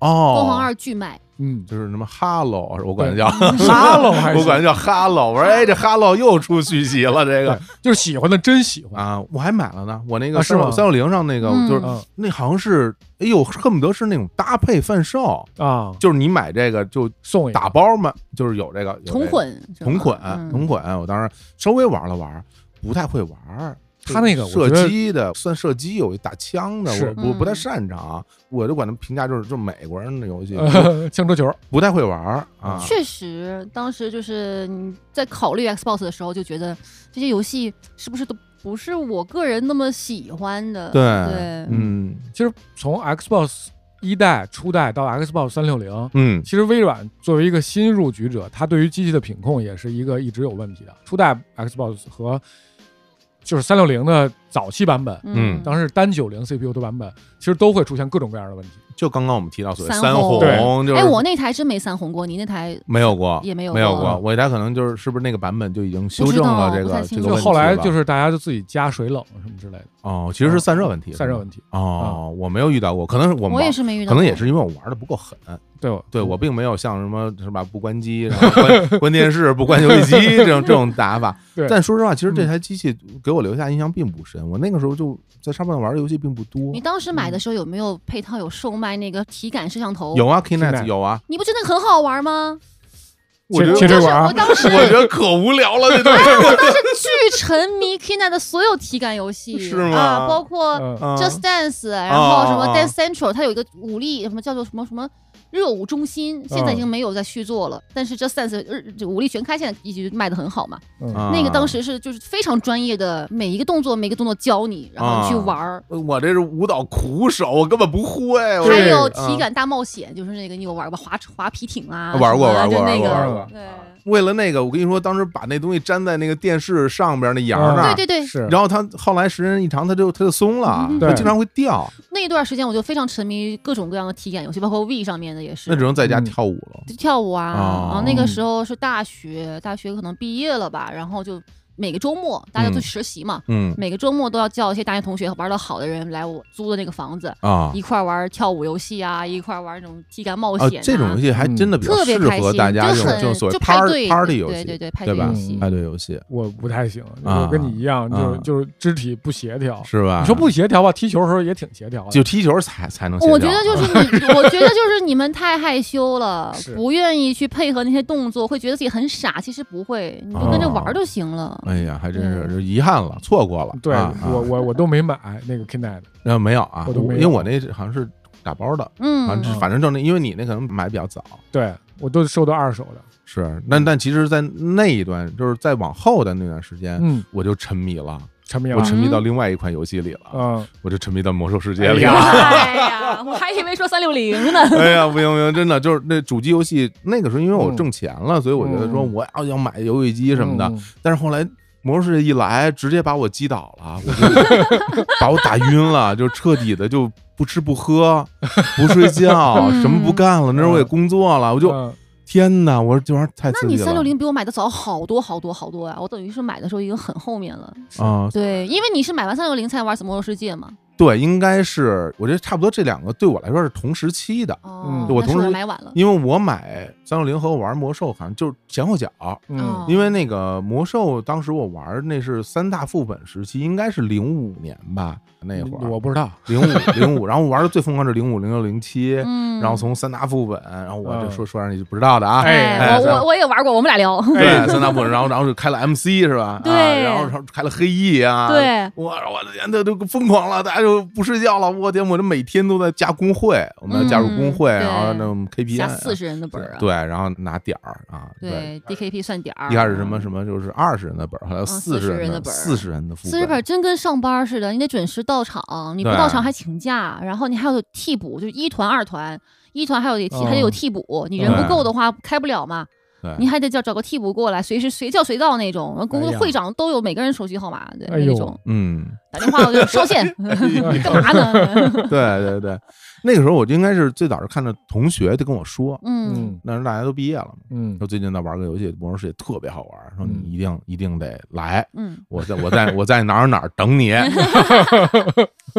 A: 哦，
C: 光环二巨卖， 啊
B: 嗯，
A: 就是什么 Hello，我管它叫
B: Hello 还 是
A: 我管它叫 Hello。我说哎，这 Hello 又出续集了，这个
B: 就是喜欢的真喜欢。
A: 啊，我还买了呢。我那个
B: 啊是吗
A: 三六零上那个
C: 嗯
A: 就是
B: 嗯
A: 那好像是，哎呦，恨不得是那种搭配贩售，
B: 啊，
A: 就是你买这个就
B: 送一个
A: 打 包嘛，就是有这个有这
C: 同
A: 个
C: 捆，是吧
A: 同捆，
C: 嗯
A: 同捆，我当时稍微玩了玩，不太会玩儿。
B: 他那个我
A: 射
B: 觉得
A: 击的算射击，有一打枪的，
B: 是
A: 我我不太
C: 嗯
A: 擅长，我就管他评价就是就美国人的游 戏
B: 呃枪车球，
A: 不太会玩儿啊。
C: 确实，当时就是你在考虑 Xbox 的时候，就觉得这些游戏是不是都不是我个人那么喜欢的。
A: 对
C: 对，
A: 嗯
B: 其实从 Xbox 一代初代到 Xbox 三六零，
A: 嗯
B: 其实微软作为一个新入局者，它对于机器的品控也是一个一直有问题的。初代 Xbox 和就是三六零的早期版本，
A: 嗯
B: 当时单九零 CPU 的版本，其实都会出现各种各样的问题。
A: 就刚刚我们提到所谓
C: 三
A: 三
C: 红
A: 红，就是
C: 哎，我那台真没三红过，你那台
A: 没有过，
C: 也没有
A: 没有
C: 过
A: 过，我家可能就是是不是那个版本就已经修正了
C: 不
A: 这
C: 知道不
A: 个
C: 太
A: 这
C: 清
A: 个
C: 楚
A: 问
B: 就
A: 题
B: 后来
A: 吧
B: 就是大家就自己加水冷什么之类的，
A: 哦，其实是散热问题，
B: 散热问题。
A: 哦，我没有遇到过，可能是我
C: 我
A: 忙
C: 也是没遇到
A: 可
C: 过，
A: 能也是因为我玩的不够狠，
B: 对我
A: 对我并没有像什么是吧不关 机，然后关关电视不关游戏机这种这种打法
B: 对。
A: 但说实话，其实这台机器
C: 嗯
A: 给我留下印象并不深。我那个时候就在上面玩的游戏并不多
C: 你。当时买的时候有没有配套有售卖那个体感摄像头？
A: 有啊 k i n e t
B: Kinect
A: 有啊，
C: 你不觉得那个很好玩吗？
A: 我觉
B: 切
A: 得
B: 切水
C: 就是
B: 管
C: 我
B: 儿，
C: 当时，
A: 我觉得可无聊了，这东西
C: 我当时巨沉迷 Kina 的所有体感游戏，
A: 是吗
C: 啊，包括
B: 嗯，
A: 啊
C: Just Dance，然后什么
A: 啊啊
C: Dance Central，它有一个舞力什么叫做什么什么热舞中心，现在已经没有在续作
A: 嗯
C: 了。但是 Just Dance 日这舞力全开现在一直卖的很好嘛。
B: 嗯
A: 啊
C: 那个当时是就是非常专业的，每一个动作每一个动作教你，然后你去玩儿。
A: 我这是舞蹈苦手，我根本不会。我
C: 还
B: 对
C: 有体感大冒险，就是那个你有玩过滑滑皮艇啊？
A: 嗯玩过
C: 什么啊
A: 玩过啊
C: 就那个
A: 玩
B: 过玩过
C: 对
A: 为了那个，我跟你说，当时把那东西粘在那个电视上边那沿儿那儿，
C: 对对对，
B: 是，
A: 然后它后来时间一长，它就它就松了，
C: 嗯
A: 它
B: 对
A: 经常会掉，
C: 那一段时间我就非常沉迷于各种各样的体感游戏，包括 V 上面的也是。
A: 那只能在家
B: 嗯
A: 跳舞了。
C: 就跳舞啊，
A: 哦
C: 然后那个时候是大学，大学可能毕业了吧，然后就每个周末大家都去实习嘛，
A: 嗯
C: 每个周末都要叫一些大学同学玩的好的人来我租的那个房子，
A: 啊
C: 一块儿玩跳舞游戏啊，一块儿玩那种体感冒
A: 啊
C: 险、，
A: 这种游戏还
B: 嗯
A: 真的比较
C: 特别
A: 适
C: 开
A: 合
C: 心，
A: 大家
C: 就
A: 用，
C: 很
A: 就所谓
C: 派
A: party
C: 对
A: party 游
C: 对对
A: 戏，
C: 对，派
A: 对
C: 对嗯
A: 吧
C: 游戏。
A: 派对游戏
B: 我不太行，
A: 啊
B: 我跟你一样，就
A: 啊
B: 是就是肢体不协调。
A: 是吧？
B: 你说不协调吧，踢球的时候也挺协调的，
A: 就踢球才才能协啊调？
C: 我觉得就是你，我觉得就是你 们太害羞了
B: 是，
C: 不愿意去配合那些动作，会觉得自己很傻。其实不会，你就跟着玩儿就行了。
A: 哎呀，还真是
C: 嗯
A: 就遗憾了，错过了。
B: 对
A: 啊、
B: 我我我都没买那个 Kinect，
A: 那没有啊，
B: 我都没
A: 因
B: 有
A: 为我那好像是打包的，
C: 嗯，
A: 反正反正就那，因为你那可能买比较早。
B: 对我都收到二手的。
A: 是，但但其实，在那一段，就是再往后的那段时间，
B: 嗯，
A: 我就沉迷了，
B: 陈明
A: 我
B: 啊，
A: 沉
C: 嗯
A: 迷到另外一款游戏里了，
B: 嗯，
A: 我就沉迷到魔兽世界里
B: 哎
A: 了。
C: 哎呀，我还以为说三六零呢。
A: 哎呀，不行不行，真的就是那主机游戏，那个时候因为我挣钱了，所以我觉得说
B: 嗯
A: 我要要买游戏机什么的。
B: 嗯，
A: 但是后来魔兽世界一来，直接把我击倒了，我就 把我打晕了，就彻底的就不吃不喝，不睡觉，
C: 嗯
A: 什么不干了。那时候我也工作了，我就
B: 嗯
A: 天哪，我说这玩意儿太
C: 那
A: 刺
C: 你
A: 激了。
C: 三六零比我买的早好多好多好多呀、我等于是买的时候已经很后面了。
A: 啊、
C: 对，因为你是买完三六零才玩《魔兽世界》嘛。
A: 对，应该是我觉得差不多这两个对我来说是同时期的，
C: 哦，
A: 嗯对我
C: 那是
A: 同时
C: 买晚了。
A: 因为我买三六零和我玩魔兽好像就是前后脚。
C: 哦
B: 嗯，
A: 因为那个魔兽，当时我玩儿那是三大副本时期，应该是零五年吧，那会儿
B: 我不知道，
A: 零五零五，05然后玩的最疯狂是零五零六零七，
C: 嗯，
A: 然后从三大副本，然后我就
B: 嗯
A: 说说让你就不知道的啊，
B: 哎
C: 哎，我
A: 咱
C: 我我也玩过，我们俩聊。
A: 对三大副本，然后然后就开了 MC 是吧？啊
C: 对
A: 然后然后开了黑翼啊，。
C: 对，
A: 我我的天，都都疯狂了，大家就不睡觉了。我天，我这每天都在加工会，我们要加入工会，
C: 嗯对
A: 然后那种 KPI，
C: 下
A: 啊
C: 四十人的本儿啊。
A: 对，然后拿点儿啊，
C: 对，DKP 算点儿。
A: 一开始什么什么就是二十人的本儿，后来四
C: 40
A: 人
C: 嗯人的本儿
A: 四十人的副
C: 四十本儿真跟上班似的，你得准时到场，你不
A: 对
C: 到场还请假，然后你还有替补，就是一团、二团，一团还有得替，
B: 哦
C: 还得有替补，你人不
A: 对
C: 够的话开不了嘛，
A: 对
C: 你还得叫找个替补过来，随时随叫随到那种，然后公
B: 哎呀
C: 会长都有每个人手机号码，对
B: 哎呦
C: 那种
A: 嗯，
C: 打电话我就 上线，
A: 哎
C: 干嘛呢？
A: 对对对，那个时候我就应该是最早是看着同学就跟我说，
C: 嗯，
B: 嗯
A: 那时候大家都毕业了嘛，
B: 嗯
A: 说最近在玩个游戏《魔兽世界》特别好玩，说你
B: 嗯
A: 一定一定得来，
C: 嗯
A: 我在我在我在哪儿哪儿等 你，哪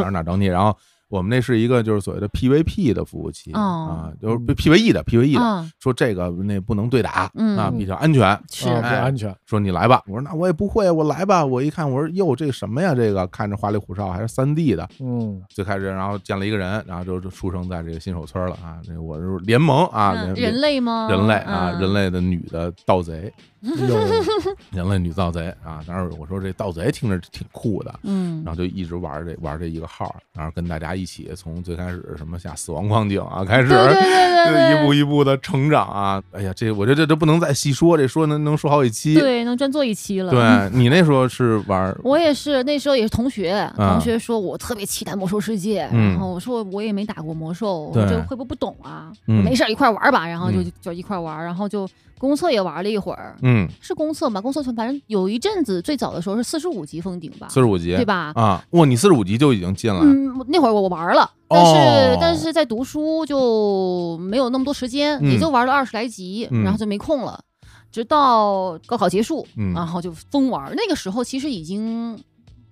A: 儿哪儿等你，然后。我们那是一个就是所谓的 PVP 的服务器、
C: 哦
A: 啊，就是 PVE 的 PVE 的，
C: 啊，
A: 说这个那不能对打、
C: 嗯
A: 啊，比较安全。
C: 是
B: 啊
A: 哎
B: 比较安全，
A: 说你来吧，我说那我也不会，我来吧。我一看，我说哟，这什么呀？这个看着花里胡哨，还是三 D 的。
B: 嗯，
A: 最开始，然后见了一个人，然后就就出生在这个新手村了啊。这我是联盟啊，
C: 嗯
A: 联
C: 人类吗？
A: 人类啊，
C: 嗯
A: 人类的女的盗贼，
B: 有
A: 人类女盗贼啊。当时我说这盗贼听着挺酷的，
C: 嗯
A: 然后就一直玩这玩这一个号，然后跟大家一起从最开始什么下死亡矿井啊开始，
C: 对对对对
A: 一步一步的成长啊。哎呀，这我觉得这这不能再细说，这说能能说好几期。
C: 对，对能专做一期了，
A: 对你那时候是 玩
C: 我也是，那时候也是同学，同学说我特别期待魔兽世界，
A: 啊嗯
C: 然后我说我也没打过魔兽，
A: 对
C: 我这会不会不懂啊？
A: 嗯
C: 我没事儿一块儿玩儿吧，然后就、
A: 嗯
C: 就一块儿玩儿，然后就公测也玩了一会儿，
A: 嗯
C: 是公测吗？公测反正有一阵子最早的时候是四十五级封顶吧，
A: 四十五级
C: 对吧？
A: 啊，哇，你四十五级就已经进了，
C: 嗯，那会儿我玩了，但是、
A: 啊哦
C: 但是在读书就没有那么多时间，
A: 嗯
C: 也就玩了二十来集，
A: 嗯
C: 然后就没空了，直到高考结束，
A: 嗯
C: 然后就疯玩儿。那个时候其实已经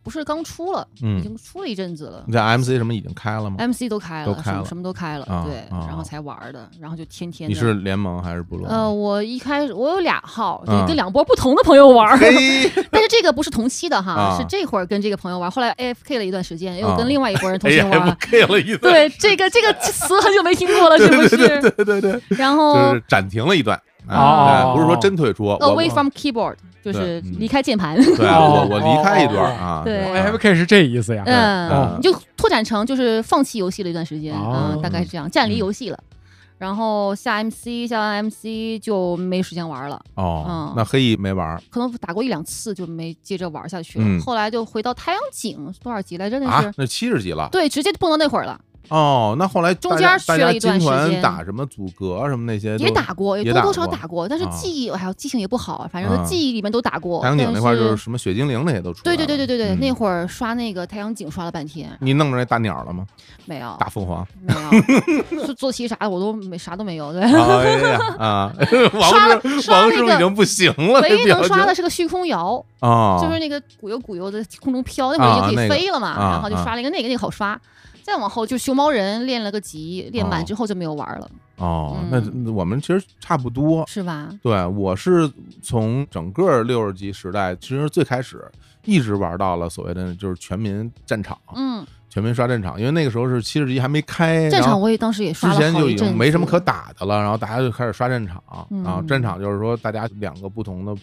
C: 不是刚出了，已
A: 嗯，
C: 经哎出了一阵子了。
A: 你在 MC 什么已经开了吗？
C: MC 都开
A: 都
C: 了，
A: 开
C: 什么
A: 了
C: 什么都开了，
A: 啊
C: 对，
A: 啊
C: 然后才玩儿的，然后就天天的
A: 你是联盟还是部落？
C: 呃，我一开始我有俩号，就
A: 啊
C: 跟两波不同的朋友玩儿，
A: 嘿，
C: 但是这个不是同期的哈，
A: 啊
C: 是这会儿跟这个朋友玩儿，后来 AFK 了一段时间，又
A: 啊
C: 跟另外一拨人同
A: 哎
C: 时
A: 呀，
C: 玩儿。
A: 还不 K 了 一段，
C: 对，这个这个词很久没听过了，是不是？
A: 对对对，
C: 然
A: 就
C: 后
A: 是暂停了一段，哎对
B: 哦
A: 不是说真退出，我
C: away
A: 我
C: from keyboard 就是
A: 对嗯
C: 离开键盘，
A: 对
B: 哦哎
A: 我我离开一段啊，
C: 对
A: 啊
B: F K 是这意思呀？
A: 哦
C: 嗯，你就拓展成就是放弃游戏了一段时间，
B: 哦
C: 嗯，大概是这样，暂离游戏了。然后下 MC，下完 MC 就没时间玩了，
A: 哦
C: 嗯，
A: 那黑翼没玩儿
C: 可能打过一两次就没接着玩下去
A: 嗯
C: 了。后来就回到太阳井多少级来着？那
A: 啊
C: 是，
A: 那七十级了，
C: 对，直接蹦到那会儿了，
A: 哦，那后来大
C: 中
A: 家
C: 间
A: 大
C: 缺
A: 家
C: 了一段
A: 金
C: 时
A: 团
C: 间
A: 打什么阻隔什么那些
C: 也
A: 都
C: 打过，
A: 也
C: 多
A: 打
C: 多少
A: 过
C: 打过，但是
A: 啊
C: 记忆哎呀记性也不好，反
A: 啊
C: 正记忆里面都打过。
A: 太阳井
C: 但
A: 那块儿就是什么雪精灵那些都出来
C: 对
A: 了，
C: 对对对对对，
A: 嗯
C: 那会儿刷那个太阳井刷了半天，
A: 你弄着那大鸟了吗？
C: 没有
A: 大凤凰，
C: 没有， 坐坐骑啥的我都没啥都没有，对。
A: 哎呀 啊，王
C: 刷了
A: 师
C: 刷了
A: 王师傅
C: 那个
A: 已经不行了，
C: 唯一
A: 这表
C: 能
A: 情
C: 刷的是个虚空摇，
A: 啊，
C: 就是那个鼓悠鼓悠的空中飘，那会儿已经可
A: 啊那
C: 以
A: 个
C: 飞了嘛，
A: 啊
C: 然后就刷了一个那个，那个好刷。再往后就熊猫人练了个级，练
A: 哦
C: 满之后就没有玩了，
A: 哦，那
C: 嗯
A: 那我们其实差不多。
C: 是吧？
A: 对，我是从整个六十级时代，其实最开始一直玩到了所谓的就是全民战场，
C: 嗯，
A: 全民刷战场，因为那个时候是七十级还没开，
C: 战
A: 哦然后
C: 场我也当时也刷
A: 之
C: 了
A: 前
C: 好
A: 就
C: 一
A: 已
C: 阵子，
A: 经没什么可打的了，然后大家就开始刷战场，
C: 嗯
A: 然后战场就是说大家两个不同的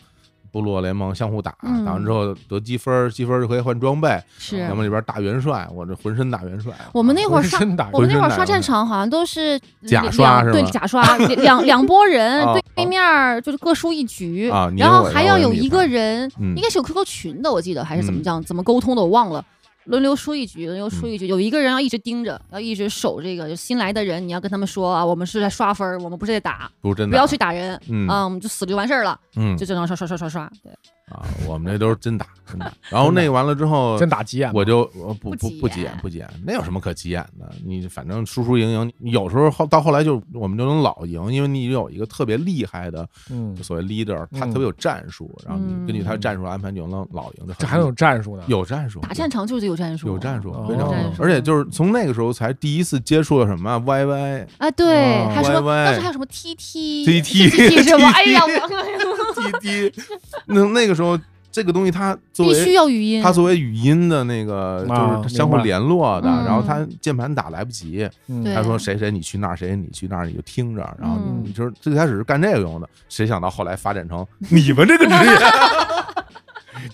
A: 部落联盟相互打，
C: 嗯
A: 打完之后得积分，积分就可以换装备，
C: 是
A: 要么里边大元帅，我这浑身大元帅，啊
C: 我们那会儿
B: 是
C: 刷，
B: 真打
C: 我们那会
A: 浑身
C: 儿
A: 奶油
C: 刷战场好像都是
A: 假
C: 两
A: 刷是
C: 对
A: 吧
C: 假刷，两两两拨 人
A: 啊
C: 对对面儿就是各输一局，
A: 啊你
C: 然
A: 有
C: 后
A: 我
C: 还
A: 然后
C: 要
A: 我有
C: 有
A: 你
C: 一
A: 吧
C: 个人，
A: 嗯
C: 应该是有 QQ 群的，我记得还是怎么
A: 嗯
C: 讲，怎么沟通的我忘了。轮流输一局，轮流输一局，有一个人要一直盯着，要一直守这个。就新来的人，你要跟他们说啊，我们是在刷分儿，我们不是在打，
A: 不是真
C: 不
A: 的，
C: 要去打人，
A: 嗯
C: 啊，我们就死了就完事儿了，
A: 嗯
C: 就这样刷刷刷刷刷。对，
A: 啊，我们那都是真打，真打。然后那个完了之后，
B: 真打急眼，
A: 我就我不不
C: 不急
A: 不急眼
C: 眼
A: 不急眼，那有什么可急眼的？你反正输输赢赢，有时候后到后来就我们就能老赢，因为你有一个特别厉害的
B: 嗯
A: 就，所谓 leader，他
B: 嗯
A: 特别有战术，然后你根据他
B: 嗯
A: 战术安排，你就能老赢的。
B: 这还有战术呢，
A: 有战术，
C: 打战场就是有战术，
A: 有战术
B: 哦，
A: 非常
B: 有
A: 好
B: 战。术
A: 而且就是从那个时候才第一次接触了什么啊 YY
C: 啊，对，
B: 哦
C: 还有什么？
A: 歪歪
C: 当时还有什么 TT
A: TT
C: TT 是吧？哎 呀，我
A: 滴滴，那那个时候这个东西它作
C: 必
A: 为
C: 须要语音，
A: 它作为语音的那个
B: 啊
A: 就是相互
B: 明白
A: 联络的，
C: 嗯
A: 然后它键盘打来不及，
B: 嗯
C: 对
A: 他说谁谁你去那儿，谁谁你去那儿，你就听着，然后
C: 嗯
A: 你就是最开始是干这个用的，谁想到后来发展成你们这个职业？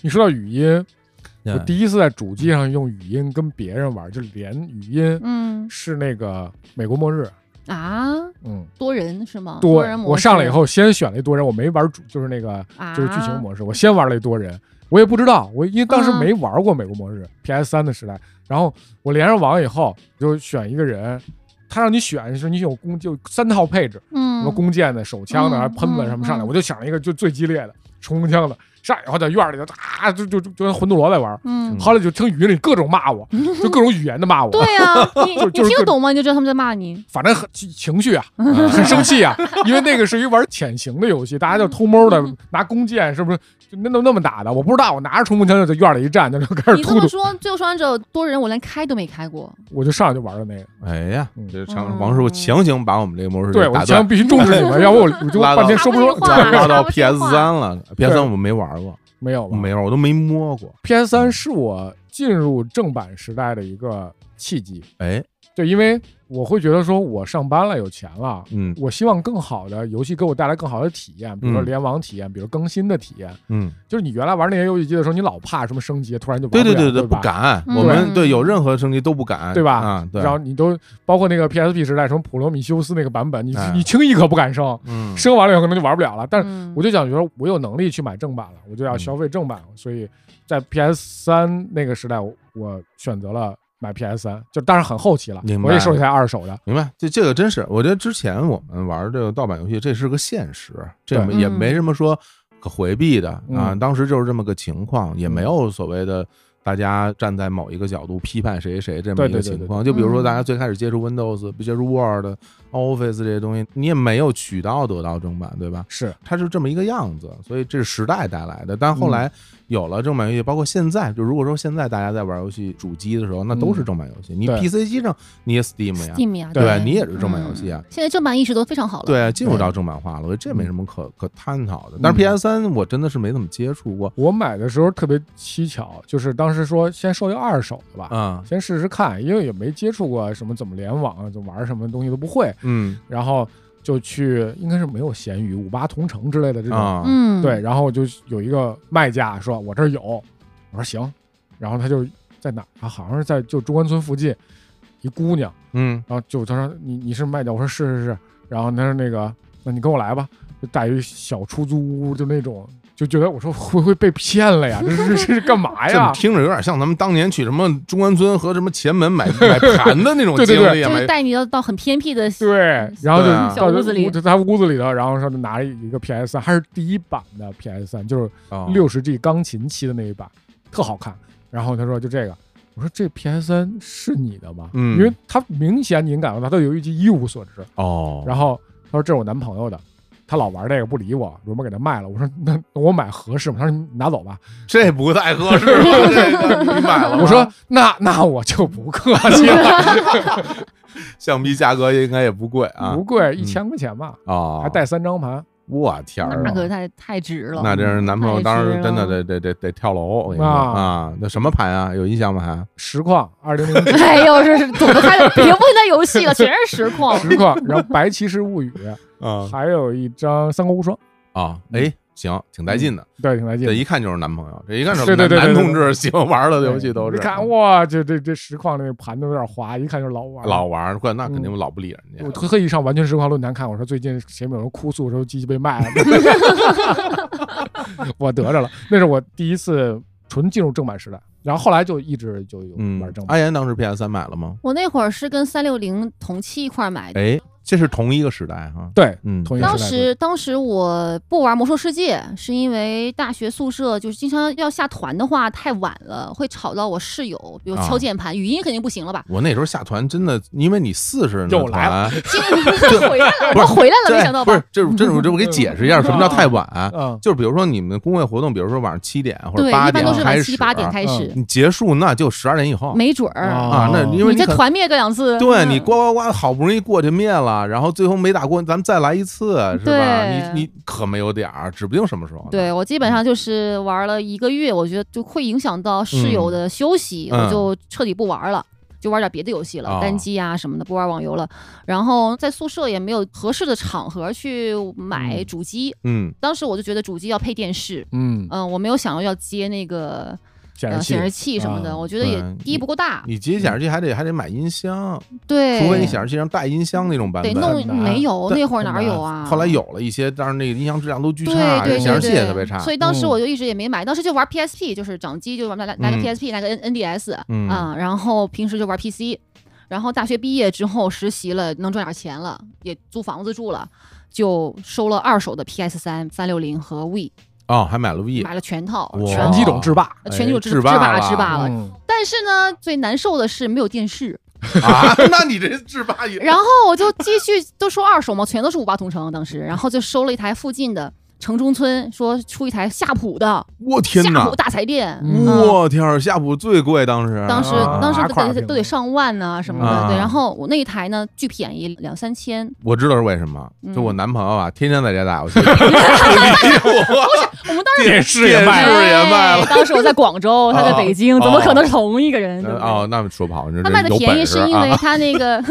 B: 你说到语音，我
A: 嗯
B: 第一次在主机上用语音跟别人玩，就连语音
C: 嗯
B: 是那个美国末日，
C: 啊，
B: 嗯，
C: 多人是吗？
B: 对
C: 多人模式
B: 我上来以后先选了一多人，我没玩主，就是那个
C: 啊，
B: 就是剧情模式，我先玩了一多人，我也不知道，我因为当时
C: 嗯
B: 没玩过美国末日，PS 三的时代，然后我连上网以后就选一个人。他让你选，说你有弓就三套配置，什
C: 嗯，
B: 么弓箭的、手枪的、
C: 嗯
B: 还喷子什么上来，
C: 嗯嗯
B: 我就想了一个就最激烈的冲锋枪的，上来以后在院里头啊，就就就就跟魂斗罗在玩，
C: 嗯，
B: 后来就听语音里各种骂 我，就各种语言的骂我，
C: 对 呀，你
B: 就就是
C: 你听
B: 各
C: 得懂吗？你就知道他们在骂你，
B: 反正很情情 绪啊，很生气啊，因为那个是一玩潜行的游戏，大家就偷摸的
C: 嗯
B: 拿弓箭，是不是？就那那那么打的，我不知道，我拿着冲锋枪就在院里一站，就就开始
C: 你这
B: 突
C: 么
B: 突，
C: 说，《最后生还者》多人我连开都没开过，
B: 我就上来就玩了那个。
A: 哎呀
B: 嗯，
A: 这常王师傅强行把我们这个模式
B: 对，
A: 给
B: 我
A: 打
B: 强
A: 断
B: 行，必须终止 你们，要不我我就
A: 拉倒
B: 半天说不出
C: 插不
A: 拉
C: 进话
A: 拉到
C: 插不进
A: PS
C: 话
A: 三了，PS
B: 对
A: 三我没玩过，
B: 没有吧？
A: 没玩，我都没摸过。
B: PS 三是我进入正版时代的一个契机，
A: 哎，
B: 对，因为我会觉得说我上班了，有钱了，
A: 嗯
B: 我希望更好的游戏给我带来更好的体验，比如说
A: 嗯
B: 联网体验，比如更新的体验。
A: 嗯，
B: 就是你原来玩那些游戏机的时候，你老怕什么升级，突然就玩
A: 对
B: 不
A: 对
B: 了
A: 对
B: 对，
A: 不。敢，我
C: 嗯
A: 们对有任何升级都不敢，
B: 对吧
A: 啊，对
B: 然，后你都包括那个 PSP 时代，什么普罗米修斯那个版本，你
A: 哎
B: 你轻易可不敢升，
A: 嗯，
B: 升完了以后可能就玩不了了。但是
C: 嗯
B: 我就想觉得我有能力去买正版了，我就
A: 嗯
B: 要消费正版，所以在 PS 三那个时代，我我选择了买 PS 三，就当然很后期了
A: 明，白
B: 我也收一台二手的。
A: 明白，这这个真是，我觉得之前我们玩这个盗版游戏，这是个现实，这
B: 对
A: 也
C: 嗯
A: 没什么说可回避的啊。
B: 嗯
A: 当时就是这么个情况，也
B: 嗯
A: 没有所谓的大家站在某一个角度批判谁谁这么
B: 对
A: 一个
B: 对对嗯
A: 情
B: 对
A: 况。就比如说
C: 嗯
A: 大家最开始接触 Windows、接触 Word、Office 这些东西，你也没有渠道得到正版，对吧？
B: 是，
A: 它是这么一个样子，所以这是时代带来的。但
B: 嗯
A: 后来有了正版游戏，包括现在，就如果说现在大家在玩游戏主机的时候，那都是正版游戏。你
B: 嗯对
A: PC 机上你也 Steam 呀。
C: ，Steam 呀，
A: 对你也是正版游戏啊
C: 啊嗯现在正版意识都非常好了，
A: 对，啊进入到正版化了，我觉得这没什么可可探讨的。但
B: 嗯
A: 是 PS 三我真的是没怎么接触过，
B: 我买的时候特别蹊跷，就是当时说先收一个二手的吧，
A: 啊，
B: 先试试看，因为也没接触过什么怎么联网啊，怎么玩什么东西都不会。
A: 嗯
B: 然后就去应该是没有闲鱼、五八同城之类的这种，
A: 啊，
C: 嗯，
B: 对，，然后我就有一个卖家说，我这儿有，我说行，然后他就在哪儿啊？好像是在就中关村附近，一姑娘，
A: 嗯
B: 然后就他说你你是卖家，我说是是是，然后他说那个那你跟我来吧，就带一小出租屋，就那种就觉得我说会不会被骗了呀？这是这是干嘛
A: 这
B: 哎呀？
A: 听着有点像咱们当年去什么中关村和什么前门买买盘的那种
B: 对
A: 经
B: 对
A: 历
B: 对
A: 啊，
C: 就是
A: 买
C: 带你到到很偏僻的，
B: 对，然后就
A: 对啊
B: 到
C: 小屋子里
B: 就在屋子里头，然后说就拿了一个 PS 三，还是第一版的 PS 三，就是
A: 啊
B: 六十 G 钢琴期的那一版，特好看。然后他说就这个，我说这 PS 三是你的吗？
A: 嗯
B: 因为他明显你能感到他对游戏机一无所知。
A: 哦，
B: 然后他说这是我男朋友的，他老玩这个不理我，我们给他卖了。我说那那我买合适吗？他说你拿走吧。
A: 这不太合 适吧，这你买
C: 啊
A: 了吧，啊
B: 我说那那我就不客气了，
A: 橡皮价格应该也不贵啊
B: 不贵，一千块钱吧，
A: 啊，
B: 嗯还带三张盘。
A: 我天儿
C: 那可
A: 啊！
C: 太太值了。
A: 那真是男朋友当时真的
C: 太值
A: 得得得得跳楼，我跟你说
B: 啊
A: 啊！那什么盘啊？有印象吗？还
B: 实况二零零七
C: 哎呦，这是躲不开的，别问他游戏了，全是实 况。
B: 实况，然后《白骑士物语》，
A: 啊
B: 还有一张《三国无双》，
A: 啊！
B: 嗯
A: 哎，行，挺带劲的，
B: 对，挺来劲
A: 这
B: 的。
A: 一看就是男朋友，这一看就是
B: 嗯对对对
A: 男
B: 对对
A: 男同志喜欢玩的游戏都是。啊
B: 你看哇，这这这实况那盘都有点滑，一看就是老玩。
A: 老玩儿，怪那肯定老不理人
B: 嗯我
A: 家。
B: 特意上完全实况论坛看，我说最近前面有人哭诉说机器被卖了， 我得着了。那是我第一次纯进入正版时代，然后后来就一直就有
A: 嗯
B: 玩正，版。
A: 阿岩当时 PS 三买了吗？
C: 我那会儿是跟三六零同期一块儿买的，
A: 哎，这是同一个时代哈。
B: 对，
A: 嗯，
B: 同一个
C: 当
B: 时代
C: 时当时我不玩魔兽世界，是因为大学宿舍就是经常要下团的话太晚了，会吵到我室友，比如
A: 啊
C: 敲键盘，语音肯定不行了吧
A: ？我那时候下团真的，因为你四十
B: 又来
A: 了，
C: 今回来了，我回来了，没想到
A: 不
C: 吧
A: 是？，这这我这我给解释一下，什么叫太晚？
B: 嗯，
A: 就是比如说你们工会活动，比如说晚上七点或者
C: 对，
A: 八
C: 一
A: 点
C: 般都是
A: 开
C: 晚
A: 始，啊
C: 七八点开始，
A: 你结束那就十二点以后
C: 没准儿。
A: 啊。
B: 哦
A: 那因为
C: 你这
A: 可能
C: 团灭个两次，
A: 对
C: 嗯
A: 你呱呱呱，好不容易过去灭了，然后最后没打过，咱们再来一 次，是吧？
C: 对
A: 你你可没有点儿，指不定什么时候呢。
C: 对我基本上就是玩了一个月，我觉得就会影响到室友的休息，
A: 嗯
C: 我就彻底不玩了。就玩点别的游戏了，
A: 啊
C: 单机啊什么的，不玩网游了。然后在宿舍也没有合适的场合去买
B: 嗯
C: 主机，
A: 嗯，
C: 当时我就觉得主机要配电视，
B: 嗯，
C: 嗯，我没有想要要接那个
B: 显
C: 呃
B: 示器
C: 显示器什么的，
B: 啊
C: 我觉得也
A: 对
C: 第一不够大，
A: 你接显示器还得还得买音箱，
C: 对，
A: 除非你显示器上带音箱那种版
C: 得
A: 本。
C: 弄
B: 很难
C: 没 有，
A: 对
C: 那会儿哪
B: 很难
C: 有啊？
A: 后来有了一些，但是那个音箱质量都巨
C: 对
A: 差，
C: 对对
A: 显示器也
C: 对
A: 啊特别差。
C: 所以当时
B: 嗯
C: 我就一直也没买，当时就玩 PSP，就是掌机，就玩拿拿个
A: 嗯
C: PSP，拿个 N NDS，
A: 嗯
C: 啊，然后平时就玩 PC，然后大学毕业之后实习了，能赚点钱了，也租房子住了，就收了二手的 PS 三、三六零和 V，
A: 哦，还买了 V，
C: 买了全套，
A: 哇
B: 全机董制霸
A: 哎
C: 全就制
A: 制
C: 制
A: 霸
C: 霸
A: 了
C: 制霸了。
B: 嗯，
C: 但是呢，最难受的是没有电视。
A: 啊，那你这制霸也
C: 然后我就继续都收二手嘛，全都是五八同城当时，然后就收了一台附近的城中村，说出一台夏普的，
A: 我天
C: 夏
A: 哪
C: 普！大彩电，
B: 嗯
A: 我天儿，夏普最贵当时，
C: 当时
B: 啊
C: 当时
B: 八
C: 都
B: 块
C: 得
B: 屏
C: 都得上万呐、什么
A: 啊
C: 的，对。然后我那一台呢，巨便宜，两三千。
A: 我知道是为什么，就
C: 嗯
A: 我男朋友啊，天天在家打 游戏， 不理我，
C: 我们当时
B: 电视也卖
A: 电视
B: 了，
A: 也卖了
C: 哎当时我在广州，他在北京，
A: 哦
C: 怎么可能是同一个人？对不
A: 呃
C: 对
A: 哦，那说不好，这
C: 他卖的
A: 有
C: 便宜
A: 本
C: 是
A: 事
C: 因为
A: 啊，
C: 他那个，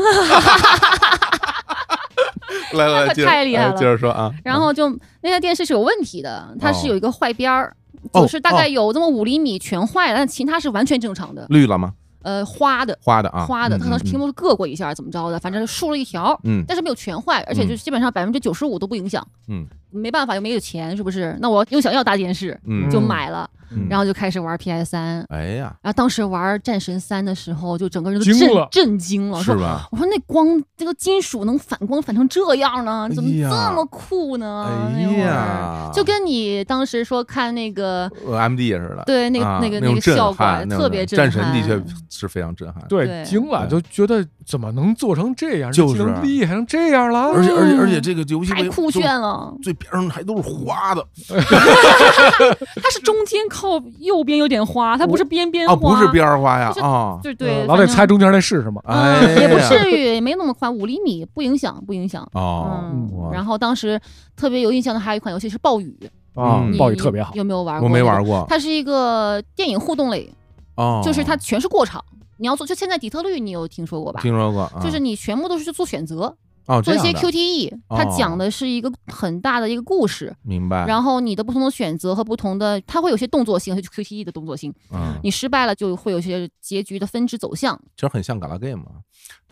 A: 来 来来，接着
C: 太厉害
A: 哎
C: 了
A: 接着说啊，
C: 然后就那台电视是有问题的，它是有一个坏边儿，
A: 哦
C: 就是大概有这么五厘米全坏了，但其他是完全正常的，
A: 绿了吗？
C: 呃，花的。
A: 花的啊，
C: 花的，
A: 嗯
C: 它可能是屏
A: 嗯
C: 幕是硌过一下，怎么着的，反正是竖了一条，
A: 嗯
C: 但是没有全坏，而且就是基本上百分之九十五都不影响。
A: 嗯，
C: 没办法，又没有钱，是不是？那我又想要大电视，
A: 嗯，
C: 就
B: 嗯
C: 买了，
A: 嗯
C: 然后就开始玩 PS 三。
A: 哎呀，
C: 然后当时玩《战神三》的时候，就整个人都
B: 惊
C: 震
B: 了
C: 震惊了，
A: 是
C: 说
A: 吧？
C: 我说那光这个金属能反光反成这样呢？怎么
A: 哎呀
C: 这么酷呢？
A: 哎
C: 那会儿
A: 呀，
C: 就跟你当时说看那个
A: 呃 MD 也似的，
C: 对那个
A: 啊
C: 那个
A: 那
C: 个
A: 种震
C: 效果
A: 撼，那种
C: 特别
A: 震撼
C: 震
A: 战
C: 撼。
A: 神的确是非常震撼，
B: 对，
C: 对
B: 惊了，
A: 对
B: 就觉得怎么能做成这样？
A: 就是
B: 技能厉害成这样了，
A: 而且而且而且这个游戏
C: 太
A: 为
C: 酷
A: 就
C: 炫了！
A: 最边上还都是花的
C: 它是中间靠右边有点花，它不是边边花，
A: 啊，不是边儿花呀
C: 就是
A: 啊，
C: 对
B: 嗯
C: 对，
B: 老
C: 反
B: 得
C: 正
B: 猜中间那是什么。
A: 哎
C: 嗯，也不
A: 呀
C: 至于，也没那么宽，五厘米不影响，不影响。
A: 哦，
C: 嗯
A: 哇，
C: 然后当时特别有印象的还有一款游戏是《暴雨
B: 啊
A: 嗯，》，
B: 暴雨
C: 你
B: 特别好。
C: 有没有玩过？
A: 我没玩。过
C: 它是一个电影互动类，
A: 哦，
C: 就是它全是过场，你要做。就现在底特律，你有听说过吧？
A: 听说过，啊
C: 就是你全部都是去做选择，
A: 哦，
C: 做
A: 这
C: 一些
A: 样的，
C: QTE，
A: 哦哎
C: 它讲的是一个很大的一个故事，
A: 明白。
C: 然后你的不同的选择和不同的，它会有些动作性，就 QTE E 的动作性，
A: 嗯，
C: 你失败了就会有些结局的分支走向。
A: 其实很像 g a l a game 嘛，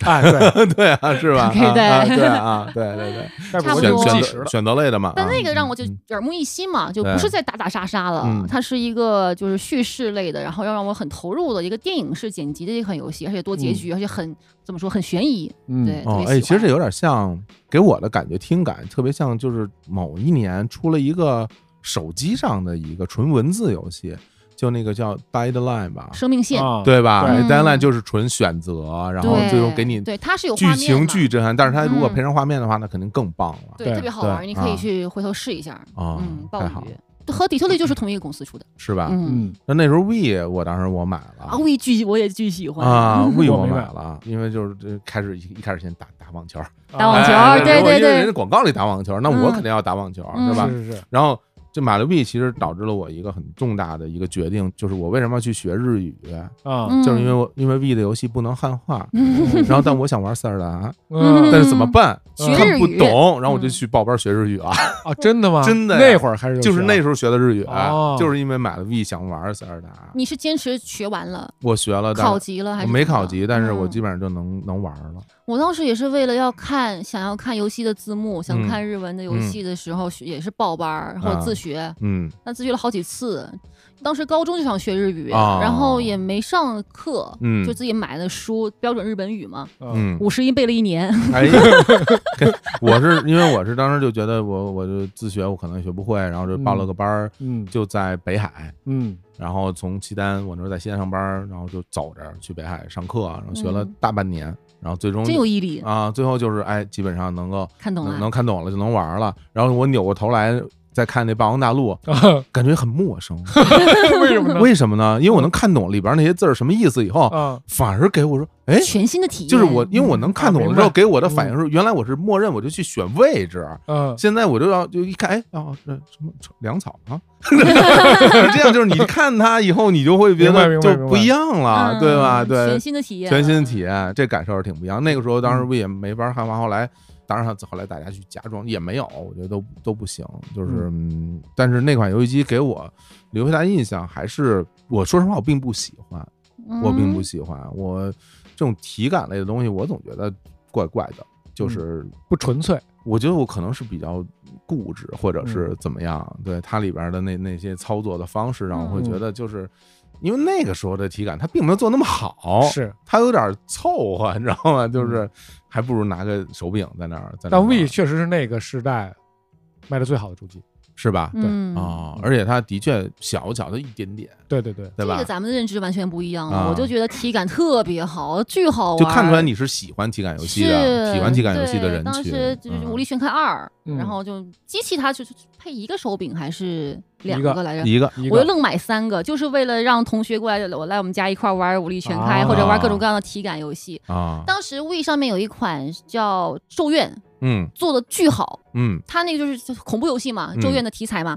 B: 哎，对，
A: 对啊，是 吧？
C: 对
A: 啊啊对啊，对对对，
B: 但
C: 差
B: 我
C: 不
A: 选
B: 就
C: 多
A: 选
B: 计时
A: 择
B: 了。
A: 选择类的嘛。
C: 但
A: 啊
C: 那个让我就
A: 嗯
C: 耳目一新嘛，就
A: 对
C: 不是在打打杀杀了
A: 嗯，
C: 它是一个就是叙事类的，然后要让我很投入的一个电影式剪辑的一款游戏，而且多结局，而且很怎么说很悬疑，
B: 嗯，
C: 对，特
A: 嗯哦
C: 别，
A: 哎，
C: 喜
A: 其实
C: 欢
A: 这有点像，给我的感觉听感特别像，就是某一年出了一个手机上的一个纯文字游戏，就那个叫 Deadline 吧，
C: 生命线，
B: 啊，
A: 对吧
B: 对
A: 哎？Deadline
C: 嗯
A: 就是纯选择，然后
C: 对，
A: 最终给你
C: 对，它是有
A: 剧
C: 画面
A: 情
C: 嘛
A: 巨震撼，但是它如果
C: 嗯
A: 配上画面的话，那肯定更棒了。
C: 对，
B: 对
C: 特别好
A: 对
C: 玩儿，你可
A: 啊
C: 以去回头试一下。
A: 啊
C: 嗯，，
A: 太
C: 暴
A: 好了，啊
C: 雨和底特律就是同一个公司出的。
A: 是吧？
C: 嗯，
B: 嗯，
A: 那那时候 We 我当时我买
C: 啊，
A: 了。
C: 我也巨我也巨喜欢
A: 啊
B: 嗯
A: ，We
B: 我
A: 我
B: 明白
A: 买了，因为就是这开始一一开始先打打网球，
B: 嗯啊
C: 打网球
A: 哎
C: 啊对
A: 我因
C: 对
A: 为
C: 对
A: 人家广告里打网球，那我
C: 嗯
A: 肯定要打网球，
C: 嗯
A: 是吧？
B: 是是是，
A: 然后这马六币其实导致了我一个很重大的一个决定，就是我为什么要去学日语，
B: 啊，
C: 嗯
A: 就是因为我因为 V 的游戏不能汉化，然后但我想玩塞尔达，
C: 嗯
A: 但是怎么办？
C: 学
A: 看
C: 日
A: 不
C: 语嗯
A: 懂，然后我就去报班学日语啊，
B: 啊，真的吗？
A: 真的呀
B: 那会儿开始
A: 就是啊那
B: 学
A: 时候学的日语，啊
B: 哦
A: 就是因为买了 V 想玩塞尔达，
C: 你是坚持学完了，
A: 我学了，但
C: 嗯考级了还
A: 呃我
C: 是
A: 没
C: 怎么
A: 考
C: 了
A: 级，但是我
C: 嗯
A: 基本上就能能玩了。
C: 我当时也是为了要看，想要看游戏的字幕，想
A: 嗯
C: 看日文的游
A: 嗯
C: 戏的时候，学也是报班儿，然后
A: 啊
C: 自学，
A: 嗯，
C: 但自学了好几次。当时高中就想学日语，
A: 哦
C: 然后也没上课，
A: 嗯
C: 就自己买的书，标准日本语嘛，
B: 啊
A: 嗯，
C: 五十音背了一年。
A: 哎呀， 跟我是因为我是当时就觉得我我就自学，我可能学不会，然后就报了个班儿，
B: 嗯
A: 就在北海，
B: 嗯
A: 然后从契丹，我那时候在西安上班，然后就走着去北海上课，然后学了
C: 嗯
A: 大半年，然后最终
C: 真有毅力，
A: 啊，最后就是哎，基本上能够
C: 看懂
A: 能
C: 了
A: 能。看懂了就能玩了。然后我扭过头来再看那《霸王大 陆》，
B: 啊，
A: 感觉很陌生，
B: 为什么呢？
A: 为什么呢？因为我能看懂里边那些字儿什么意思以
C: 哦
A: 后，
B: 啊，
A: 反而给我说，哎。
C: 全新的体验，
A: 就是我，因为我
C: 嗯
A: 能看懂了之
B: 啊
A: 后，
B: 明白
A: 给我的反应是，原来我是默认我就去选位置，啊
B: 嗯，
A: 现在我就要就一看，哎，哦，这什么粮草 啊？这样就是你看它以后，你就会觉
B: 明白
A: 得
B: 明白
A: 就
B: 明白
A: 不一样了，
C: 嗯
A: 啊对吧？
C: 全
A: 对，
C: 新的体验，
A: 全新体验，这感受是挺不一样。那个时候，当
B: 嗯
A: 时不也没法汉化，后来。当然，后来大家去加装也没有，我觉得都都不行。就是，嗯但是那款游戏机给我留下的印象还是，我说实话，我并不喜欢，
C: 嗯，
A: 我并不喜欢。我这种体感类的东西，我总觉得怪怪的，
C: 嗯
A: 就是
B: 不纯粹，
A: 我觉得我可能是比较固执，或者
C: 嗯
A: 是怎么样？对它里边的那那些操作的方式，让我会
B: 嗯
A: 觉得就是。因为那个时候的体感，它并没有做那么好，
B: 是。
A: 它有点凑合，你知道吗？
C: 嗯
A: 就是还不如拿个手柄在那儿，在那儿
B: 但 V
A: 玩
B: 确实是那个时代卖的最好的主机，
A: 是吧？啊、
C: 嗯，
A: 而且它的确小巧的一点点，
B: 对对对，
A: 对
C: 这
A: 吧？
C: 个咱们的认知完全不一样
A: 啊
C: 了，我就觉得体感特别好，巨好玩，
A: 就看出来你是喜欢体感游戏的，
C: 是
A: 喜欢体感游戏的
C: 对
A: 人群。
C: 当时就是《
A: 嗯
C: 武力全开二》
B: 嗯
C: 然后就机器它就是配一个手柄还是两
B: 一个
C: 来着？
A: 嗯一个
B: 一
C: 我就
B: 个
C: 愣买三个，就是为了让同学过来，我来我们家一块儿玩《武力全开》
B: 啊
C: 或者玩各种各样的体感游戏。
A: 啊，
C: 当时 We 上面有一款叫《咒怨》，
A: 嗯
C: 做的巨好，
A: 嗯，
C: 它那个就是就是恐怖游戏嘛，
A: 嗯
C: 《咒怨》的题材嘛，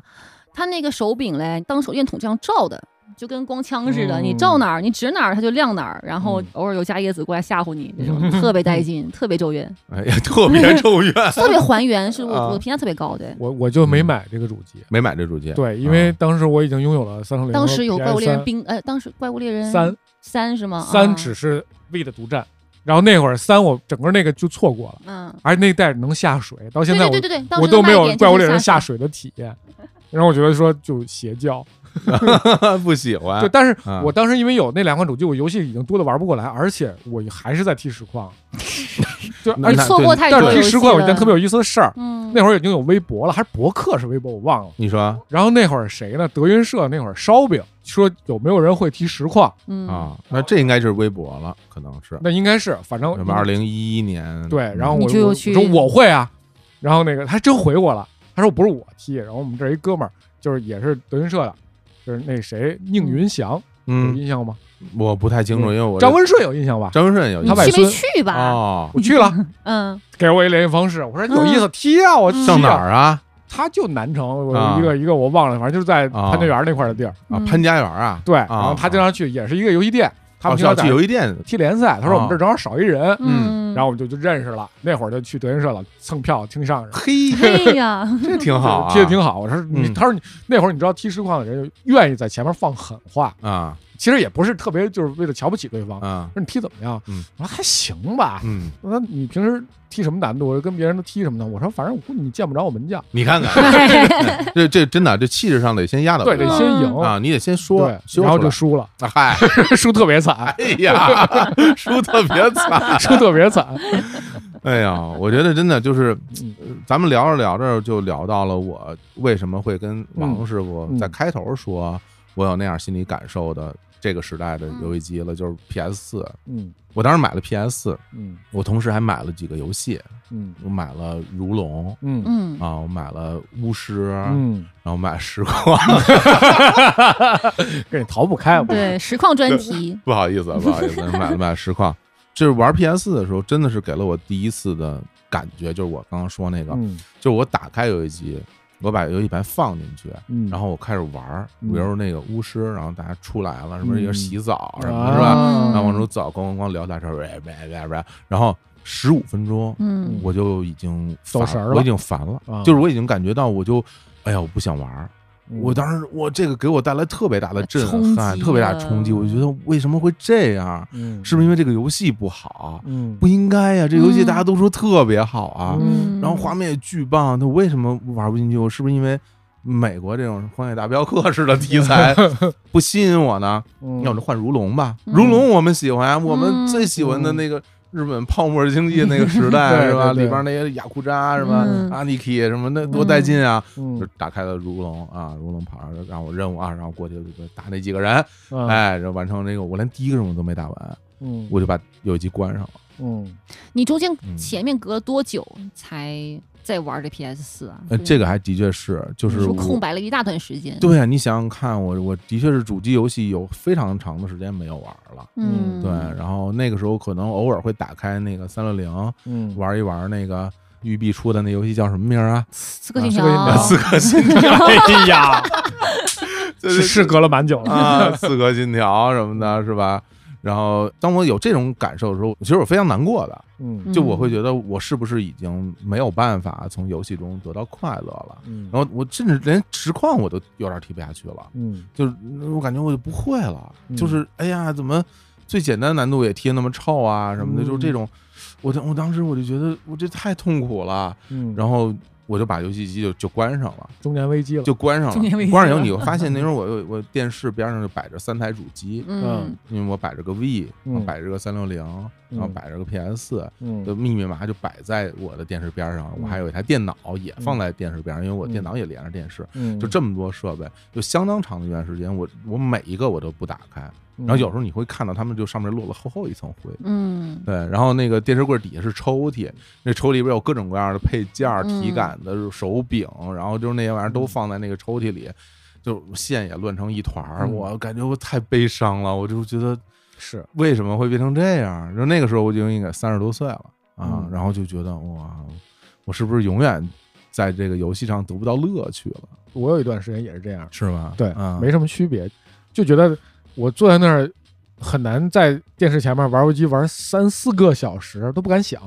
C: 它那个手柄嘞，当手电筒这样照的。就跟光枪似的，
B: 嗯
C: 你照哪儿，你指哪儿，它就亮哪儿。然后
B: 嗯
C: 偶尔有加椰子过来吓唬你，这种特别带劲，特别咒怨，
A: 哎呀，特别咒怨，
C: 特别还原，是我
A: 啊
C: 我的评价特别高的。
B: 我我就没买这个主机，
A: 没买这主机，
B: 对，因
A: 啊
B: 为当时我已经拥有了三六零，
C: 当时有怪物猎人冰，呃，当时怪物猎人
B: 三
C: 三是吗？
B: 三
C: 啊
B: 只是 V 的独占，然后那会儿三我整个那个就错过了，
C: 嗯，
B: 而且那代能下水，到现
C: 对
B: 在
C: 对
B: 我
C: 对对对，当时
B: 我都没
C: 的卖
B: 有
C: 点就是
B: 怪物猎人
C: 下
B: 下水的体验，然后我觉得说就邪教，
A: 啊， 不喜欢
B: 对，。但是
A: 啊
B: 我当时因为有那两款主机，我游戏已经多的玩不过来，而且我还是在踢 实况，就
A: 那
B: 而
C: 你
B: 且
A: 那
C: 错
A: 对
C: 过太
B: 哎但
C: 多
B: 是踢
C: 游戏
B: 实况有一件
C: 了
B: 特别有意思的事儿，
C: 嗯，
B: 那会儿已经有微博了，还是博客是微博，我忘了。
A: 你说啊
B: 然后那会儿谁呢？德云社那会儿烧饼说有没有人会踢实况？
C: 嗯，
A: 啊那这应该就是微博了，可能是
B: 那应该是，反正
A: 什么二零一一年
B: 对，然后我
C: 你就
B: 我我
C: 去
B: 说我会啊，然后那个他还真回我了，他说不是我踢，然后我们这儿一哥们儿就是也是德云社的，就是那谁宁云祥有
A: 嗯，
B: 印象吗？
A: 我不太清楚，因为我
B: 嗯张嗯文顺有印象吧？
A: 张文顺有
C: 你
B: 他买
C: 去没
B: 孙啊
C: 去吧？
A: 哦，
B: 我去了，
C: 嗯，
B: 给我一联系方式，我说有意思踢啊，我
C: 嗯
A: 上
B: 踢
A: 哪
B: 啊？
A: 儿啊？
B: 他就南城，
A: 啊
B: 我一个一个我忘了，反正就是在
A: 啊
B: 潘家园那块儿的地儿。
A: 啊，
C: 嗯
A: 潘家园啊，
B: 对，然后他经常去，也是一个游戏店，他
A: 哦
B: 们经常
A: 小
B: 打
A: 去游艺 啊店，
B: 踢联赛，他说我们这儿正好少一人，
A: 嗯
B: 然后我们就就认识了。那会儿就去德云社了，蹭票听相声，
A: 嘿，
C: 对哎呀，
A: 这挺好啊，
B: 踢的挺好。我说你，
A: 嗯
B: 他说你那会儿你知道踢实况的人愿意在前面放狠话，
A: 啊
B: 其实也不是特别就是为了瞧不起对方。
A: 啊，
B: 说你踢怎么样？
A: 嗯
B: 我说还行吧。
A: 嗯，
B: 我说你平时踢什么难度？我说跟别人都踢什么呢？我说反正我估计你见不着我门将，
A: 你看 看，这这真的，这气势上得先压倒
B: 对，
A: 对
B: 得先赢。
A: 啊，你得先说
B: 对，，
A: 修
B: 然后
A: 出
B: 就
A: 来
B: 输了，
A: 啊嗨，
B: 输特别惨，
A: 哎 呀，输特别惨，
B: 输特别惨。
A: 哎呀，我觉得真的就是
B: 嗯，
A: 呃咱们聊着聊着就聊到了我为什么会跟王师傅
B: 嗯
A: 在开头说我有那样心理感受的这个时代的游戏机了，就是 PS 四。
B: 嗯
A: 我当时买了 PS 四，
B: 嗯
A: 我同时还买了几个游戏，
B: 嗯
A: 我买了《如龙》
B: 嗯
C: 嗯，
A: 啊，我买了《巫师》，
B: 嗯，
A: 然后买了《实况》。
B: 跟你逃不开。我
C: 对，实况专题，
A: 不好意思，啊，不好 意思，买了买了实况。就是玩 PS 的时候，真的是给了我第一次的感觉，就是我刚刚说那个，
B: 嗯
A: 就是我打开游戏机，我把游戏盘放进去，
B: 嗯，
A: 然后我开始玩儿，比
B: 嗯
A: 如那个巫师，然后大家出来了，什么
B: 嗯
A: 一个洗澡什么的，
B: 啊
A: 是吧？
C: 嗯
A: 然后往出走，咣咣咣聊大天儿，喂喂喂喂然后十五分钟，
C: 嗯
A: 我就已经烦
B: 走神儿了
A: 我已经烦了
B: 啊，
A: 就是我已经感觉到，我就，哎呀，我不想玩儿。
B: 嗯
A: 我当时我这个给我带来特别大的震
C: 冲
A: 撼，
C: 击
A: 特别大的冲击。
C: 了
A: 我觉得为什么会这样？
B: 嗯
A: 是不是因为这个游戏不好？
B: 嗯
A: 不应该呀、这游戏大家
C: 嗯
A: 都说特别好啊。
C: 嗯
A: 然后画面也巨棒，那为什么玩不进去？我是不是因为美国这种《荒野大镖客》式的题材 不吸引我呢？
B: 嗯
A: 要不就换如龙吧，
C: 嗯
A: 如龙我们喜欢啊，我们
C: 嗯
A: 最喜欢的那个日本泡沫经济那个时代
B: 对
A: 是吧？
B: 对对
A: 里边那些雅库扎是吧
C: 嗯？
B: 啊
A: 阿尼基什么那多带劲啊！
B: 嗯
A: 就打开了如龙啊，如龙牌儿让我任务啊，然后过去就打那几个人，
B: 嗯
A: 哎，然后完成这个，我连第一个任务都没打完，
B: 嗯
A: 我就把游戏机关上了。
B: 嗯
C: 你中间
A: 嗯
C: 前面隔了多久才在玩这 PS 四啊？
A: 呃，这个还的确是，就是
C: 说
A: 我
C: 空白了一大段时间。，
A: 对啊，你想想看，我我的确是主机游戏有非常长的时间没有玩了。
C: 嗯，
A: 对，然后那个时候可能偶尔会打开那个三六零
B: 嗯，
A: 玩一玩那个育碧出的那游戏叫什么名儿啊？
C: 刺客信
B: 刺客
C: 条
A: 刺
B: 信条，
A: 客信
B: 哎呀，
A: 条
B: 是是隔了蛮久 了。
A: 啊，刺客信条什么的，是吧？然后当我有这种感受的时候，其实我非常难过的，
B: 嗯
A: 就我会觉得我是不是已经没有办法从游戏中得到快乐了？
B: 嗯
A: 然后我甚至连实况我都有点踢不下去了。
B: 嗯
A: 就是嗯我感觉我就不会了，
B: 嗯
A: 就是哎呀，怎么最简单难度也贴那么臭啊什么的，
B: 嗯
A: 就是这种，我当我当时我就觉得我这太痛苦了，
B: 嗯，
A: 然后我就把游戏机就就关上了，
B: 中年危机了。
A: 就关上
C: 中年危
A: 了。
C: 机
A: 关上以后
C: 了
A: 你会发现，那时候 我有我电视边上就摆着三台主机，
C: 嗯
A: 因为我摆着个 V，
B: 嗯
A: 然后摆着个三六零，然后
B: 嗯
A: 摆着个 PS 四。就
B: 嗯
A: 密密麻麻就摆在我的电视边上，我
B: 嗯
A: 还有一台电脑也放在电视边上，因为我电脑也连着电视，
B: 嗯，
A: 就这么多设备，就相当长的一段时间，我我每一个我都不打开，
B: 嗯。
A: 然后有时候你会看到他们就上面落了厚厚一层灰。
C: 嗯，
A: 对，然后那个电视柜底下是抽屉，那抽屉里边有各种各样的配件儿、
C: 嗯
A: 体感的手柄，然后就是那些玩意儿都放在那个抽屉里，就线也乱成一团儿。
B: 嗯
A: 我感觉我太悲伤了，我就觉得
B: 是
A: 为什么会变成这样？就那个时候我就应该三十多岁了啊，
B: 嗯
A: 然后就觉得哇，我是不是永远在这个游戏上得不到乐趣了？
B: 我有一段时间也是这样，
A: 是吗？
B: 对，
A: 啊，
B: 没什么区别，就觉得我坐在那儿很难在电视前面玩游戏机玩三四个小时都不敢想。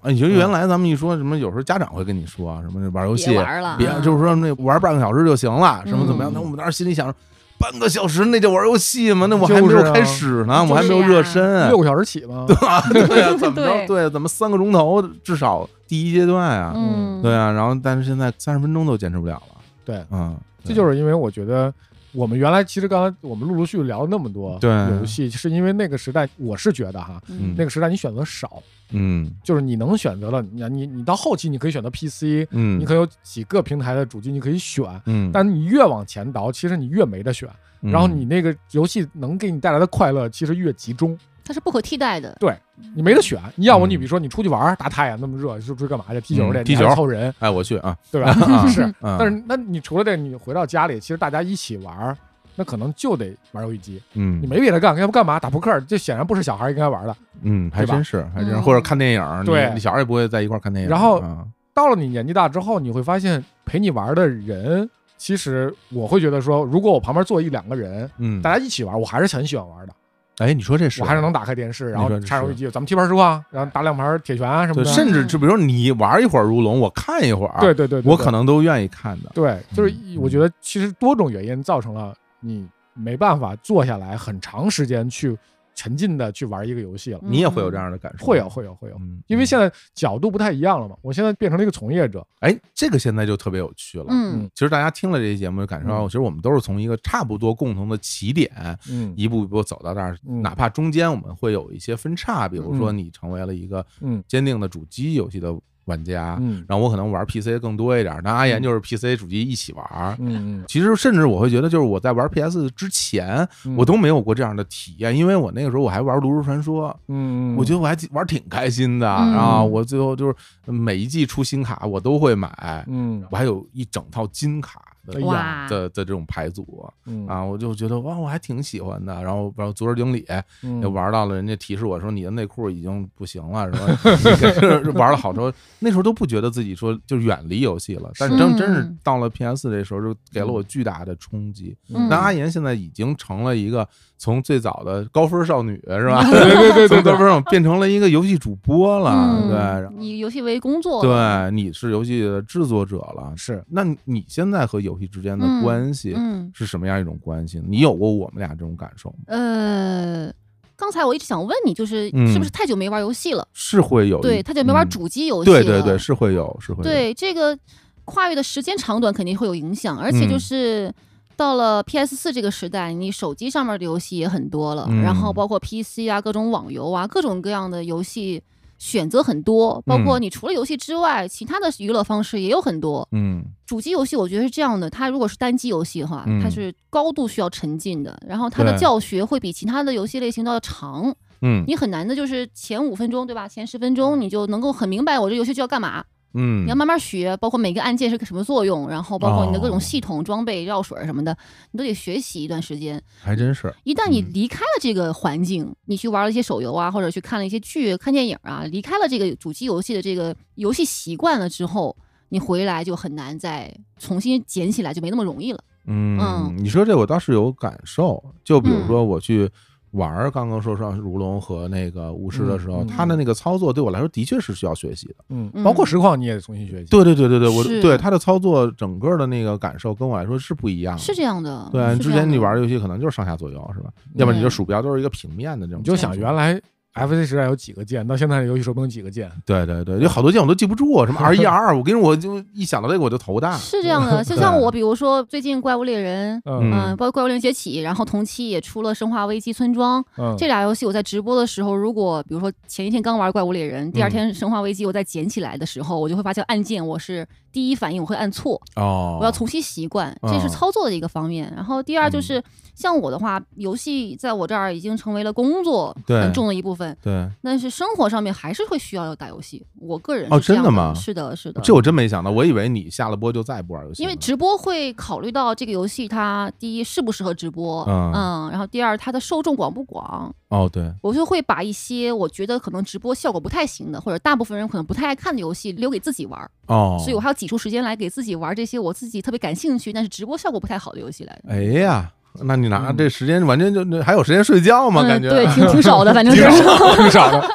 A: 啊，你觉得
B: 嗯
A: 原来咱们一说什么，有时候家长会跟你说啊什么玩游戏
C: 别，玩了，
A: 别
C: 啊
A: 就是说那玩半个小时就行了，什么怎么样？
B: 嗯
A: 那我们当时心里想着，半个小时那叫玩游戏吗？那我还
B: 就
A: 没
B: 是
A: 有
B: 啊
A: 开始呢，
C: 就是啊
A: 我还没有热身，
B: 六个小时起嘛，
A: 啊，对啊，怎么着？
C: 对
A: 对，怎么三个钟头至少第一阶段啊？
C: 嗯，
A: 对啊，然后但是现在三十分钟都坚持不了了，
B: 对，
A: 嗯，
B: 这就是因为我觉得我们原来其实刚才我们陆陆续续聊了那么多
A: 对
B: 游戏，是因为那个时代，我是觉得哈，
A: 嗯
B: 那个时代你选择少，
A: 嗯
B: 就是你能选择了，你你你到后期你可以选择 PC，
A: 嗯，
B: 你可能有几个平台的主机你可以选，
A: 嗯，
B: 但你越往前倒，其实你越没得选，
A: 嗯
B: 然后你那个游戏能给你带来的快乐其实越集中。
C: 它是不可替代的，
B: 对你没得选，你要不你
A: 嗯
B: 比如说你出去玩儿，大太阳那么热，就出去干嘛去？踢球去，
A: 嗯踢
B: 你还
A: 球
B: 凑人，
A: 哎，我去 啊，
B: 对吧？
A: 啊
B: 是，
A: 但
B: 但是那你除了这，你回到家里，其实大家一起玩儿，那可能就得玩游戏机，
A: 嗯
B: 你没别的干，要不干嘛？打扑克，这显然不是小孩儿应该玩的。
A: 嗯，还
B: 对吧
A: 真是还真是，
C: 嗯
A: 或者看电影，你
B: 对
A: 你小孩也不会在一块儿看电影，
B: 然后
A: 啊
B: 到了你年纪大之后，你会发现陪你玩儿的人，其实我会觉得说，如果我旁边坐一两个人，
A: 嗯，
B: 大家一起玩儿，我还是很喜欢玩儿的。
A: 哎，你说这是
B: 我还是能打开电视，然后
A: 你说这
B: 插上
A: 是
B: 游戏机，咱们踢盘书啊，然后打两盘铁拳啊什么
A: 对，
B: 的。
A: 甚至就比如你玩一会儿如龙，我看一会儿，啊
B: 对对对，对
A: 我
B: 对
A: 可能都愿意看的。嗯
B: 对，就是一我觉得其实多种原因造成了你没办法坐下来很长时间去沉浸的去玩一个游戏了。
A: 你也会有这样的感受，
B: 嗯会有，会有，会有，
A: 嗯，
B: 因为现
A: 在
B: 在角度不太一样了嘛。我现在变成了一个从业者，
A: 哎，这个现在就特别有趣了。
C: 嗯
A: 其实大家听了这期节目，感受到，
B: 嗯
A: 其实我们都是从一个差不多共同的起点，
B: 嗯
A: 一步一步走到这儿，
B: 嗯
A: 哪怕中间我们会有一些分叉，比如说你成为了一个
B: 嗯
A: 坚定的主机游戏的玩家，
B: 嗯
A: 然后我可能玩 PC 更多一点，那阿岩就是 PC 主机一起玩。
B: 嗯
A: 其实，甚至我会觉得，就是我在玩 PS 之前，
B: 嗯，
A: 我都没有过这样的体验，因为我那个时候我还玩《炉石传说》，
B: 嗯，嗯
A: 我觉得我还玩挺开心的
C: 嗯
A: 啊！我最后就是每一季出新卡我都会买，
B: 嗯
A: 我还有一整套金卡的
B: 哎呀
C: 哇，
A: 的的这种牌组
B: 嗯
A: 啊，我就觉得哇，我还挺喜欢的。然后，然后足球经理
B: 嗯
A: 也玩到了，人家提示我说你的内裤已经不行了，什 么玩了好多，那时候都不觉得自己说就远离游戏了，但
B: 是
A: 真真是
C: 嗯
A: 到了 PS 这时候，就给了我巨大的冲击。
C: 嗯
A: 那阿岩现在已经成了一个从最早的高分少女是吧？
B: 对对对
A: 从
B: 对
A: 高
B: 对，
A: 分上变成了一个游戏主播了，
C: 嗯
A: 对然后，
C: 以游戏为工作，，
A: 对，你是游戏的制作者了。
B: 是
A: 那你现在和游戏之间的
C: 嗯
A: 关系
C: 嗯，
A: 是什么样一种关系呢？你有过我们俩这种感受吗？
C: 呃，刚才我一直想问你，就是
A: 嗯
C: 是不是太久没玩游戏了？
A: 是会有一，
C: 对，太久没玩
A: 嗯
C: 主机游戏了，
A: 对对对，是会有，是会有。
C: 对这个跨越的时间长短肯定会有影响，而且
A: 嗯
C: 就是到了 PS 四这个时代，你手机上面的游戏也很多了，
A: 嗯
C: 然后包括 PC 啊，各种网游啊，各种各样的游戏选择很多，包括
A: 嗯
C: 你除了游戏之外，其他的娱乐方式也有很多。
A: 嗯
C: 主机游戏我觉得是这样的，它如果是单机游戏的话，
A: 嗯
C: 它是高度需要沉浸的，然后它的
A: 对
C: 教学会比其他的游戏类型都要长，
A: 嗯
C: 你很难的就是前五分钟对吧，前十分钟你就能够很明白我这游戏就要干嘛。
A: 嗯，
C: 你要慢慢学，包括每个按键是个什么作用，然后包括你的各
A: 哦
C: 种系统、装备、药水什么的，你都得学习一段时间。
A: 还真是，
C: 一旦你
A: 嗯
C: 离开了这个环境，你去玩了一些手游啊，或者去看了一些剧、看电影啊，离开了这个主机游戏的这个游戏习惯了之后，你回来就很难再重新捡起来，就没那么容易了。
A: 嗯
C: 嗯，
A: 你说这我倒是有感受，就比如
C: 嗯
A: 说我去。玩儿刚刚说上如龙和那个巫师的时候，
B: 嗯嗯
A: 他的那个操作对我来说的确是需要学习的。
B: 嗯，
C: 嗯
B: 包括实况你也重新学习，
A: 对对对对对，我
C: 是
A: 对他的操作整个的那个感受跟我来说是不一样的。
C: 是这样的，
A: 哦
C: 嗯
A: 对，啊
C: 是
A: 之
C: 这样
A: 前你
C: 的
A: 玩游戏可能就是上下左右是吧？要不然你就鼠标都是一个平面的这种
B: 你
A: 操作。
B: 就想原来 FC 时代有几个键，到现在的游戏手柄有几个键，
A: 对对对，有好多键我都记不住，什 么 R 一 R，我跟你说我就一想到这个我就头大。
C: 是这 样的，就像我，比如说最近《怪物猎人》。
B: 嗯
A: 嗯
C: 嗯，包括《怪物猎人崛起》，然后同期也出了《生化危机：村庄》，
B: 嗯，
C: 这俩游戏我在直播的时候，如果比如说前一天刚玩《怪物猎人》，第二
A: 嗯
C: 天《生化危机》，我再捡起来的时候，我就会发现按键我是第一反应我会按错，
A: 哦，嗯
C: 我要重新习惯，这是操作的一个方面。然后第二就是像我的话，游戏在我这儿已经成为了工作
A: 对
C: 很重的一部分，
A: 对，
C: 但是生活上面还是会需要打游戏。我个人
A: 哦
C: 是这样
A: 真的吗
C: 是的，是的。
A: 这我真没想到，我以为你下了播就再也不玩游戏
C: 因
A: 了，
C: 为直播会考虑到这个游戏它第一适不适合直播，
A: 嗯
C: 嗯，然后第二它的受众广不广，
A: 哦对，
C: 我就会把一些我觉得可能直播效果不太行的，或者大部分人可能不太爱看的游戏留给自己玩儿，
A: 哦，
C: 所以我还要挤出时间来给自己玩这些我自己特别感兴趣，但是直播效果不太好的游戏来。
A: 哎呀，那你拿这时间完全就那还有时间睡觉吗？感觉啊
C: 嗯、对，挺挺少的，反正
B: 挺
C: 就是。
B: 少挺少的。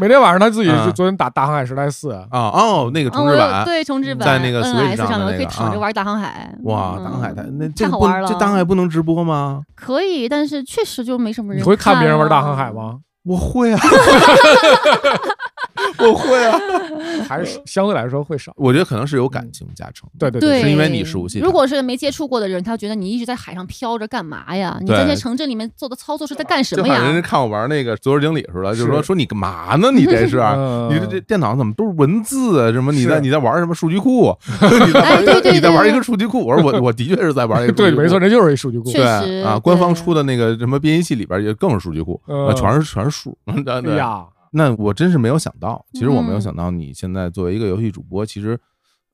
B: 每天晚上他自己
A: 嗯
B: 就昨天打《大航海时代四》，
A: 啊哦，那个
C: 嗯，
A: 重
C: 我
A: 置
C: 有
A: 版，
C: 对重置版
A: 在那个 Switch 上的
C: NS 上面，我
A: 那
C: 可以
A: 个
C: 躺着
A: 啊
C: 玩大航海。
A: 哇，
C: 嗯
A: 大航海太那这
C: 太
A: 个
C: 好
A: 不
C: 玩
A: 能
C: 了。啊
A: 这大航海不能直播吗？
C: 可以，但是确实就没什么人。
B: 你会看别人玩《大航海》
C: 吗？
B: 吗？
A: 我会 啊，我会啊，
B: 还是相对来说会少？
A: 我觉得可能是有感情加成，
B: 对对
C: 嗯对，
A: 是因为你熟悉它
C: 如果是没接触过的人，他觉得你一直在海上漂着干嘛呀？你在
A: 对
C: 这城镇里面做的操作是在干什
A: 就
C: 么
A: 好像人
C: 呀？
A: 家看我玩那个足球经理似的，就是说说你干嘛呢？你这是。啊
B: 嗯
A: 你这这电脑怎么都是文字啊？什么？你
B: 是
A: 在你在玩什么数据库？啊 你在玩一个
C: 哎对对对
A: 你在玩一个数据库。我说我我的确是在 玩一个数
B: 嗯对，
A: 据库。
B: 没错，这就是一数据库。
C: 确实
A: 对啊，
C: 对
A: 官方出的那个什么编译器里边也更是数据库，
B: 嗯
A: 啊全是全是数。 对
B: 哎
A: 对
B: 呀，
A: 那我真是没有想到，其实我没有
C: 嗯
A: 想到你现在作为一个游戏主播，其实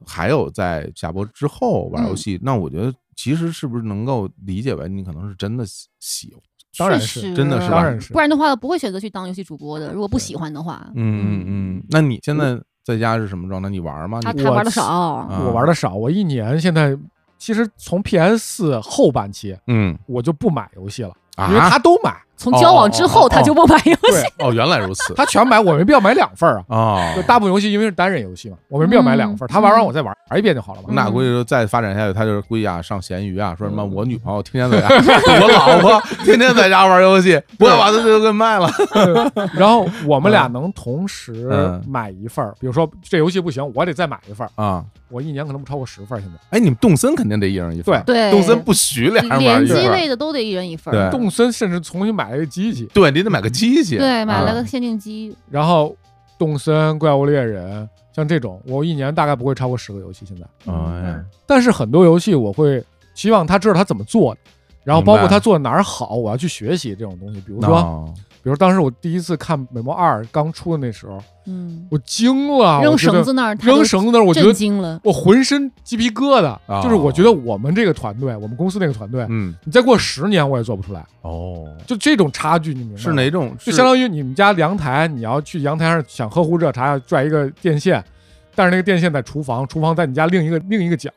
A: 还有在下播之后玩
C: 嗯
A: 游戏。那我觉得其实是不是能够理解为你可能是真的喜喜欢？
B: 当然
C: 确
B: 是
C: 实
A: 真的是吧
B: 当然是
C: 不。然的话不会选择去当游戏主播的。如果不喜欢的话，
A: 嗯嗯嗯。那你现在在家是什么状态？你玩吗？
C: 他
A: 你
C: 他
B: 我
C: 玩的少，
A: 啊
B: 我玩的少，我一年现在其实从 PS 四后半期
A: 嗯
B: 我就不买游戏了，因为
A: 啊，
B: 他都买，
C: 从交往之后
A: 哦哦哦哦
C: 他就不买游 戏，
B: 对
A: 哦，原来如此
B: 他全买，我没必要买两份儿啊。
A: 啊
B: 就。大部分游戏因为是单人游戏嘛，我没必要买两份儿，
C: 嗯
B: 他玩完我再玩玩一遍就好了嘛。
A: 那
C: 嗯
A: 估计说再发展下去，他就是估计啊上闲鱼啊，说什么我女朋友天天 在家，我老婆天天在家玩游戏， 我要把她都给卖了。
B: 然后我们俩能同时
A: 嗯
B: 买一份儿，比如说这游戏不行，我得再买一份儿，
A: 啊，
B: 我一年可能不超过十份儿。现在
A: 哎，你们动森肯定得一人一份儿，
C: 对，
A: 动森不许俩人玩
C: 联
A: 一
C: 机
A: 份儿，
C: 类的都得一人一份儿。
A: 对
B: 动森甚至重新买了一个机器，
A: 对你得买个机器，
C: 对，买了
A: 啊
C: 个限定机，
B: 然后动森、怪物猎人像这种，我一年大概不会超过十个游戏现在。
C: 哦
A: 哎呀，
B: 但是很多游戏我会希望他知道他怎么做的，然后包
A: 明
B: 括
A: 白
B: 他做的哪儿好，我要去学习这种东西。比如说，
A: 哦
B: 比如当时我第一次看《美貌二》刚出的那时候，
C: 嗯，
B: 我惊
A: 啊
B: 了，
C: 扔
B: 我觉得
C: 绳子那儿，他
B: 扔
C: 都
B: 绳子那儿，我觉
C: 震
B: 得
C: 惊了，
B: 我浑身鸡皮疙瘩。
A: 哦
B: 就是我觉得我们这个团队，我们公司那个团队，
A: 嗯，
B: 你再过十年我也做不出来，
A: 哦，
B: 就这种差距，你明白吗？
A: 是哪种？
B: 就相当于你们家阳台，你要去阳台上想喝壶热茶，要拽一个电线，但是那个电线在厨房，厨房在你家另一个另一个角，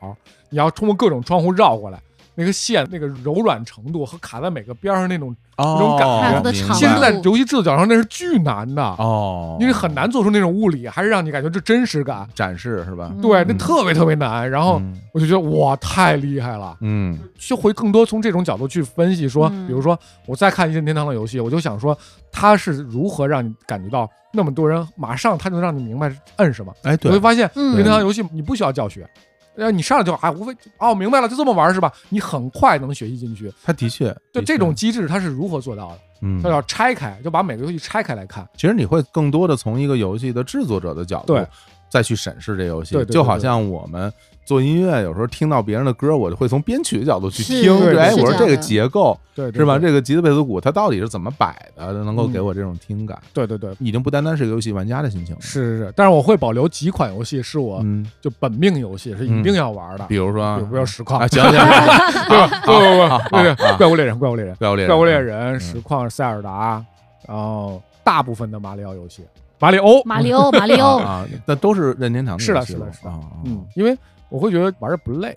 B: 你要通过各种窗户绕过来，那个线那个柔软程度和卡在每个边上那种，
A: 那
B: 种感觉
C: 看它的
A: 啊
C: 长
B: 其实，在
C: 度
B: 游戏制作角上那是巨难的，
A: 哦，
B: 因为很难做出那种物理，还是让你感觉这真实感，
A: 展示是吧？
B: 对，
C: 嗯
B: 那特别特别难。然后我就觉得哇，太厉害了。
A: 嗯，
B: 就会更多从这种角度去分析说，
C: 嗯
B: 比如说我再看《一任天堂》的游戏，我就想说它是如何让你感觉到那么多人马上他就能让你明白摁什么。
A: 哎，
B: 你会
A: 对，
B: 发现《
C: 嗯
B: 任天堂》游戏你不需要教学，然后你上来就啊，无非哦明白了就这么玩是吧？你很快能学习进去。
A: 他的确，
B: 就
A: 的
B: 这
A: 确
B: 种，机制它是如何做到的？
A: 嗯
B: 它，要拆开，就把每个游戏拆开来看。
A: 其实你会更多的从一个游戏的制作者的角度
B: 对
A: 再去审视这游戏
B: 对，对对
A: 就好像我们。做音乐有时候听到别人的歌，我就会从编曲角度去听，
C: 是
A: 对哎，
B: 是
A: 我说
C: 这样
A: 这个
C: 的
A: 结构
B: 对，对
A: 是吧？
B: 对
A: 这个吉他贝斯鼓它到底是怎么摆的，能够给我这种听感，
B: 对对对，
A: 已经不单单是一个游戏玩家的心情了。
B: 是是是。但是我会保留几款游戏是我
A: 嗯，
B: 就本命游戏，是一定要玩的，
A: 比
B: 比
A: 如说，
B: 如说实况
A: 啊，，行行 行，
B: 对吧？不不不，
A: 好
B: 对
A: 好
B: 对，怪物猎人，怪物猎人。
A: 怪物猎人，
B: 怪物猎
A: 嗯
B: 人、实况、塞尔达，然后大部分的马里奥游戏，马里欧，
C: 马 里奥，马里
A: 啊
C: 奥，
A: 啊，那都是任天堂的
B: 是的
A: 游戏
B: 是的
A: 了
B: 是的
A: 啊啊，
B: 嗯，因为我会觉得玩的不累。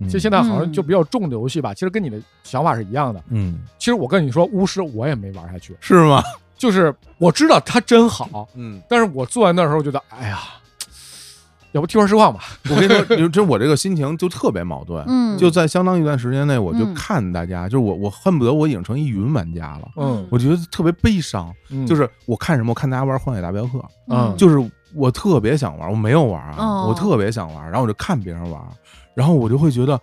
A: 嗯
B: 其实现在好像
C: 嗯
B: 就比较重的游戏吧，其实跟你的想法是一样的。
A: 嗯，
B: 其实我跟你说，巫师我也没玩下去，
A: 是吗？
B: 就是我知道它真好，
A: 嗯，
B: 但是我做完那时候觉得，哎呀，要不替换实况吧？
A: 我跟你说，就就我这个心情就特别矛盾，
C: 嗯，
A: 就在相当一段时间内，我就
C: 嗯
A: 看大家，就是我我恨不得我已经成一云玩家了，
B: 嗯
A: 我觉得特别悲伤，
B: 嗯，
A: 就是我看什么，我看大家玩《荒野大镖客》，
B: 嗯
A: 就是我特别想玩，我没有玩啊，
C: 哦
A: 我特别想玩，然后我就看别人玩，然后我就会觉得，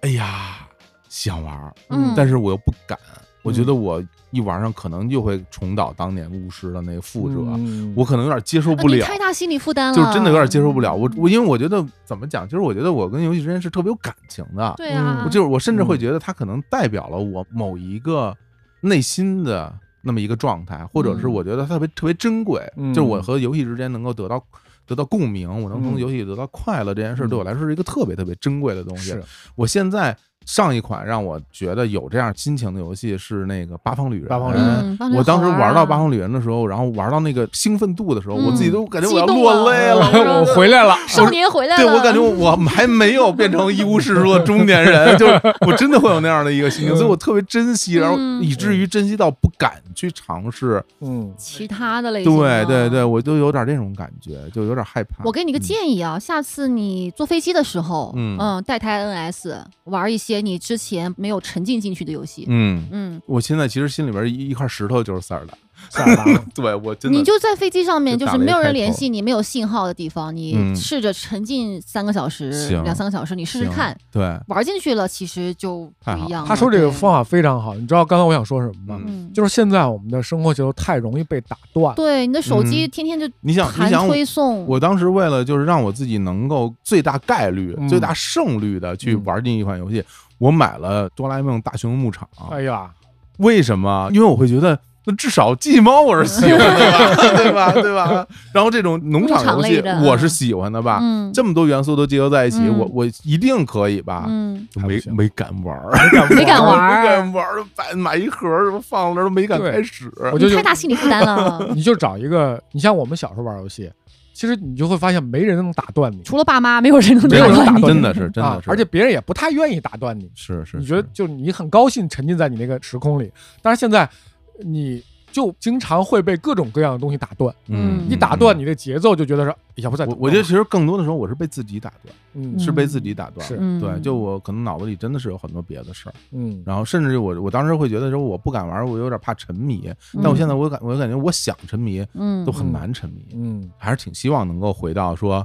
A: 哎呀，想玩，
C: 嗯
A: 但是我又不敢，我觉得我一玩上可能就会重蹈当年巫师的那个覆辙，
B: 嗯
A: 我可能有点接受
C: 啊
A: 不
C: 你
A: 了。
C: 太大心理负担了，啊
A: 就是真的有点接受不了，我我因为我觉得怎么讲，就是我觉得我跟游戏之间是特别有感情的，
C: 对啊，
A: 我就是我甚至
B: 嗯
A: 会觉得它可能代表了我某一个内心的那么一个状态，或者是
C: 嗯
A: 我觉得它特别特别珍贵，
B: 嗯
A: 就是我和游戏之间能够得到得到共鸣，我能从
B: 嗯
A: 游戏里得到快乐这件事，
B: 嗯
A: 对我来说是一个特别特别珍贵的东西
B: 是。
A: 我现在上一款让我觉得有这样心情的游戏是那个《八方旅人》，
B: 八方旅人
C: 嗯，帮着
A: 我当时
C: 好
A: 玩到《八
C: 啊
A: 方旅人》的时候，然后玩到那个兴奋度的时候，
C: 嗯
A: 我自己都感觉
C: 激
A: 我要
C: 动
A: 落
C: 了嗯
A: 泪了。
B: 我回来了，
C: 少年回来了，
A: 对我感觉 我还没有变成一无是处的中年人，就是我真的会有那样的一个心情，所以我特别珍惜，然后
C: 嗯
A: 以至于珍惜到不敢去尝试。
B: 嗯
C: 其他的类型
A: 对
C: 啊，
A: 对对，我都有点这种感觉，就有点害怕。
C: 我给你个建议啊，下次你坐飞机的时候，
A: 嗯
C: 带台 NS 玩一些你之前没有沉浸进去的游戏，
A: 嗯，
C: 嗯，
A: 我现在其实心里边一一块石头就是塞尔达，
B: 塞 尔达嘛，
A: 对我真的
C: 你就在飞机上面，
A: 就
C: 就
A: 打
C: 是
A: 了一
C: 没有
A: 开
C: 人联
A: 头
C: 系你、没有信号的地方，
A: 嗯
C: 你试着沉浸三个小时、
A: 行
C: 两三个小时，你试试
A: 行
C: 看，
A: 对，
C: 玩进去了，其实就不
A: 太好
C: 一样了。
B: 他说这个
C: 对
B: 方，法非常好，你知道刚才我想说什么吗？
C: 嗯，
B: 就是现在我们的生活节奏太容易被打断，
C: 对，你的手机
A: 嗯
C: 天天就
A: 你想你
C: 弹
A: 想我
C: 推送，
A: 我当时为了就是让我自己能够最大概率、
B: 嗯
A: 最大胜率的
C: 嗯
A: 去玩进一款游戏，我买了《哆啦 A 梦大雄牧场》
C: 哦
B: 哎呀，
A: 为什么？因为我会觉得。那至少记猫我是喜欢的吧，对吧？对吧？然后这种农场游
C: 牧场
A: 戏
C: 类的
A: 我是喜欢的吧？
C: 嗯，
A: 这么多元素都结合在一起，
C: 嗯
A: 我我一定可以吧？
C: 嗯，
A: 就没
B: 还不行
A: 没敢玩儿，
C: 没敢玩
A: 没
C: 儿，
A: 敢玩儿，买买一盒儿放那儿都没敢
B: 对
A: 开始。
B: 我就
C: 你
B: 就。
C: 太大心理负担了
B: 你就找一个，你像我们小时候玩游戏，其实你就会发现没人能打断你，
C: 除了爸妈，没有人能
B: 没有人
C: 打
B: 打
C: 断
B: 断
A: 真
C: 你。
A: 的是真的
B: 啊，
A: 是，
B: 而且别人也不太愿意打断你。
A: 是是，
B: 你觉得
A: 是
B: 就你很高兴沉浸在你那个时空里，但是现在你就经常会被各种各样的东西打断，
C: 嗯
B: 一打断你的节奏就觉得说，哎呀，不再
A: 我
B: 等
A: 我
B: 了
A: 觉得其实更多的时候我是被自己打断，
B: 嗯
A: 是被自己打断
B: 是
A: 了。
C: 嗯，
A: 对，就我可能脑子里真的是有很多别的事儿，
B: 嗯
A: 然后甚至我我当时会觉得说我不敢玩，我有点怕沉迷。但
B: 嗯
A: 我现在我感我感觉我想沉迷
C: 嗯
A: 都很难沉迷，
B: 嗯
A: 还是挺希望能够回到说，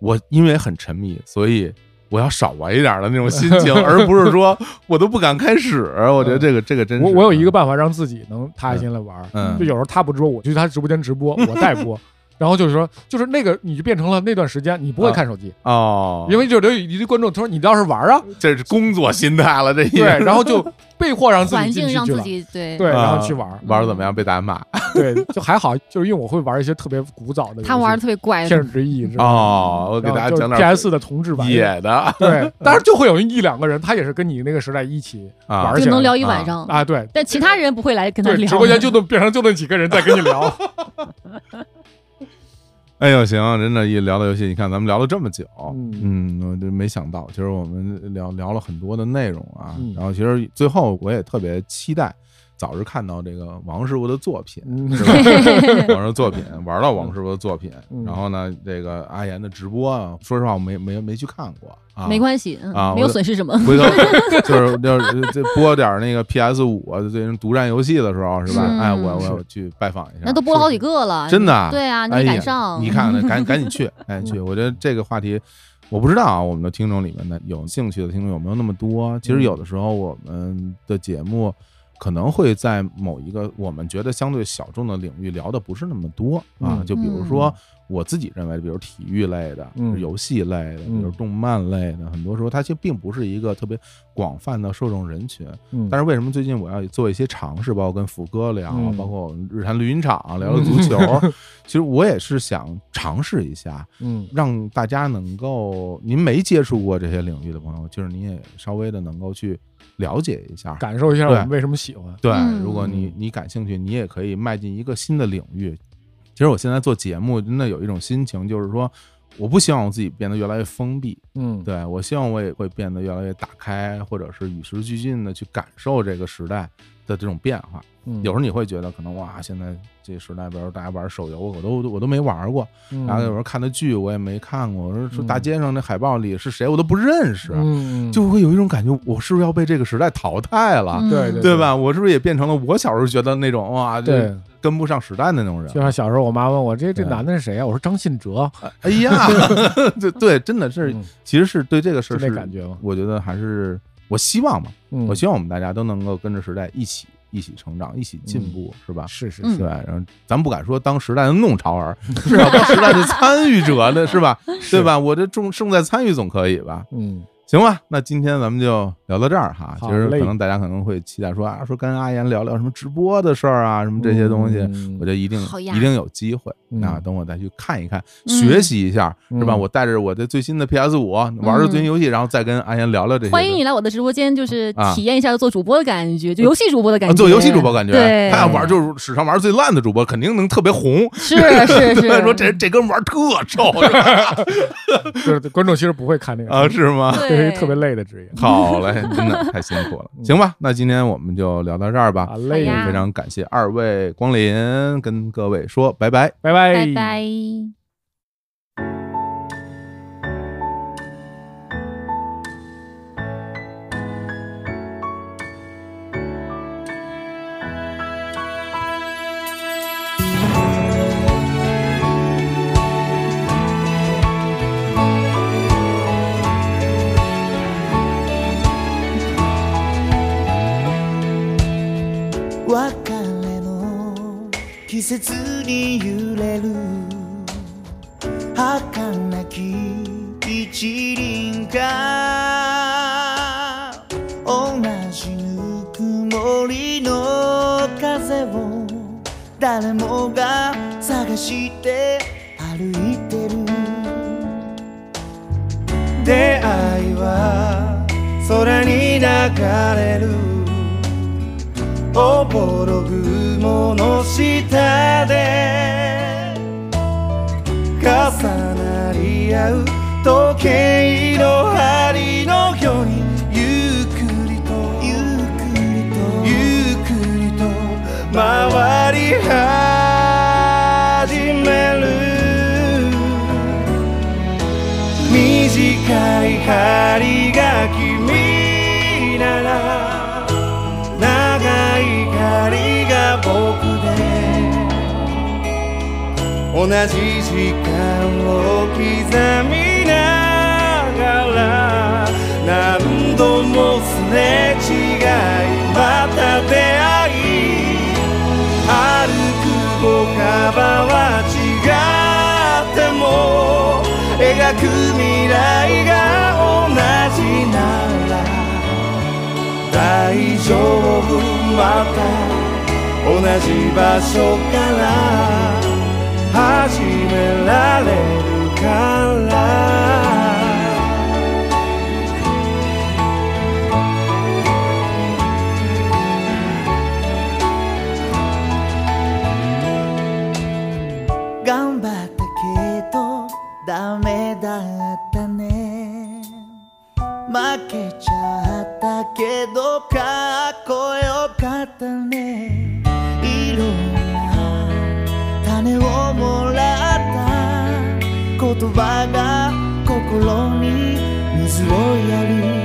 A: 我因为很沉迷，所以我要少玩一点的那种心 情，而不是说我都不敢开始。我觉得这个这个真是
B: 嗯我我有一个办法让自己能踏下心来玩儿，
A: 嗯
B: 就有时候他不直播，我去他直播间直播，我代 播，然后就是说，就是那个你就变成了那段时间你不会看手机，
A: 嗯哦，
B: 因为就有一堆观众他说你倒是玩儿啊，
A: 这是工作心态了，这一
B: 对，然后就被迫让自
C: 环
B: 己进
C: 境
B: 去
C: 让
B: 去
C: 自
B: 了，
C: 己对
B: 对，然
A: 啊
B: 后去玩儿，
A: 玩的怎么样被打骂
B: 对，就还好，就是因为我会玩一些特别古早的游戏，
C: 他玩的特别怪，
B: 天使之翼是吧？
A: 哦，我给大家讲点
B: P S 的同志版，
A: 野的
B: 对，当然就会有一两个人，他也是跟你那个时代一起
A: 啊
B: 玩，
C: 就
B: 起来
C: 能
B: 了
C: 聊一晚上，
B: 啊，对，
C: 但其他人不会来嗯跟他
B: 对，
C: 聊。
B: 直播间就那么变成就那几个人在跟你聊，
A: 哎呦，行，真的，一聊到游戏，你看咱们聊了这么久，
B: 嗯
A: 嗯，我这没想到，其实我们聊聊了很多的内容啊，
B: 嗯
A: 然后其实最后我也特别期待早日看到这个王师傅的作品，
B: 嗯
A: 是吧王师傅作品玩到王师傅的作品，
B: 嗯
A: 然后呢，这个阿岩的直播啊，说实话我没没没去看过啊，
C: 没关系，嗯
A: 啊我
C: 没有
A: 就
C: 损失什么。
A: 回头就是就是这播点儿那个 PS 五啊，最近独占游戏的时候是吧？
C: 嗯
A: 哎，我我
B: 是
A: 去拜访一下
C: 那。都播了好几个了，
A: 真的啊
C: 对啊，你没
A: 哎呀
C: 赶上，
A: 你看看，赶赶紧去，哎去！我觉得这个话题，我不知道啊，我们的听众里面的有兴趣的听众有没有那么多？其实有的时候我们的节目可能会在某一个我们觉得相对小众的领域聊的不是那么多啊，
B: 嗯
A: 就比如说。我自己认为，比如体育类的、
B: 嗯
A: 游戏类的，比
B: 嗯
A: 如动漫类的，很多时候它其实并不是一个特别广泛的受众人群。
B: 嗯
A: 但是为什么最近我要做一些尝试，包括跟福哥聊，
B: 嗯
A: 包括我们日坛绿茵场聊聊足 球，其实我也是想尝试一下，
B: 嗯
A: 让大家能够您没接触过这些领域的朋友，就是您也稍微的能够去了解一下。
B: 感受一下我
A: 对
B: 们为什么喜欢，
A: 对，
C: 嗯
A: 如果你你感兴趣，你也可以迈进一个新的领域。其实我现在做节目，真的有一种心情，就是说，我不希望我自己变得越来越封闭，
B: 嗯，
A: 对我希望我也会变得越来越打开，或者是与时俱进的去感受这个时代的这种变化。
B: 嗯，
A: 有时候你会觉得可能哇，现在这时代，比如大家玩手游，我都我都没玩过，
B: 嗯，
A: 然后有时候看的剧我也没看过，我说说
B: 嗯
A: 大街上那海报里是谁我都不认识，
B: 嗯，
A: 就会有一种感觉，我是不是要被这个时代淘汰了？
C: 嗯
B: 对对
A: 对吧？我是不是也变成了我小时候觉得那种哇，这
B: 对，
A: 跟不上时代的那种人
B: 就？像小时候我妈问我这这
A: 对
B: 男的是谁啊，我说张信哲，
A: 哎呀， 对对，真的是，
B: 嗯
A: 其实是对这个事儿
B: 就那
A: 是
B: 感，觉嘛，
A: 我觉得还是我希望吧，
B: 嗯
A: 我希望我们大家都能够跟着时代一起一起成长，一起进步，是吧？
B: 是是
C: 嗯
B: 是，
A: 对，然后咱不敢说当时代的弄潮儿，啊至少当时代的参与者呢，是吧？对吧？我这重重在参与总可以吧？
B: 嗯，
A: 行吧，那今天咱们就聊到这儿哈。其
B: 好
A: 实可
B: 嘞
A: 能大家可能会期待说啊，说跟阿岩聊聊什么直播的事儿啊，什么这些东西，
B: 嗯
A: 我觉得一定
C: 好呀
A: 一定有机会。
B: 嗯
A: 那等我再去看一看，
C: 嗯
A: 学习一下，是吧？
B: 嗯
A: 我带着我的最新的 PS 五玩着最新游戏，然后再跟阿岩聊聊这些。
C: 欢迎你来我的直播间，就是
A: 啊
C: 体验一下做主播的感觉，就游戏主播的感
A: 啊，
C: 觉，
A: 做游戏主播感觉，
C: 对，
A: 他要玩就是史上玩最烂的主播，肯定能特别红。
C: 是啊是是，
A: 说这这哥们玩特 臭
B: 就是观众其实不会看那个
A: 啊，，是吗？
B: 这是
C: 对
B: 一，特别累的职业，
A: 好嘞，真 的太辛苦了。行吧，那今天我们就聊到这儿吧
B: 好。啊累
C: 好呀
A: 非常感谢二位光临，跟各位说拜拜。
B: 拜拜
C: 拜拜。
D: 別れの季節に揺れる儚き一輪が同じぬくもりの風を誰もが探して歩いてる出会いは空に流れるおぼろ雲の下で重なり合う時計の針のようにゆっくりとゆっくりとゆっくりと回針が君なら長い針が僕で同じ時間を刻みながら何度もすれ違いまた出会い歩く歩幅は違っても描く未来が同じなら大丈夫また同じ場所から始められるから頑張ったけどダメだったね負けちゃったけどかっこよかったねいろんな種をもらった言葉が心に水をやる